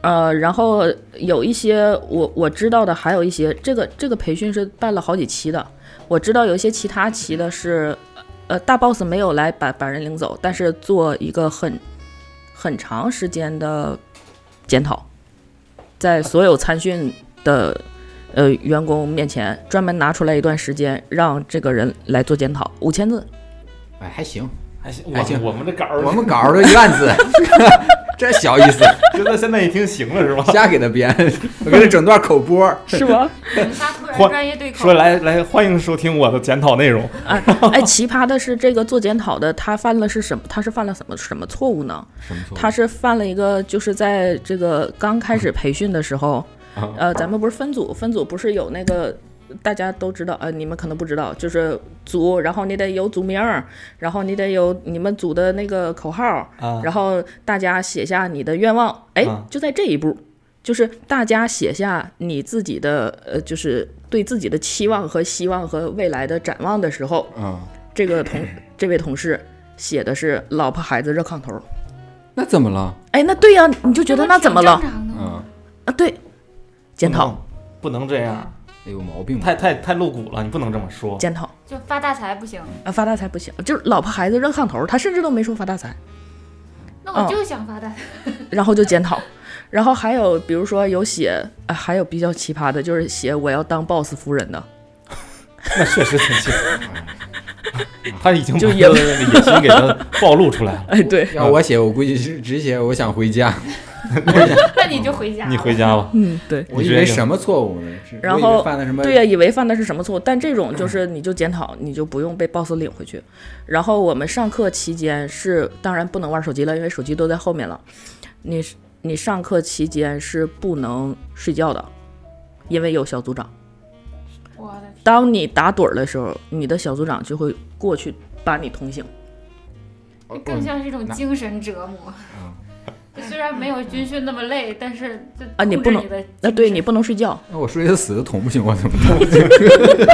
Speaker 5: 呃，然后有一些我我知道的，还有一些这个这个培训是办了好几期的。我知道有一些其他期的是，呃，大 boss 没有来把把人领走，但是做一个很很长时间的检讨，在所有参训的呃员工面前，专门拿出来一段时间让这个人来做检讨，五千字。
Speaker 3: 哎，还行。
Speaker 4: 还行，
Speaker 3: 还行
Speaker 4: 我们这稿儿
Speaker 3: 我们稿儿都一万字， 真小意思，
Speaker 4: 觉得现在一听行 了是吧？
Speaker 3: 瞎给他编，我给他整段口播。
Speaker 5: 是吗？
Speaker 2: 你们仨突然
Speaker 4: 换
Speaker 2: 专业对口
Speaker 4: 说，来来，欢迎收听我的检讨内容。
Speaker 5: 哎 哎，奇葩的是，这个做检讨的他犯了是什么？他是犯了什么什么错误呢？
Speaker 3: 什么错误
Speaker 5: 他是犯了一个，就是在这个刚开始培训的时候，
Speaker 3: 啊
Speaker 5: 呃，咱们不是分组，分组不是有那个。大家都知道，呃，你们可能不知道，就是组，然后你得有组名儿，然后你得有你们组的那个口号，
Speaker 4: 啊
Speaker 5: 然后大家写下你的愿望。哎
Speaker 4: 啊，
Speaker 5: 就在这一步，就是大家写下你自己的，呃，就是对自己的期望和希望和未来的展望的时候，
Speaker 3: 嗯，
Speaker 5: 这个同这位同事写的是“老婆孩子热炕头儿
Speaker 3: 那怎么了？”。
Speaker 5: 哎，那对呀、你就觉得那怎么了
Speaker 2: 这不挺正常的吗
Speaker 3: 嗯，
Speaker 5: 啊？对，检讨，
Speaker 4: 不能这样，
Speaker 3: 有哎毛病吧？
Speaker 4: 太太太露骨了，你不能这么说。
Speaker 5: 检讨
Speaker 2: 就发大财不行，
Speaker 5: 啊！发大财不行，就是老婆孩子热炕头儿，他甚至都没说发大财，
Speaker 2: 那
Speaker 5: 哦
Speaker 2: 我就想发大财。
Speaker 5: 然后就检讨。然后还有，比如说有写、啊，还有比较奇葩的，就是写我要当 boss 夫人的，
Speaker 4: 那确实挺气人。他已经把
Speaker 5: 就
Speaker 4: 他
Speaker 5: 也
Speaker 4: 的野心给他暴露出来了。
Speaker 5: 哎，对，
Speaker 3: 要我写，我估计是只写我想回家。
Speaker 2: 那你就回家，
Speaker 4: 你回。家吧，
Speaker 5: 嗯，对。
Speaker 3: 我以为什么错误呢？是
Speaker 5: 然
Speaker 3: 我以
Speaker 5: 后
Speaker 3: 为犯了什么？
Speaker 5: 对呀、以为犯的是什么错误？但这种就是你就检讨，你就不用被 boss 领回去。然后我们上课期间是，当然不能玩手机了，因为手机都在后面了。你是你上课期间是不能睡觉的，因为有小组长。
Speaker 2: 我的天，
Speaker 5: 当你打盹儿的时候，你的小组长就会过去把你捅醒。
Speaker 2: 这
Speaker 4: 哦
Speaker 3: 哦
Speaker 2: 更像是一种精神折磨。
Speaker 4: 嗯
Speaker 2: 虽然没有军训那么累，但是这
Speaker 5: 啊你不能
Speaker 2: 控制你的
Speaker 5: 那对你不能睡觉，
Speaker 3: 那我睡得死的捅不行，我怎么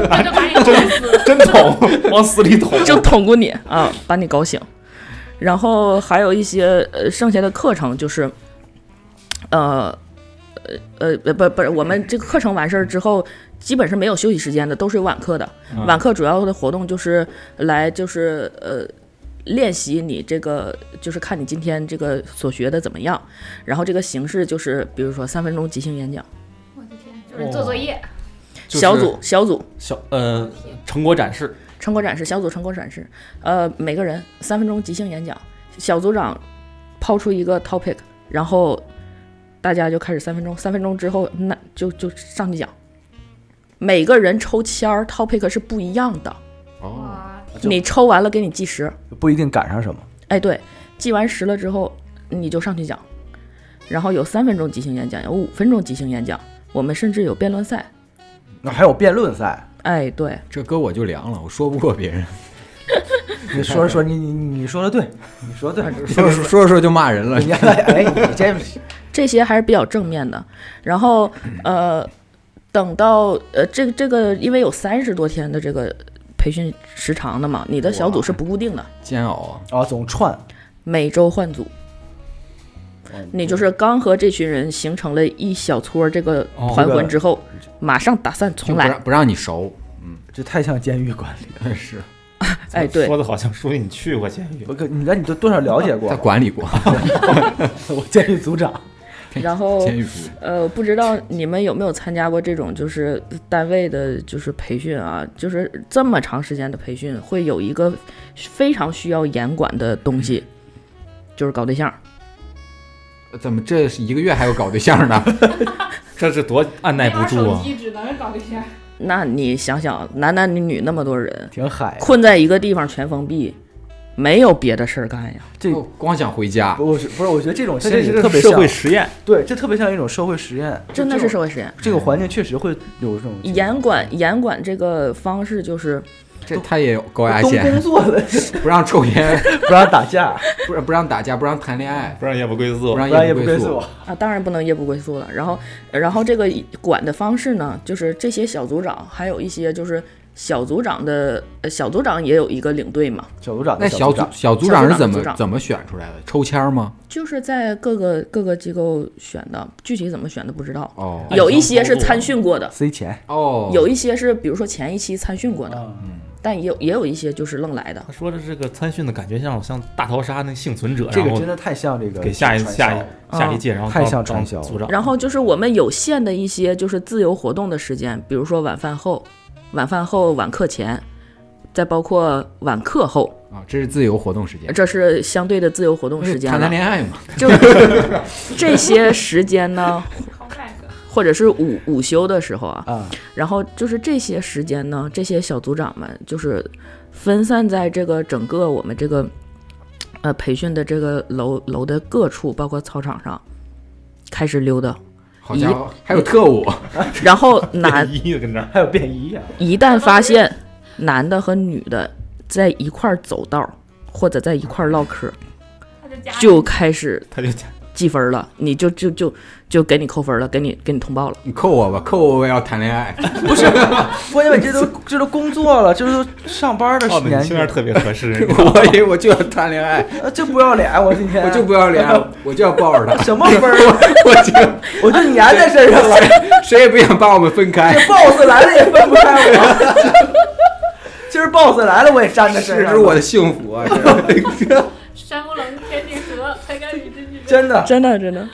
Speaker 2: 他就把 你捅死。
Speaker 4: 真捅，往死里 捅。
Speaker 5: 就捅过你啊，把你搞醒。然后还有一些呃剩下的课程就是，呃，呃呃不不是我们这个课程完事儿之后，基本是没有休息时间的，都是有晚课的。
Speaker 4: 嗯
Speaker 5: 晚课主要的活动就是来就是呃练习你这个，就是看你今天这个所学的怎么样。然后这个形式就是，比如说三分钟即兴演讲，哦
Speaker 2: 我的天，就是做作业，
Speaker 4: 就是
Speaker 5: 小组小组
Speaker 4: 小呃成果展示，
Speaker 5: 成果展示，小组成果展示，呃，每个人三分钟即兴演讲，小组长抛出一个 topic，然后大家就开始三分钟，三分钟之后那就就上去讲，每个人抽签儿，topic 是不一样的，
Speaker 3: 哦，
Speaker 2: 哇，
Speaker 4: 就
Speaker 5: 你抽完了给你计时，
Speaker 1: 不一定赶上什么。
Speaker 5: 哎，对，计完时了之后你就上去讲，然后有三分钟即兴演讲，有五分钟即兴演讲，我们甚至有辩论赛，
Speaker 1: 那还有辩论 赛，
Speaker 5: 哎，对，
Speaker 3: 这歌我就凉了，我说不过别人，
Speaker 1: 你说着说你你你说的对，你说的 对，
Speaker 3: 说着说着说着就骂人了。
Speaker 1: 你哎你这
Speaker 5: 这些还是比较正面的。然后呃，等到呃这个这个，因为有三十多天的这个培训时长的嘛，你的小组是不固定的，
Speaker 3: 煎熬啊，
Speaker 1: 啊总串
Speaker 5: 每周换组。
Speaker 3: 哦嗯
Speaker 5: 你就是刚和这群人形成了一小撮儿这个
Speaker 4: 哦
Speaker 5: 团魂之后，马上打散重
Speaker 3: 就不
Speaker 5: 来。
Speaker 3: 让不让你熟，
Speaker 1: 这太像监狱管理了。
Speaker 3: 是
Speaker 5: 哎，对
Speaker 4: 说，的好像说你去过监狱
Speaker 1: 我，哥，你那你都多少了解过
Speaker 3: 他？管理过
Speaker 5: 哦
Speaker 1: 我监狱组长，
Speaker 5: 然后
Speaker 3: 监狱服务，
Speaker 5: 呃，不知道你们有没有参加过这种就是单位的，就是培训啊，就是这么长时间的培训，会有一个非常需要严管的东西，就是搞对象。
Speaker 3: 怎么这是一个月还有搞对象呢？
Speaker 4: 这是多按耐不住啊！
Speaker 2: 机只能搞这些。
Speaker 5: 那你想想，男男女女那么多人，
Speaker 1: 挺海。
Speaker 5: 困在一个地方全封闭，没有别的事儿干呀。
Speaker 1: 这
Speaker 3: 我光想回家，
Speaker 1: 不是不是，我觉得这种
Speaker 4: 这
Speaker 1: 心
Speaker 4: 这
Speaker 1: 理
Speaker 4: 是
Speaker 1: 特别
Speaker 4: 社会
Speaker 1: 像，
Speaker 4: 实验，
Speaker 1: 对，这特别像一种社会实验，
Speaker 5: 真的
Speaker 1: 这种
Speaker 5: 是社会实验。
Speaker 1: 这个环境确实会有这种
Speaker 5: 严管严管这个方式就是，
Speaker 3: 这他也有高压
Speaker 1: 都工
Speaker 3: 线，
Speaker 1: 作了，
Speaker 3: 不让抽烟，
Speaker 1: 不让打架，
Speaker 3: 不让不让打架，不让谈恋爱，
Speaker 4: 不然夜不归宿
Speaker 3: 不
Speaker 1: 不
Speaker 3: 让
Speaker 1: 然也
Speaker 3: 夜
Speaker 1: 不
Speaker 3: 不
Speaker 1: 归
Speaker 3: 宿
Speaker 1: 宿。。
Speaker 5: 啊，当然不能夜不归宿了。然后，然后这个管的方式呢，就是这些小组长，还有一些就是小组长的，呃小组长也有一个领队嘛，
Speaker 1: 小组长的
Speaker 3: 那小
Speaker 1: 小
Speaker 3: 组
Speaker 1: 长，
Speaker 3: 小组长是怎
Speaker 5: 小组
Speaker 3: 么
Speaker 5: 长
Speaker 3: 怎么选出来的？抽签儿吗？
Speaker 5: 就是在各个各个机构选的，具体怎么选的不知道。
Speaker 3: 哦
Speaker 4: 哎
Speaker 5: 有一些是参训过的，
Speaker 1: 塞钱，
Speaker 3: 哦，
Speaker 5: 有一些是比如说前一期参训过的，
Speaker 1: 嗯，
Speaker 5: 但也有也有一些就是愣来的。
Speaker 4: 他说的这个参训的感觉像我像大逃杀那幸存者，
Speaker 1: 这个
Speaker 4: 然后
Speaker 1: 真的太像这个
Speaker 4: 给下一
Speaker 1: 传销
Speaker 4: 下一下一
Speaker 5: 啊
Speaker 4: 届，然后
Speaker 1: 太
Speaker 4: 当
Speaker 1: 像
Speaker 4: 当
Speaker 1: 传销了
Speaker 4: 组长，
Speaker 5: 然后就是我们有限的一些就是自由活动的时间，比如说晚饭后、晚饭后、晚课前，再包括晚课后，
Speaker 3: 啊，这是自由活动时间，
Speaker 5: 这是相对的自由活动时间
Speaker 3: 嗯谈谈
Speaker 5: 了。
Speaker 3: 恋爱嘛，
Speaker 5: 就这些时间呢，或者是午午休的时候啊，
Speaker 1: 啊，
Speaker 5: 然后就是这些时间呢，这些小组长们就是分散在这个整个我们这个呃培训的这个楼楼的各处，包括操场上开始溜达。
Speaker 3: 好家伙，还有特务，
Speaker 5: 然后男
Speaker 4: 一跟那儿
Speaker 1: 还有便衣啊，
Speaker 5: 一旦发现男的和女的在一块儿走道儿或者在一块儿唠嗑儿，就开始
Speaker 4: 他就讲
Speaker 5: 记分儿了，你就就就就给你扣分儿了，给你给你通报了。
Speaker 3: 你扣我吧，扣我我也要谈恋 爱，
Speaker 1: 关键这都这都工作了，这都上班的
Speaker 4: 哦，你
Speaker 1: 年
Speaker 4: 去
Speaker 1: 纪
Speaker 4: 那，儿特别合适，
Speaker 3: 我以为我就要谈恋爱，
Speaker 1: 呃这不要脸，我今天
Speaker 3: 我就不要 脸，我就要抱着他，
Speaker 1: 什么分儿啊，
Speaker 3: 我就
Speaker 1: 我就粘在身上了，
Speaker 3: 谁也不想把我们分开
Speaker 1: 这，boss 来了也分不开我。 今儿 boss 来了，我也粘在身
Speaker 3: 这
Speaker 1: 上
Speaker 3: 是
Speaker 1: 了。
Speaker 3: 我的幸福啊！这
Speaker 2: 山不能天地合，才敢与之俱
Speaker 1: 真的，
Speaker 5: 真的真的，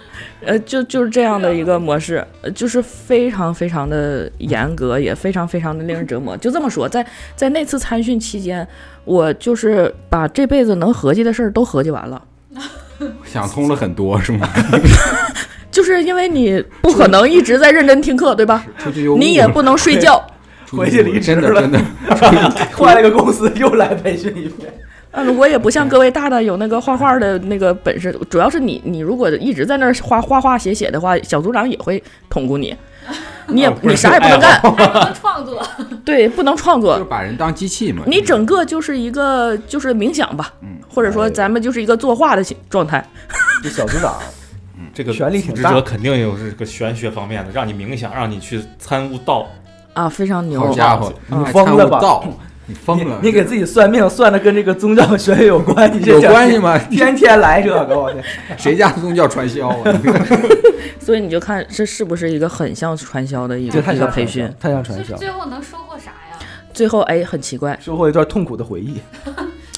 Speaker 5: 呃，就就是这样的一个模式，呃就是非常非常的严格，也非常非常的令人折磨。就这么说，在在那次参训期间，我就是把这辈子能合计的事儿都合计完了。
Speaker 3: 想通了很多是 吗？
Speaker 5: 就是因为你不可能一直在认真听课，对吧？
Speaker 3: 出去又
Speaker 5: 你也不能睡觉，
Speaker 1: 回去离职
Speaker 3: 真的
Speaker 1: 了
Speaker 3: 真 的，
Speaker 1: 换了个公司又来培训一遍，
Speaker 5: 嗯，我也不像各位大大有那个画画的那个本事，主要是你，你如果一直在那儿画画画写写的话，小组长也会捅咕你，你也
Speaker 4: 啊不是
Speaker 5: 你啥也哦不能干，
Speaker 2: 还不能创作，
Speaker 5: 对，不能创
Speaker 3: 就是
Speaker 5: 作，
Speaker 3: 把人当机器嘛。
Speaker 5: 你整个就是一个就是冥想吧，
Speaker 3: 嗯
Speaker 5: 或者说咱们就是一个作画的形状态，
Speaker 1: 这小组长
Speaker 4: 这个
Speaker 1: 权力
Speaker 4: 组
Speaker 1: 挺
Speaker 4: 织
Speaker 1: 大
Speaker 4: 者肯定有这个玄学方面的，让你冥想，让你去参悟道，
Speaker 5: 啊，非 常牛
Speaker 3: 好，家伙，啊
Speaker 1: 嗯
Speaker 3: 还
Speaker 1: 疯了吧
Speaker 3: 参悟道你疯了
Speaker 1: 你，你给自己算命算的跟这个宗教学有关系，这
Speaker 3: 有
Speaker 1: 小
Speaker 3: 关系吗？
Speaker 1: 天天来这个，我天，
Speaker 3: 谁家宗教传 销啊？
Speaker 5: 所以你就看这是不是一个很像传销的一个
Speaker 1: 这太
Speaker 5: 一个
Speaker 1: 像
Speaker 5: 培训，，
Speaker 1: 太像
Speaker 2: 所
Speaker 1: 传
Speaker 2: 以
Speaker 1: 销，
Speaker 2: 最后能收获啥呀？
Speaker 5: 最后哎很奇怪，
Speaker 1: 收获一段痛苦的回忆，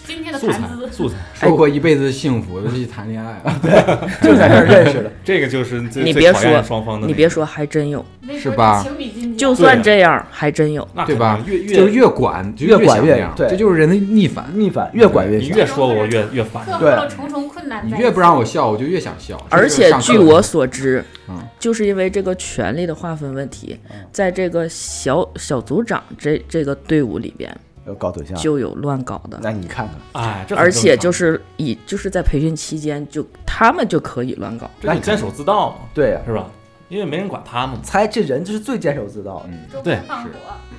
Speaker 2: 今天的
Speaker 4: 素材
Speaker 2: 谈资，
Speaker 4: 素材，
Speaker 3: 受过一辈子幸福，尤其谈恋爱，啊
Speaker 1: 就在这儿认识的。
Speaker 4: 这个就是最
Speaker 5: 你
Speaker 4: 最
Speaker 5: 别
Speaker 4: 考验
Speaker 5: 说
Speaker 4: 双方的那个，
Speaker 5: 你别说，还真有，
Speaker 2: 那
Speaker 3: 是吧
Speaker 2: 情比金
Speaker 5: 就算这样，还真有。
Speaker 4: 那
Speaker 3: 对
Speaker 4: 肯
Speaker 3: 吧
Speaker 4: 定越
Speaker 3: 就是
Speaker 4: 越
Speaker 3: 越管就
Speaker 1: 越管
Speaker 3: 想
Speaker 1: 越
Speaker 3: 那样
Speaker 1: 对
Speaker 3: 这就是人的逆反。
Speaker 1: 逆反越管越
Speaker 4: 你
Speaker 1: 小。
Speaker 4: 越说我越越烦。
Speaker 2: 克服
Speaker 1: 对
Speaker 2: 了重重困难
Speaker 3: 你
Speaker 2: 在一起，
Speaker 3: 越不让我笑，我就越想笑。
Speaker 5: 而且
Speaker 3: 上课
Speaker 5: 据我所知
Speaker 3: 嗯，
Speaker 5: 就是因为这个权力的划分问题，在这个小小组长这这个队伍里边
Speaker 1: 要搞对象，
Speaker 5: 就有乱搞的。
Speaker 1: 那你看看，
Speaker 4: 哎，这很
Speaker 5: 而且
Speaker 4: 正常
Speaker 5: 就是以就是在培训期间就他们就可以乱搞，
Speaker 4: 这你坚守自盗嘛，
Speaker 1: 对呀、
Speaker 4: 是吧？因为没人管他们，
Speaker 1: 猜这人就是最坚守自盗的。
Speaker 3: 嗯，
Speaker 2: 周
Speaker 4: 对
Speaker 2: 公放火，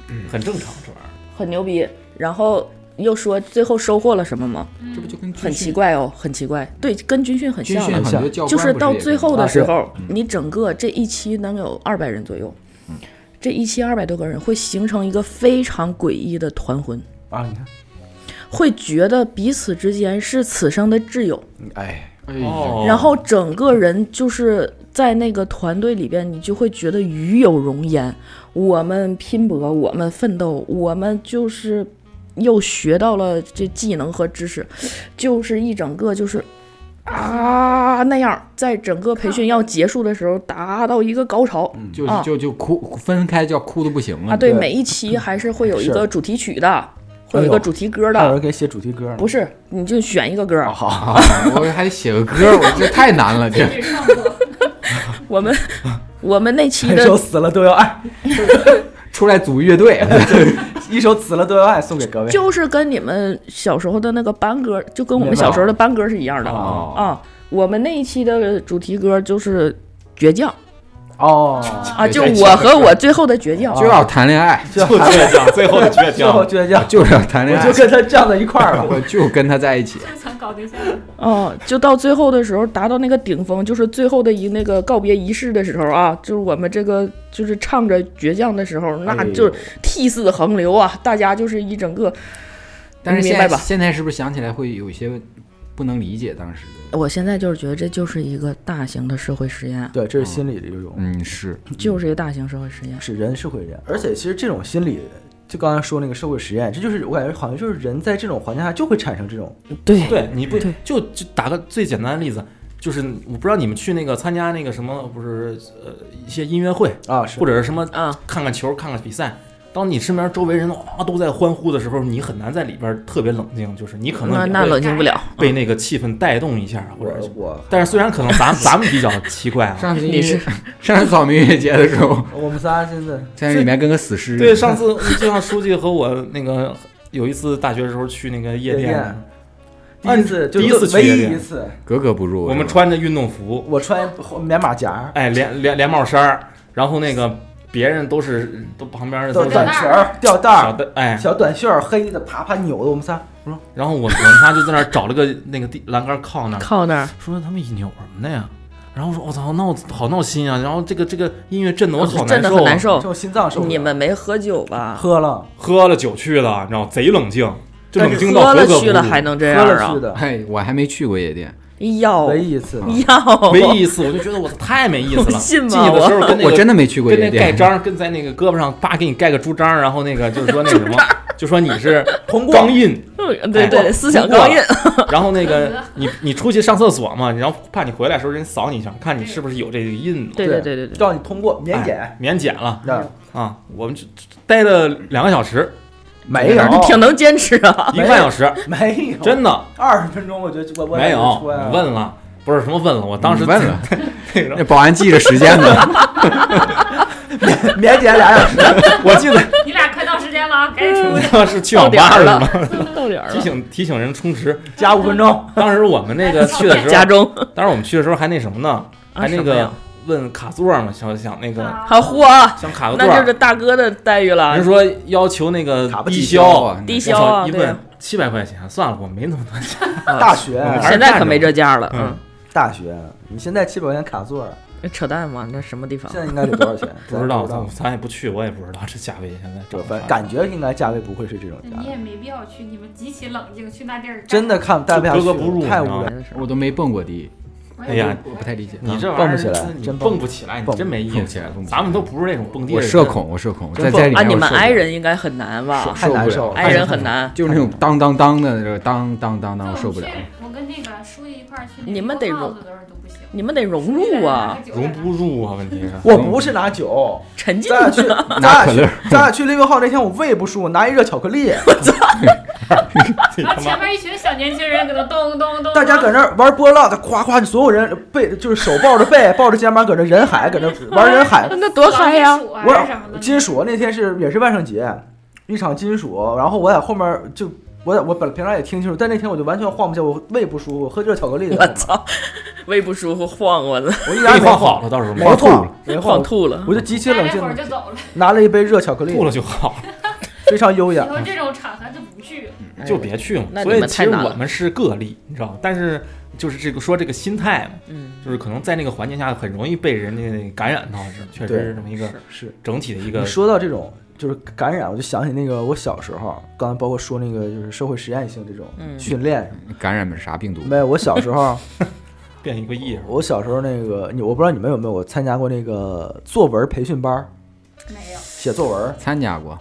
Speaker 1: 嗯
Speaker 4: 很正常这玩 意儿。
Speaker 5: 很牛逼。然后又说最后收获了什么吗？
Speaker 3: 这不就跟军训
Speaker 5: 很奇怪哦，很奇怪，对，跟军训很
Speaker 3: 军
Speaker 5: 像
Speaker 3: 训
Speaker 5: 的，
Speaker 3: 很多教官
Speaker 5: 就是
Speaker 3: 不
Speaker 5: 到
Speaker 3: 也
Speaker 5: 最
Speaker 3: 这
Speaker 5: 后
Speaker 3: 样
Speaker 5: 的
Speaker 1: 啊
Speaker 5: 时
Speaker 1: 是
Speaker 5: 候，
Speaker 3: 嗯
Speaker 5: 你整个这一期能有二百人左右，这一期二百多个人会形成一个非常诡异的团魂，
Speaker 1: 啊，你看，
Speaker 5: 会觉得彼此之间是此生的挚友，
Speaker 1: 嗯哎，
Speaker 3: 哎呀
Speaker 4: 哦
Speaker 5: 然后整个人就是在那个团队里边，你就会觉得与有容焉。我们拼搏，我们奋斗，我们就是又学到了这技能和知识，就是一整个就是啊那样，在整个培训要结束的时候达到一个高潮。
Speaker 3: 就
Speaker 5: 啊
Speaker 3: 就就哭分开叫哭的不行了
Speaker 5: 啊，对，
Speaker 1: 嗯对
Speaker 5: 每一期还是会有一
Speaker 1: 是
Speaker 5: 个主题曲的，会有一
Speaker 1: 哎
Speaker 5: 个
Speaker 1: 呦
Speaker 5: 主题
Speaker 1: 还
Speaker 5: 歌
Speaker 1: 有哦
Speaker 5: 的，
Speaker 1: 人给写主题歌呢，
Speaker 5: 不是，你就选一个歌。
Speaker 1: 好，
Speaker 3: 啊！我还写个歌，我这太难了， 这
Speaker 2: 禁止创作。
Speaker 5: 我们我们那期
Speaker 1: 一
Speaker 5: 的
Speaker 1: 首死 了都要爱，
Speaker 3: 出来组乐队，
Speaker 1: 一首死了都要爱送给各位。
Speaker 5: 就是跟你们小时候的那个班歌，就跟我们小时候的班歌是一样的
Speaker 1: 哦
Speaker 5: 啊。我们那一期的主题歌就是倔强
Speaker 1: 哦，
Speaker 5: 啊，就
Speaker 3: 倔强
Speaker 5: 我和我最后的 倔强
Speaker 1: 啊
Speaker 3: 就要谈恋爱，
Speaker 1: 就
Speaker 4: 就啊倔强，最后的倔
Speaker 1: 最后
Speaker 4: 强，
Speaker 1: 倔强，
Speaker 3: 就是要谈恋
Speaker 1: 哦我
Speaker 3: 爱
Speaker 1: 就，跟他站在一块儿了。
Speaker 3: 我就跟他在一起。
Speaker 2: 就想搞对象，
Speaker 5: 啊，就到最后的时候达到那个顶峰，就是最后的一那个告别仪式的时候啊，就是我们这个就是唱着倔强的时候，那
Speaker 1: 哎呦
Speaker 5: 就是涕泗横流啊，大家就是一整个。
Speaker 3: 但是
Speaker 5: 你
Speaker 3: 现
Speaker 5: 明白
Speaker 3: 在
Speaker 5: 吧？
Speaker 3: 现在是不是想起来会有一些不能理解当时的？
Speaker 5: 我现在就是觉得这就是一个大型的社会实验，
Speaker 1: 对，这是心理的一种，
Speaker 3: 嗯，是
Speaker 5: 就是一个大型社会实验。
Speaker 1: 是人是会人，而且其实这种心理，就刚才说那个社会实验，这就是我感觉好像就是人在这种环境下就会产生这种，
Speaker 5: 对
Speaker 4: 对，你不
Speaker 5: 对
Speaker 4: 就就打个最简单的例子，就是我不知道你们去那个参加那个什么，不是呃一些音乐会
Speaker 1: 啊，是
Speaker 4: 或者是什么
Speaker 5: 啊，
Speaker 4: 看看球、看看比赛。当你身边周围人哇都在欢呼的时候，你很难在里边特别冷静，就是你可
Speaker 5: 那
Speaker 4: 能
Speaker 5: 那
Speaker 4: 也会啊
Speaker 5: 冷静不了。
Speaker 4: 被那个气氛带动一下，或
Speaker 1: 我
Speaker 4: 者是
Speaker 1: 我
Speaker 4: 但是虽然可能咱咱们比较奇怪啊，
Speaker 3: 上次
Speaker 5: 你是
Speaker 3: 上次扫明月节的时候，
Speaker 1: 我们仨现在
Speaker 3: 在里面跟个死尸。
Speaker 4: 对，上次就像书记和我那个有一次大学的时候去那个夜
Speaker 1: 夜
Speaker 4: 店
Speaker 1: 店，第
Speaker 4: 啊
Speaker 1: 一次就
Speaker 4: 第一次去
Speaker 1: 唯
Speaker 4: 夜
Speaker 1: 一
Speaker 4: 店
Speaker 1: 一次，
Speaker 3: 格格不入。
Speaker 4: 我们
Speaker 3: 是吧
Speaker 4: 穿着运动服，
Speaker 1: 我穿棉马甲，
Speaker 4: 哎，连连连帽衫儿，然后那个别人都是都旁边的都
Speaker 1: 短
Speaker 4: 是
Speaker 1: 短
Speaker 4: 小
Speaker 1: 裙儿、吊带儿、
Speaker 4: 的哎，
Speaker 1: 小短袖儿，黑的啪啪扭的，我们仨
Speaker 4: 然后我我们仨就在那儿找了个那个地栏杆靠那儿，
Speaker 5: 靠那儿，
Speaker 4: 说他们一扭什么的呀？然后说我操，闹好闹心啊！然后这个这个音乐震得我好
Speaker 5: 真
Speaker 4: 难
Speaker 5: 的
Speaker 4: 受、
Speaker 5: 哦很
Speaker 4: 啊
Speaker 5: 难，受。
Speaker 1: 就心脏受不了
Speaker 5: 你们没喝酒吧？
Speaker 1: 喝了，
Speaker 4: 喝了酒去了，你知道贼冷静，就冷静到
Speaker 5: 喝
Speaker 4: 格
Speaker 5: 了
Speaker 4: 格不
Speaker 5: 去
Speaker 4: 入
Speaker 5: 了。还能这
Speaker 1: 喝
Speaker 5: 样
Speaker 1: 了
Speaker 5: 啊
Speaker 1: 去？的，
Speaker 3: 哎，我还没去过夜店，
Speaker 4: 哦
Speaker 5: 要
Speaker 1: 唯一一次。
Speaker 4: 嗯
Speaker 5: 要，
Speaker 4: 唯一一次我就觉得我操太没意思 了，
Speaker 5: 我信吗
Speaker 4: 进去的时候跟那
Speaker 3: 我
Speaker 4: 个
Speaker 3: 真的没去过
Speaker 4: 跟
Speaker 3: 夜
Speaker 4: 那盖
Speaker 3: 店。
Speaker 4: 章，跟在那个胳膊上叭给你盖个猪章，然后那个就是说那 个什么，就说你是
Speaker 1: 红光
Speaker 4: 钢印，
Speaker 5: 对对，思想钢印。
Speaker 4: 然后那个你你出去上厕所嘛，然后怕你回来的时候人扫你一下，看你是不是有这个印。
Speaker 5: 对对对对对，
Speaker 1: 让你通过免检
Speaker 4: 哎，免检了
Speaker 1: 那
Speaker 4: 啊！我们就待了两个小时，
Speaker 1: 没有，
Speaker 5: 挺能坚持啊。
Speaker 4: 一个半小时，
Speaker 1: 没有，
Speaker 4: 真的
Speaker 1: 二十分钟，我觉得我我
Speaker 4: 没有。
Speaker 1: 我出来啊了
Speaker 4: 我问了，不是什么问了，我当时
Speaker 3: 你问了，
Speaker 4: 那个
Speaker 3: 那保安记着时间呢。
Speaker 1: 免检俩小时，
Speaker 4: 我记得
Speaker 2: 你俩快到时间了啊，赶紧出去。
Speaker 4: 当时去
Speaker 5: 到
Speaker 4: 网
Speaker 5: 点
Speaker 4: 吧
Speaker 5: 儿
Speaker 4: 是
Speaker 5: 了
Speaker 4: 吗？，
Speaker 5: 到点儿
Speaker 4: 提
Speaker 5: 了。
Speaker 4: 醒提醒人充值。
Speaker 1: 加五分钟，
Speaker 4: 当时我们那个去的时
Speaker 5: 家
Speaker 4: 候，
Speaker 5: 中
Speaker 4: 当时我们去的时候还那什么呢？
Speaker 5: 啊
Speaker 4: 还那
Speaker 5: 什么呀
Speaker 4: 个问卡座嘛，想想那个
Speaker 5: 好嚯，
Speaker 4: 想卡个座
Speaker 5: 那就
Speaker 4: 儿
Speaker 5: 是。大哥的待遇了
Speaker 4: 人，啊说要求那个
Speaker 1: 卡不
Speaker 4: 低
Speaker 1: 抵
Speaker 4: 消
Speaker 1: 消
Speaker 3: 啊
Speaker 5: 低
Speaker 4: 我
Speaker 5: 消
Speaker 4: 操
Speaker 5: 啊，
Speaker 4: 一
Speaker 5: 对
Speaker 4: 问
Speaker 5: 啊。
Speaker 4: 七百块钱，算了，我没那么多钱。
Speaker 1: 大学
Speaker 4: 我们还是
Speaker 5: 现在可没这价了，
Speaker 4: 嗯
Speaker 5: 嗯，哎
Speaker 1: 大学，你现在七百块钱卡座，
Speaker 5: 扯淡嘛，那什么地方
Speaker 1: 现？在应该得多少钱？
Speaker 4: 嗯 不知道，
Speaker 1: 咱
Speaker 4: 咱
Speaker 1: 不知
Speaker 4: 咱也不去，我也不知道这价位现在
Speaker 1: 道
Speaker 4: 涨嗯
Speaker 1: 反
Speaker 4: 翻
Speaker 1: 正。感觉应该价位不会是这种价
Speaker 2: 你
Speaker 1: 位，
Speaker 5: 嗯
Speaker 2: 也没必要去，你们极其冷静，去那地儿
Speaker 1: 真的看看不下去
Speaker 4: 格格不入
Speaker 1: 了，太无
Speaker 4: 你知道
Speaker 1: 聊
Speaker 4: 吗
Speaker 1: 了。
Speaker 3: 我都没蹦过迪，
Speaker 4: 哎呀
Speaker 3: 我不太理解。
Speaker 4: 你这玩
Speaker 1: 蹦
Speaker 4: 意
Speaker 1: 不
Speaker 4: 儿
Speaker 1: 起来
Speaker 4: 你
Speaker 1: 真蹦
Speaker 4: 蹦不起来，你
Speaker 1: 蹦
Speaker 4: 真没意
Speaker 3: 蹦不起
Speaker 4: 思
Speaker 3: 来蹦不。起来
Speaker 4: 咱们都不是那种蹦迪的
Speaker 3: 我
Speaker 4: 人，
Speaker 3: 社恐，我社恐，
Speaker 4: 真
Speaker 3: 在在里
Speaker 5: 啊，
Speaker 3: 面
Speaker 5: 你
Speaker 3: 我
Speaker 5: 们
Speaker 3: 社恐
Speaker 5: 挨人应该很难吧？
Speaker 1: 太难受了
Speaker 5: 挨人很难，
Speaker 3: 就是那种当当当的，那种当当当，我受不了。
Speaker 2: 我跟那个书记一块儿去那个
Speaker 5: 你们得
Speaker 2: 做
Speaker 5: 融
Speaker 2: 帽子的时候都不行，
Speaker 5: 你们得融入啊，
Speaker 4: 融不入啊？问题是，
Speaker 1: 我不是拿酒，
Speaker 5: 沉浸
Speaker 1: 咱 俩去，咱俩
Speaker 3: 可
Speaker 1: 去
Speaker 3: 乐，
Speaker 1: 咱俩去 live 号那天我胃不舒服，拿一热巧克力，
Speaker 2: 然后前面一群小年轻人搁那咚咚咚，
Speaker 1: 大家搁那儿玩波浪，夸夸，所有人背就是手抱着背，抱着肩膀搁那人海，搁那玩人 海，
Speaker 5: 那多嗨呀、
Speaker 2: 老金属啊什么
Speaker 1: 我
Speaker 2: 的
Speaker 1: 金属那天是也是万圣节，一场金属，然后我在后面就我在我本平常也听清楚，但那天我就完全晃不下，我胃不舒服，我喝热巧克力在后
Speaker 5: 我
Speaker 1: 面，
Speaker 5: 操，胃不舒服晃我了，
Speaker 1: 我一
Speaker 4: 给
Speaker 1: 点
Speaker 4: 你
Speaker 1: 也没
Speaker 4: 晃好了，到时候
Speaker 1: 没
Speaker 4: 晃吐
Speaker 1: 晃
Speaker 4: 了，，
Speaker 1: 没
Speaker 5: 晃
Speaker 1: 晃，
Speaker 5: 吐了。
Speaker 1: 我就极其
Speaker 2: 待
Speaker 1: 冷
Speaker 2: 一
Speaker 1: 静
Speaker 2: 会儿
Speaker 1: 的
Speaker 2: 就走 了，
Speaker 1: 拿了一杯热巧克力
Speaker 4: 吐，了就好了，
Speaker 1: 非常优雅
Speaker 2: 以。后这种场合就不去了。
Speaker 5: 哎
Speaker 4: 就别去嘛
Speaker 5: 那。你
Speaker 4: 所以
Speaker 5: 们
Speaker 4: 其
Speaker 5: 太
Speaker 4: 实
Speaker 5: 难
Speaker 4: 我
Speaker 5: 了
Speaker 4: 们是个例，你知道吗？但是就是这个说这个心态嘛，
Speaker 5: 嗯，
Speaker 4: 就是可能在那个环境下很容易被人家感染到，是确实
Speaker 1: 对
Speaker 4: 是这么一个
Speaker 1: 是，
Speaker 4: 整体的一
Speaker 1: 你
Speaker 4: 个
Speaker 1: 说到这种就是感染，我就想起那个我小时候，刚才包括说那个就是社会实验性这种
Speaker 5: 嗯
Speaker 1: 训练什么
Speaker 3: 感染了啥病毒
Speaker 1: 的，？没有，我小时候。
Speaker 4: 变一个意识。
Speaker 1: 我小时候那个，你我不知道你们有没有参加过那个作文培训班儿，
Speaker 2: 没有，
Speaker 1: 写作文儿。
Speaker 3: 参加过，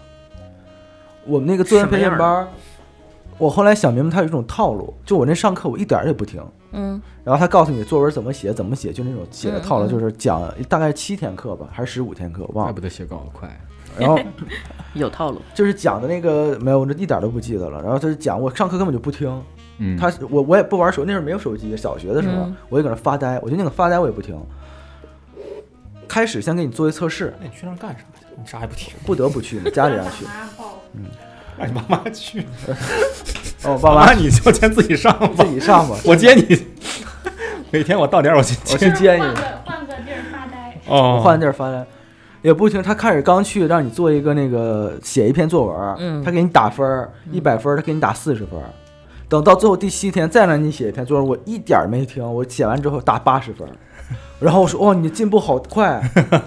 Speaker 1: 我们那个作文培训
Speaker 5: 什么
Speaker 1: 班儿，我后来想明白，它有一种套路，就我那上课我一点儿也不听，
Speaker 5: 嗯，
Speaker 1: 然后他告诉你作文怎么写，怎么写，就那种写的套路，
Speaker 5: 嗯嗯
Speaker 1: 就是讲大概七天课吧，还是十五天课，我忘
Speaker 3: 怪
Speaker 1: 了
Speaker 3: 不。得写稿得快。
Speaker 1: 然后
Speaker 5: 有套路。
Speaker 1: 就是讲的那个没有，我这一点儿都不记得了。然后他就讲，我上课根本就不听，
Speaker 3: 嗯，
Speaker 1: 他我我也不玩手，那时候没有手机，小学的时候、
Speaker 5: 嗯
Speaker 1: 我就搁那发呆，我就那个发呆我也不听。开始先给你做一测试，
Speaker 4: 那你去那儿干啥去？你啥也不听，
Speaker 1: 不得不去嘛，家里让 去。嗯
Speaker 2: 干嘛报复
Speaker 4: 让你爸妈去，
Speaker 1: 哦，爸
Speaker 4: 爸
Speaker 1: 妈
Speaker 4: 妈你就先自己上吧
Speaker 1: 自，己上吧，
Speaker 4: 我接你。 每天我到点儿我去
Speaker 1: 我
Speaker 4: 接。
Speaker 1: 去接
Speaker 2: 换
Speaker 1: 你，
Speaker 2: 个换个地儿发呆，
Speaker 4: 哦
Speaker 1: 换地儿翻来。也不行，他开始刚去，让你做一个那个写一篇作文，
Speaker 5: 嗯
Speaker 1: 他给你打分儿，一百分儿，他给你打四十分儿，等到最后第七天再让你写一篇作文，我一点儿没听，我写完之后打八十分 儿，然后我说哦，你进步好快，啊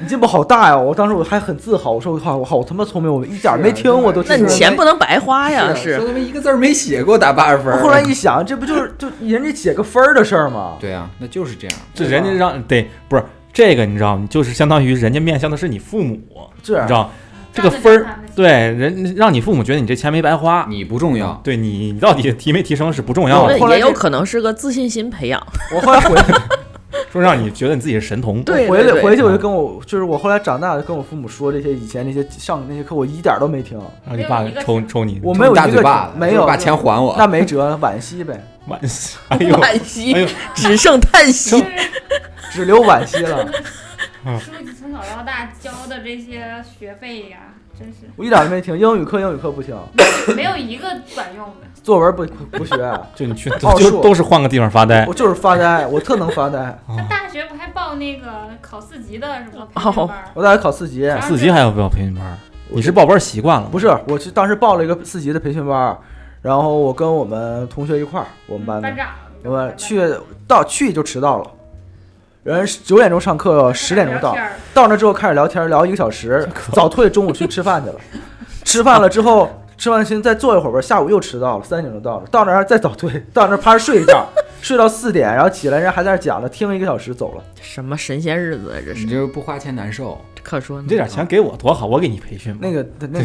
Speaker 1: 你进步好大呀！我当时我还很自豪，我说哇，我好他妈聪明，我一点儿没听，我都
Speaker 5: 啊那你
Speaker 1: 知道
Speaker 5: 钱不能白花呀，啊是
Speaker 6: 说他妈一个字儿没写，给我打八十分儿。
Speaker 1: 后来一想，这不就是就人家写个分儿的事儿吗？
Speaker 3: 对啊，那就是这样。
Speaker 4: 这人家让对，不是这个，你知道吗？就是相当于人家面向的是你父母，你
Speaker 1: 这
Speaker 4: 知道这个
Speaker 2: 让着
Speaker 4: 分
Speaker 2: 嗯他
Speaker 4: 儿
Speaker 2: 们，写
Speaker 4: 对人让你父母觉得你这钱没白花，
Speaker 3: 你不重要，
Speaker 4: 对你你到底提没提升是不重要
Speaker 1: 哦
Speaker 4: 的，
Speaker 1: 后
Speaker 5: 那
Speaker 1: 来
Speaker 5: 也
Speaker 1: 这
Speaker 5: 有可能是个自信心培养。
Speaker 1: 我后来回
Speaker 4: 说让你觉得你自己是神童。
Speaker 5: 对
Speaker 1: 回来回去我就
Speaker 4: 嗯
Speaker 1: 跟我就是我后来长大就跟我父母说这些以前那些上那些课我一点儿都没听，
Speaker 4: 让你爸
Speaker 2: 没有一个
Speaker 4: 抽抽你，
Speaker 1: 我 没有
Speaker 6: 大
Speaker 1: 一
Speaker 6: 嘴
Speaker 1: 个
Speaker 6: 巴子，
Speaker 1: 没有
Speaker 6: 把钱还我。
Speaker 1: 那没辙了，惋惜呗，
Speaker 4: 惋惜，哎 呦，
Speaker 5: 叹息
Speaker 4: 哎呦，
Speaker 5: 只剩叹息。
Speaker 1: 只留惋惜了，
Speaker 2: 书记从小到大交的这些学费呀，真是
Speaker 1: 我一点儿都没听，英语课英语课不听，
Speaker 2: 没有一个管用的。
Speaker 1: 作文不不学，
Speaker 4: 就你去
Speaker 1: 奥数
Speaker 4: 就都是换个地方发呆
Speaker 1: 我，就是发呆，我特能发呆，
Speaker 2: 他大学不还报那个考四级的什么培
Speaker 5: 哦
Speaker 2: 训班儿？
Speaker 1: 我大学考四级，
Speaker 4: 四级还要不要培训班儿？你是报班儿习惯了吗？
Speaker 1: 不是，我去当时报了一个四级的培训班儿，然后我跟我们同学一块儿，我们班的
Speaker 2: 班，
Speaker 5: 嗯
Speaker 2: 长，
Speaker 1: 我们去到去就迟到了，人九点钟上课，十点钟到。到那之后开始聊天，聊一个小时，早退，中午去吃饭去了，吃饭了之后，吃完先再坐一会儿吧，下午又迟到了，三点钟到了，到那儿再早退，到那儿趴着睡一觉，睡到四点，然后起来人家还在那儿讲了，听一个小时走了，
Speaker 5: 什么神仙日子啊，这
Speaker 3: 你
Speaker 5: 是
Speaker 3: 就是不花钱难受。
Speaker 5: 可说呢。
Speaker 4: 嗯你这点钱给我多好，我给你培训吧
Speaker 1: 那个那个，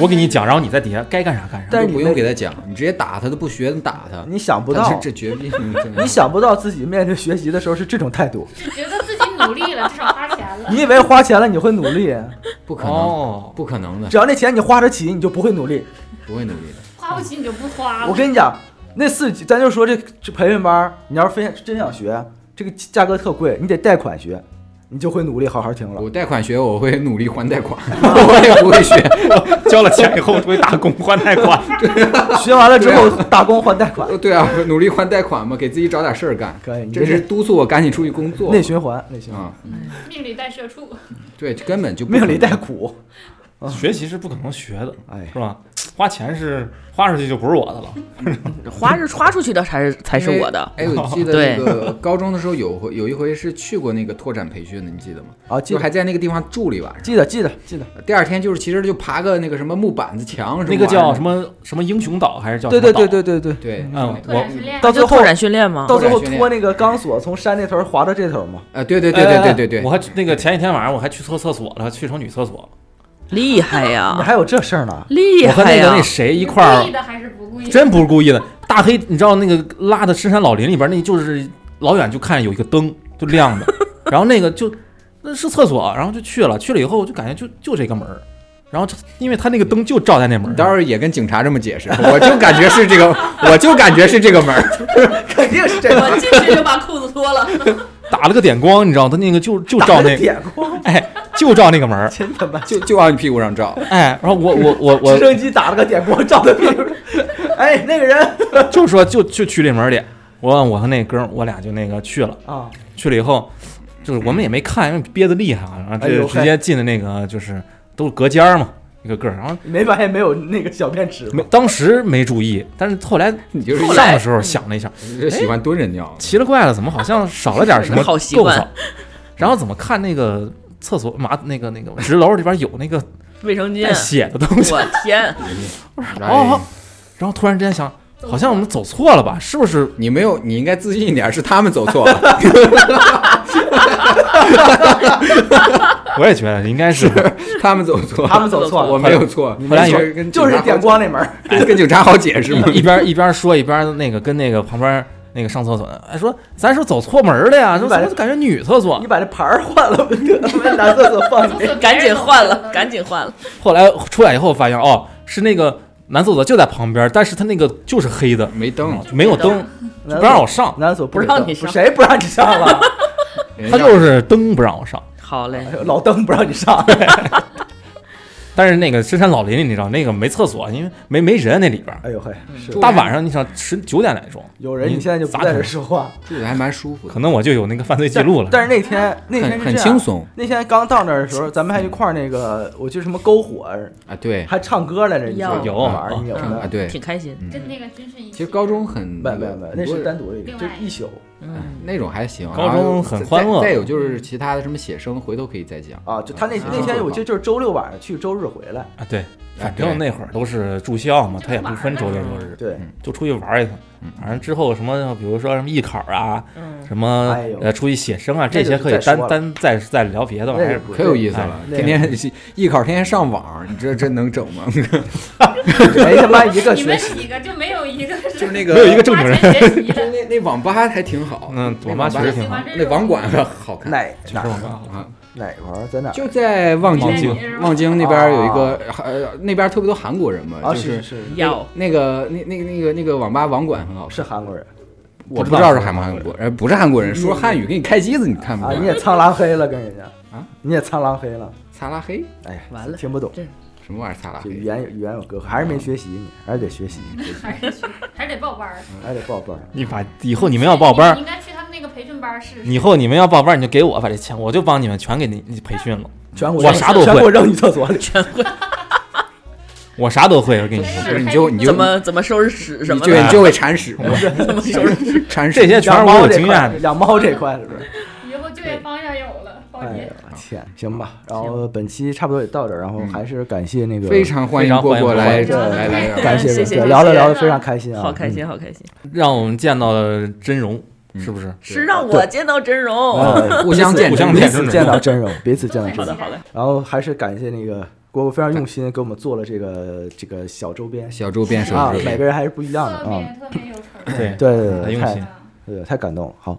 Speaker 4: 我给你讲，然后你在底下该干啥干啥。
Speaker 1: 但是
Speaker 3: 就
Speaker 1: 你
Speaker 3: 不用
Speaker 1: 那
Speaker 3: 给他讲，你直接打他，他不学，你打他。
Speaker 1: 你想不
Speaker 3: 他
Speaker 1: 到
Speaker 3: 这，这绝逼！
Speaker 1: 你想不到自己面对学习的时候是这种态度，
Speaker 2: 就觉得自己努力了，至少花钱了
Speaker 1: 你。以为花钱了你会努力，
Speaker 3: 不可能，
Speaker 4: 哦，
Speaker 3: 不可能的
Speaker 1: 只，要那钱你花得起，你就不会努力。
Speaker 3: 不会努力的。
Speaker 2: 花不起你就不花了。
Speaker 1: 我跟你讲，那四级，咱就说这这培训班儿，你要是非真想学，这个价格特贵，你得贷款学，你就会努力好好听了。
Speaker 3: 我贷款学，我会努力还贷款，我也不会学。
Speaker 4: 交了钱以后出去打工还贷款，
Speaker 1: 学完了之 后打工还贷款，
Speaker 3: 对啊，努力还贷款嘛，给自己找点事儿干。
Speaker 1: 可以，你
Speaker 3: 这是督促我赶紧出去工作。
Speaker 1: 内循环，内循环，
Speaker 3: 啊，
Speaker 2: 命里带社畜，
Speaker 3: 对，根本就不可
Speaker 1: 命
Speaker 3: 能
Speaker 1: 里带苦。
Speaker 4: 学习是不可能学的，
Speaker 1: 哎
Speaker 4: 是，吧？花钱是花出去就不是我的了。
Speaker 5: 花是花出去的才是才是我的。
Speaker 3: 因为哎，我记 得那个高中的时候有回有一回是去过那个拓展培训的，你记得吗？
Speaker 1: 啊，记
Speaker 3: 就
Speaker 1: 得
Speaker 3: 还在那个地方住了一晚上。
Speaker 1: 记得记得记得，
Speaker 3: 第二天就是其实就爬个那个什么木板子墙什么
Speaker 4: 那个叫
Speaker 3: 玩意
Speaker 4: 什么什么英雄岛还是叫
Speaker 1: 对对对
Speaker 4: 对
Speaker 1: 对对对，
Speaker 3: 儿的？对，
Speaker 4: 嗯
Speaker 2: 拓
Speaker 3: 我
Speaker 2: 展训练
Speaker 1: 到最
Speaker 5: 就
Speaker 1: 后
Speaker 5: 拓展训练 吗？
Speaker 1: 到最后
Speaker 3: 拓展训练
Speaker 1: 拖那个钢索从山那头滑到这头嘛，
Speaker 3: 啊，对对对对对对对，
Speaker 4: 哎呃我还那个前几天晚上我还去厕厕所了，去成女厕所了。
Speaker 5: 厉害
Speaker 1: 你
Speaker 5: 呀，
Speaker 1: 还有这事儿呢？
Speaker 5: 厉
Speaker 4: 我和
Speaker 5: 害
Speaker 4: 那个
Speaker 5: 呀
Speaker 4: 那！谁一块儿啊
Speaker 2: 故意，的还是不故意的？
Speaker 4: 真不是故意的，大黑，你知道那个拉的深山老林里边，那就是老远就看有一个灯就亮的，然后那个就那是厕所，然后就去了，去了以后就感觉就就这个门儿，然后就因为他那个灯就照在那门
Speaker 3: 你
Speaker 4: 儿
Speaker 3: 到时
Speaker 4: 上，
Speaker 3: 候也跟警察这么解释，我就感觉是这个， 我就感觉是这个门儿，
Speaker 1: 肯定是这样。
Speaker 5: 我进去就把裤子脱了，
Speaker 4: 打了个点光，你知道他那个就就
Speaker 1: 打
Speaker 4: 照
Speaker 1: 了
Speaker 4: 那个，
Speaker 1: 点光，
Speaker 4: 哎，就照那个门儿，
Speaker 1: 真他妈！
Speaker 3: 就就往你屁股上照。
Speaker 4: 哎，然后我我 我
Speaker 1: 直
Speaker 4: 我
Speaker 1: 升机打了个点光，照的 屁股。哎，那个人
Speaker 4: 就说就就去这门儿里，我我和那哥们儿我俩就那个去了，
Speaker 1: 啊，
Speaker 4: 去了以后就是我们也没看，因为憋得厉害啊，然后
Speaker 1: 哎呦
Speaker 4: 就直接进的那个就是都是隔间儿嘛，一个个儿，然后。
Speaker 1: 没发现没有那个小便池
Speaker 4: 没
Speaker 1: 吗？
Speaker 4: 当时没注意，但是后来
Speaker 3: 你就是
Speaker 4: 上的时候想了一下，
Speaker 3: 你这喜欢蹲人尿，
Speaker 4: 奇了怪了，怎么好像少了点什么
Speaker 5: 好
Speaker 4: 构
Speaker 5: 习惯
Speaker 4: 造？然后怎么看那个厕所马那个那个纸篓里边有 那个
Speaker 5: 卫生
Speaker 4: 带
Speaker 5: 间，
Speaker 4: 血的东西，
Speaker 5: 我 天，
Speaker 4: 哦，然后突然之间想，好像我们走错了吧？是不是？
Speaker 3: 你没有，你应该自信一点，是他们走错了。
Speaker 4: 我也觉得应该是
Speaker 3: 他们走错，
Speaker 1: 他们走错了，
Speaker 3: 我没有错，
Speaker 4: 后来有
Speaker 3: 你跟警
Speaker 1: 就
Speaker 3: 察
Speaker 1: 是点光那门儿。
Speaker 3: 跟警察好解释 吗？
Speaker 4: 一边一边说一边那个跟那个旁边那个上厕所的，哎说咱是走错门了呀，说
Speaker 1: 你把
Speaker 4: 怎么感觉女厕所
Speaker 1: 你？把这牌儿换了，把男厕所放进去。
Speaker 5: 赶紧换了，赶紧换了，
Speaker 4: 后来出来以后发现哦，是那个男厕所就在旁边，但是他那个就是黑的，
Speaker 3: 没灯，
Speaker 1: 嗯
Speaker 4: 没有灯，就不让我上。
Speaker 1: 男厕所
Speaker 5: 不让你上
Speaker 1: 谁不让你上了？
Speaker 4: 他就是灯不让我上，
Speaker 5: 好嘞
Speaker 1: 哎，呦老登不让你上，
Speaker 4: 但是那个深山老林里，你知道那个没厕所，因为没没人那里边儿，
Speaker 1: 哎呦嘿，
Speaker 3: 嗯
Speaker 1: 是
Speaker 4: 大晚上你想十九点来钟，
Speaker 1: 有人，
Speaker 4: 你
Speaker 1: 你现在就不
Speaker 4: 咋
Speaker 1: 在这
Speaker 4: 整
Speaker 1: 说 话。
Speaker 3: 住的还蛮舒服的
Speaker 4: 可，能我就有那个犯罪记录了。
Speaker 1: 但是那天 那天
Speaker 3: 很
Speaker 1: 是
Speaker 3: 很
Speaker 1: 这样
Speaker 3: 轻。松
Speaker 1: 那天刚到那儿的时候，咱们还一块儿那个，我记得什么篝火儿，
Speaker 3: 啊。对，
Speaker 1: 还唱歌来着，你记得
Speaker 5: 有
Speaker 1: 有玩儿，你有
Speaker 3: 上啊
Speaker 1: 的。
Speaker 3: 对，
Speaker 5: 挺开心，
Speaker 2: 跟那个军训一起。
Speaker 3: 其实高中很
Speaker 1: 没有没有没有，那是单独的一个，
Speaker 2: 另
Speaker 1: 就
Speaker 2: 外
Speaker 1: 是一宿
Speaker 5: 嗯，
Speaker 3: 那种还行，
Speaker 4: 高中很欢乐
Speaker 3: 然后再再有就是其他的什么写生，回头可以再讲。
Speaker 1: 啊。就他那
Speaker 3: 啊
Speaker 1: 那天我记得就是周六晚上去，周日回来。
Speaker 4: 啊，对，
Speaker 3: 哎
Speaker 4: 反正那会儿都是住校嘛，他也不哎分周
Speaker 5: 嗯
Speaker 4: 六周日，
Speaker 1: 对，
Speaker 4: 就出去玩一趟
Speaker 3: 嗯。
Speaker 4: 反正之后什么，比如说什么艺考啊，
Speaker 5: 嗯，
Speaker 4: 什么
Speaker 1: 哎呦
Speaker 4: 呃出去写生啊，
Speaker 1: 那就
Speaker 4: 这些可以
Speaker 1: 再
Speaker 4: 单
Speaker 1: 说了
Speaker 4: 单再再聊别的吧，
Speaker 1: 那
Speaker 4: 还
Speaker 1: 个
Speaker 4: 是
Speaker 1: 不
Speaker 3: 可哎有意思
Speaker 4: 哎
Speaker 3: 了，
Speaker 1: 对
Speaker 3: 天天 艺考，天天上网，你这这能整 吗？
Speaker 1: 没他妈一个
Speaker 2: 你
Speaker 1: 学
Speaker 2: 们
Speaker 1: 习，
Speaker 2: 几个就没有一个是
Speaker 3: 就是那
Speaker 4: 没有一
Speaker 3: 个，
Speaker 4: 个正
Speaker 2: 花
Speaker 4: 经人。
Speaker 2: 钱学习
Speaker 3: 就
Speaker 2: 的，
Speaker 3: 是那那网吧还挺好，
Speaker 4: 嗯
Speaker 3: 那
Speaker 4: 网吧
Speaker 3: 网吧
Speaker 4: 确实
Speaker 2: 喜
Speaker 4: 挺好
Speaker 2: 欢这
Speaker 3: 那
Speaker 2: 种
Speaker 3: 网管好看
Speaker 1: 哪哪
Speaker 4: 是吧
Speaker 3: 啊，
Speaker 1: 哪块儿在哪儿？
Speaker 3: 就在望
Speaker 4: 望
Speaker 3: 京
Speaker 4: 京，
Speaker 3: 望京那边有一个，呃，那边特别多韩国人嘛，
Speaker 1: 啊
Speaker 3: 就是
Speaker 1: 哦是
Speaker 5: 要
Speaker 3: 那个那那个那个那个网吧网管很好看
Speaker 1: 是韩国人
Speaker 3: 我不知道是韩不韩国，人，呃不是韩国人，说汉语给你开机子，你看不
Speaker 1: 啊，
Speaker 3: 出
Speaker 1: 你
Speaker 3: 来。
Speaker 1: 也苍狼黑了跟人家
Speaker 3: 嗯啊，
Speaker 1: 你也苍狼黑了，
Speaker 3: 擦拉黑
Speaker 1: 哎呀，
Speaker 5: 完了
Speaker 1: 听不懂，
Speaker 3: 什么玩意儿？擦拉
Speaker 1: 就语
Speaker 3: 黑？
Speaker 1: 言有语言有隔阂，还是没学习，你还是得学 习，
Speaker 2: 还是去还是得报班儿。
Speaker 1: 还是得报班儿。
Speaker 4: 你把以后你们要报班
Speaker 2: 你
Speaker 4: 儿，
Speaker 2: 应该去他们那个培训班儿试试。
Speaker 4: 以后你们要报班儿，你就给我把这钱，我就帮你们全给你你培训了。
Speaker 1: 全国
Speaker 4: 我啥都会
Speaker 1: 全国扔你厕所里，
Speaker 4: 我啥都会，我跟你说，
Speaker 3: 是你就你就
Speaker 5: 怎么怎么收拾屎什
Speaker 3: 你
Speaker 5: 么
Speaker 3: 就
Speaker 5: 的，
Speaker 3: 你就会铲屎嘛，
Speaker 5: 怎么收拾，
Speaker 3: 铲
Speaker 4: 这
Speaker 3: 屎。
Speaker 4: 些全
Speaker 1: 养
Speaker 4: 是我
Speaker 1: 猫
Speaker 4: 有
Speaker 1: 这
Speaker 4: 经
Speaker 1: 块
Speaker 4: 验
Speaker 1: 儿，
Speaker 4: 的。
Speaker 1: 养猫这块是不是？
Speaker 5: 嗯
Speaker 2: 以后就业方向有了，放
Speaker 1: 哎
Speaker 2: 心
Speaker 1: 呀，。我天，行吧，然后本期差不多也到这儿，然后
Speaker 3: 嗯
Speaker 1: 还是感谢那个
Speaker 3: 非常欢迎过过来
Speaker 1: 非常欢迎
Speaker 3: 来来来，
Speaker 1: 感谢
Speaker 5: 谢谢
Speaker 1: 对聊着
Speaker 5: 谢谢
Speaker 1: 聊着非常开心啊，
Speaker 5: 好开心，好开心，
Speaker 4: 让我们见到了真容，
Speaker 3: 嗯
Speaker 4: 是不是？
Speaker 5: 是让我见到真
Speaker 1: 嗯。
Speaker 5: 容，
Speaker 1: 呃
Speaker 3: 互相见
Speaker 1: 彼此
Speaker 4: 证
Speaker 1: 彼此见到真容，彼此见到真
Speaker 5: 好
Speaker 1: 容
Speaker 5: 的，好的，
Speaker 1: 然后还是感谢那个郭郭非常用心给我们做了这个这个小周边
Speaker 3: 小周边手
Speaker 1: 啊，
Speaker 3: 指
Speaker 1: 每个人还是不一样的
Speaker 2: 特
Speaker 1: 啊
Speaker 2: 别，特别有口儿。
Speaker 4: 对，
Speaker 1: 对对
Speaker 4: 很
Speaker 1: 对，
Speaker 4: 用
Speaker 1: 太
Speaker 4: 心。
Speaker 1: 对哎太感动了。好，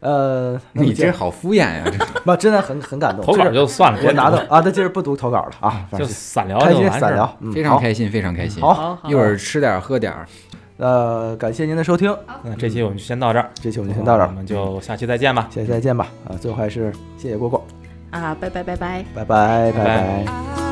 Speaker 1: 呃，那
Speaker 3: 你
Speaker 1: 么嗯
Speaker 3: 这好敷衍呀！这 是
Speaker 1: 不真的很很感动，
Speaker 4: 投稿就算了，
Speaker 1: 我拿到
Speaker 4: 别
Speaker 1: 啊，那今儿不读投稿了啊，反
Speaker 4: 读就
Speaker 1: 正
Speaker 4: 散聊
Speaker 1: 开
Speaker 4: 就
Speaker 1: 心
Speaker 4: 完事
Speaker 1: 散
Speaker 4: 儿。
Speaker 1: 聊，嗯，
Speaker 3: 非常
Speaker 1: 好，
Speaker 3: 开心，非常开心。
Speaker 1: 好
Speaker 5: 好好
Speaker 3: 一会儿吃点儿喝点儿，
Speaker 1: 呃，感谢您的收听，
Speaker 4: 那这期我们就先到这儿，
Speaker 1: 嗯这期我们就先到这
Speaker 4: 我
Speaker 1: 儿，
Speaker 4: 们就下期再见吧。
Speaker 1: 下期再见吧啊，最后还是谢谢郭郭，
Speaker 5: 啊，拜拜拜拜。
Speaker 1: 拜拜拜拜
Speaker 4: 拜拜。
Speaker 7: I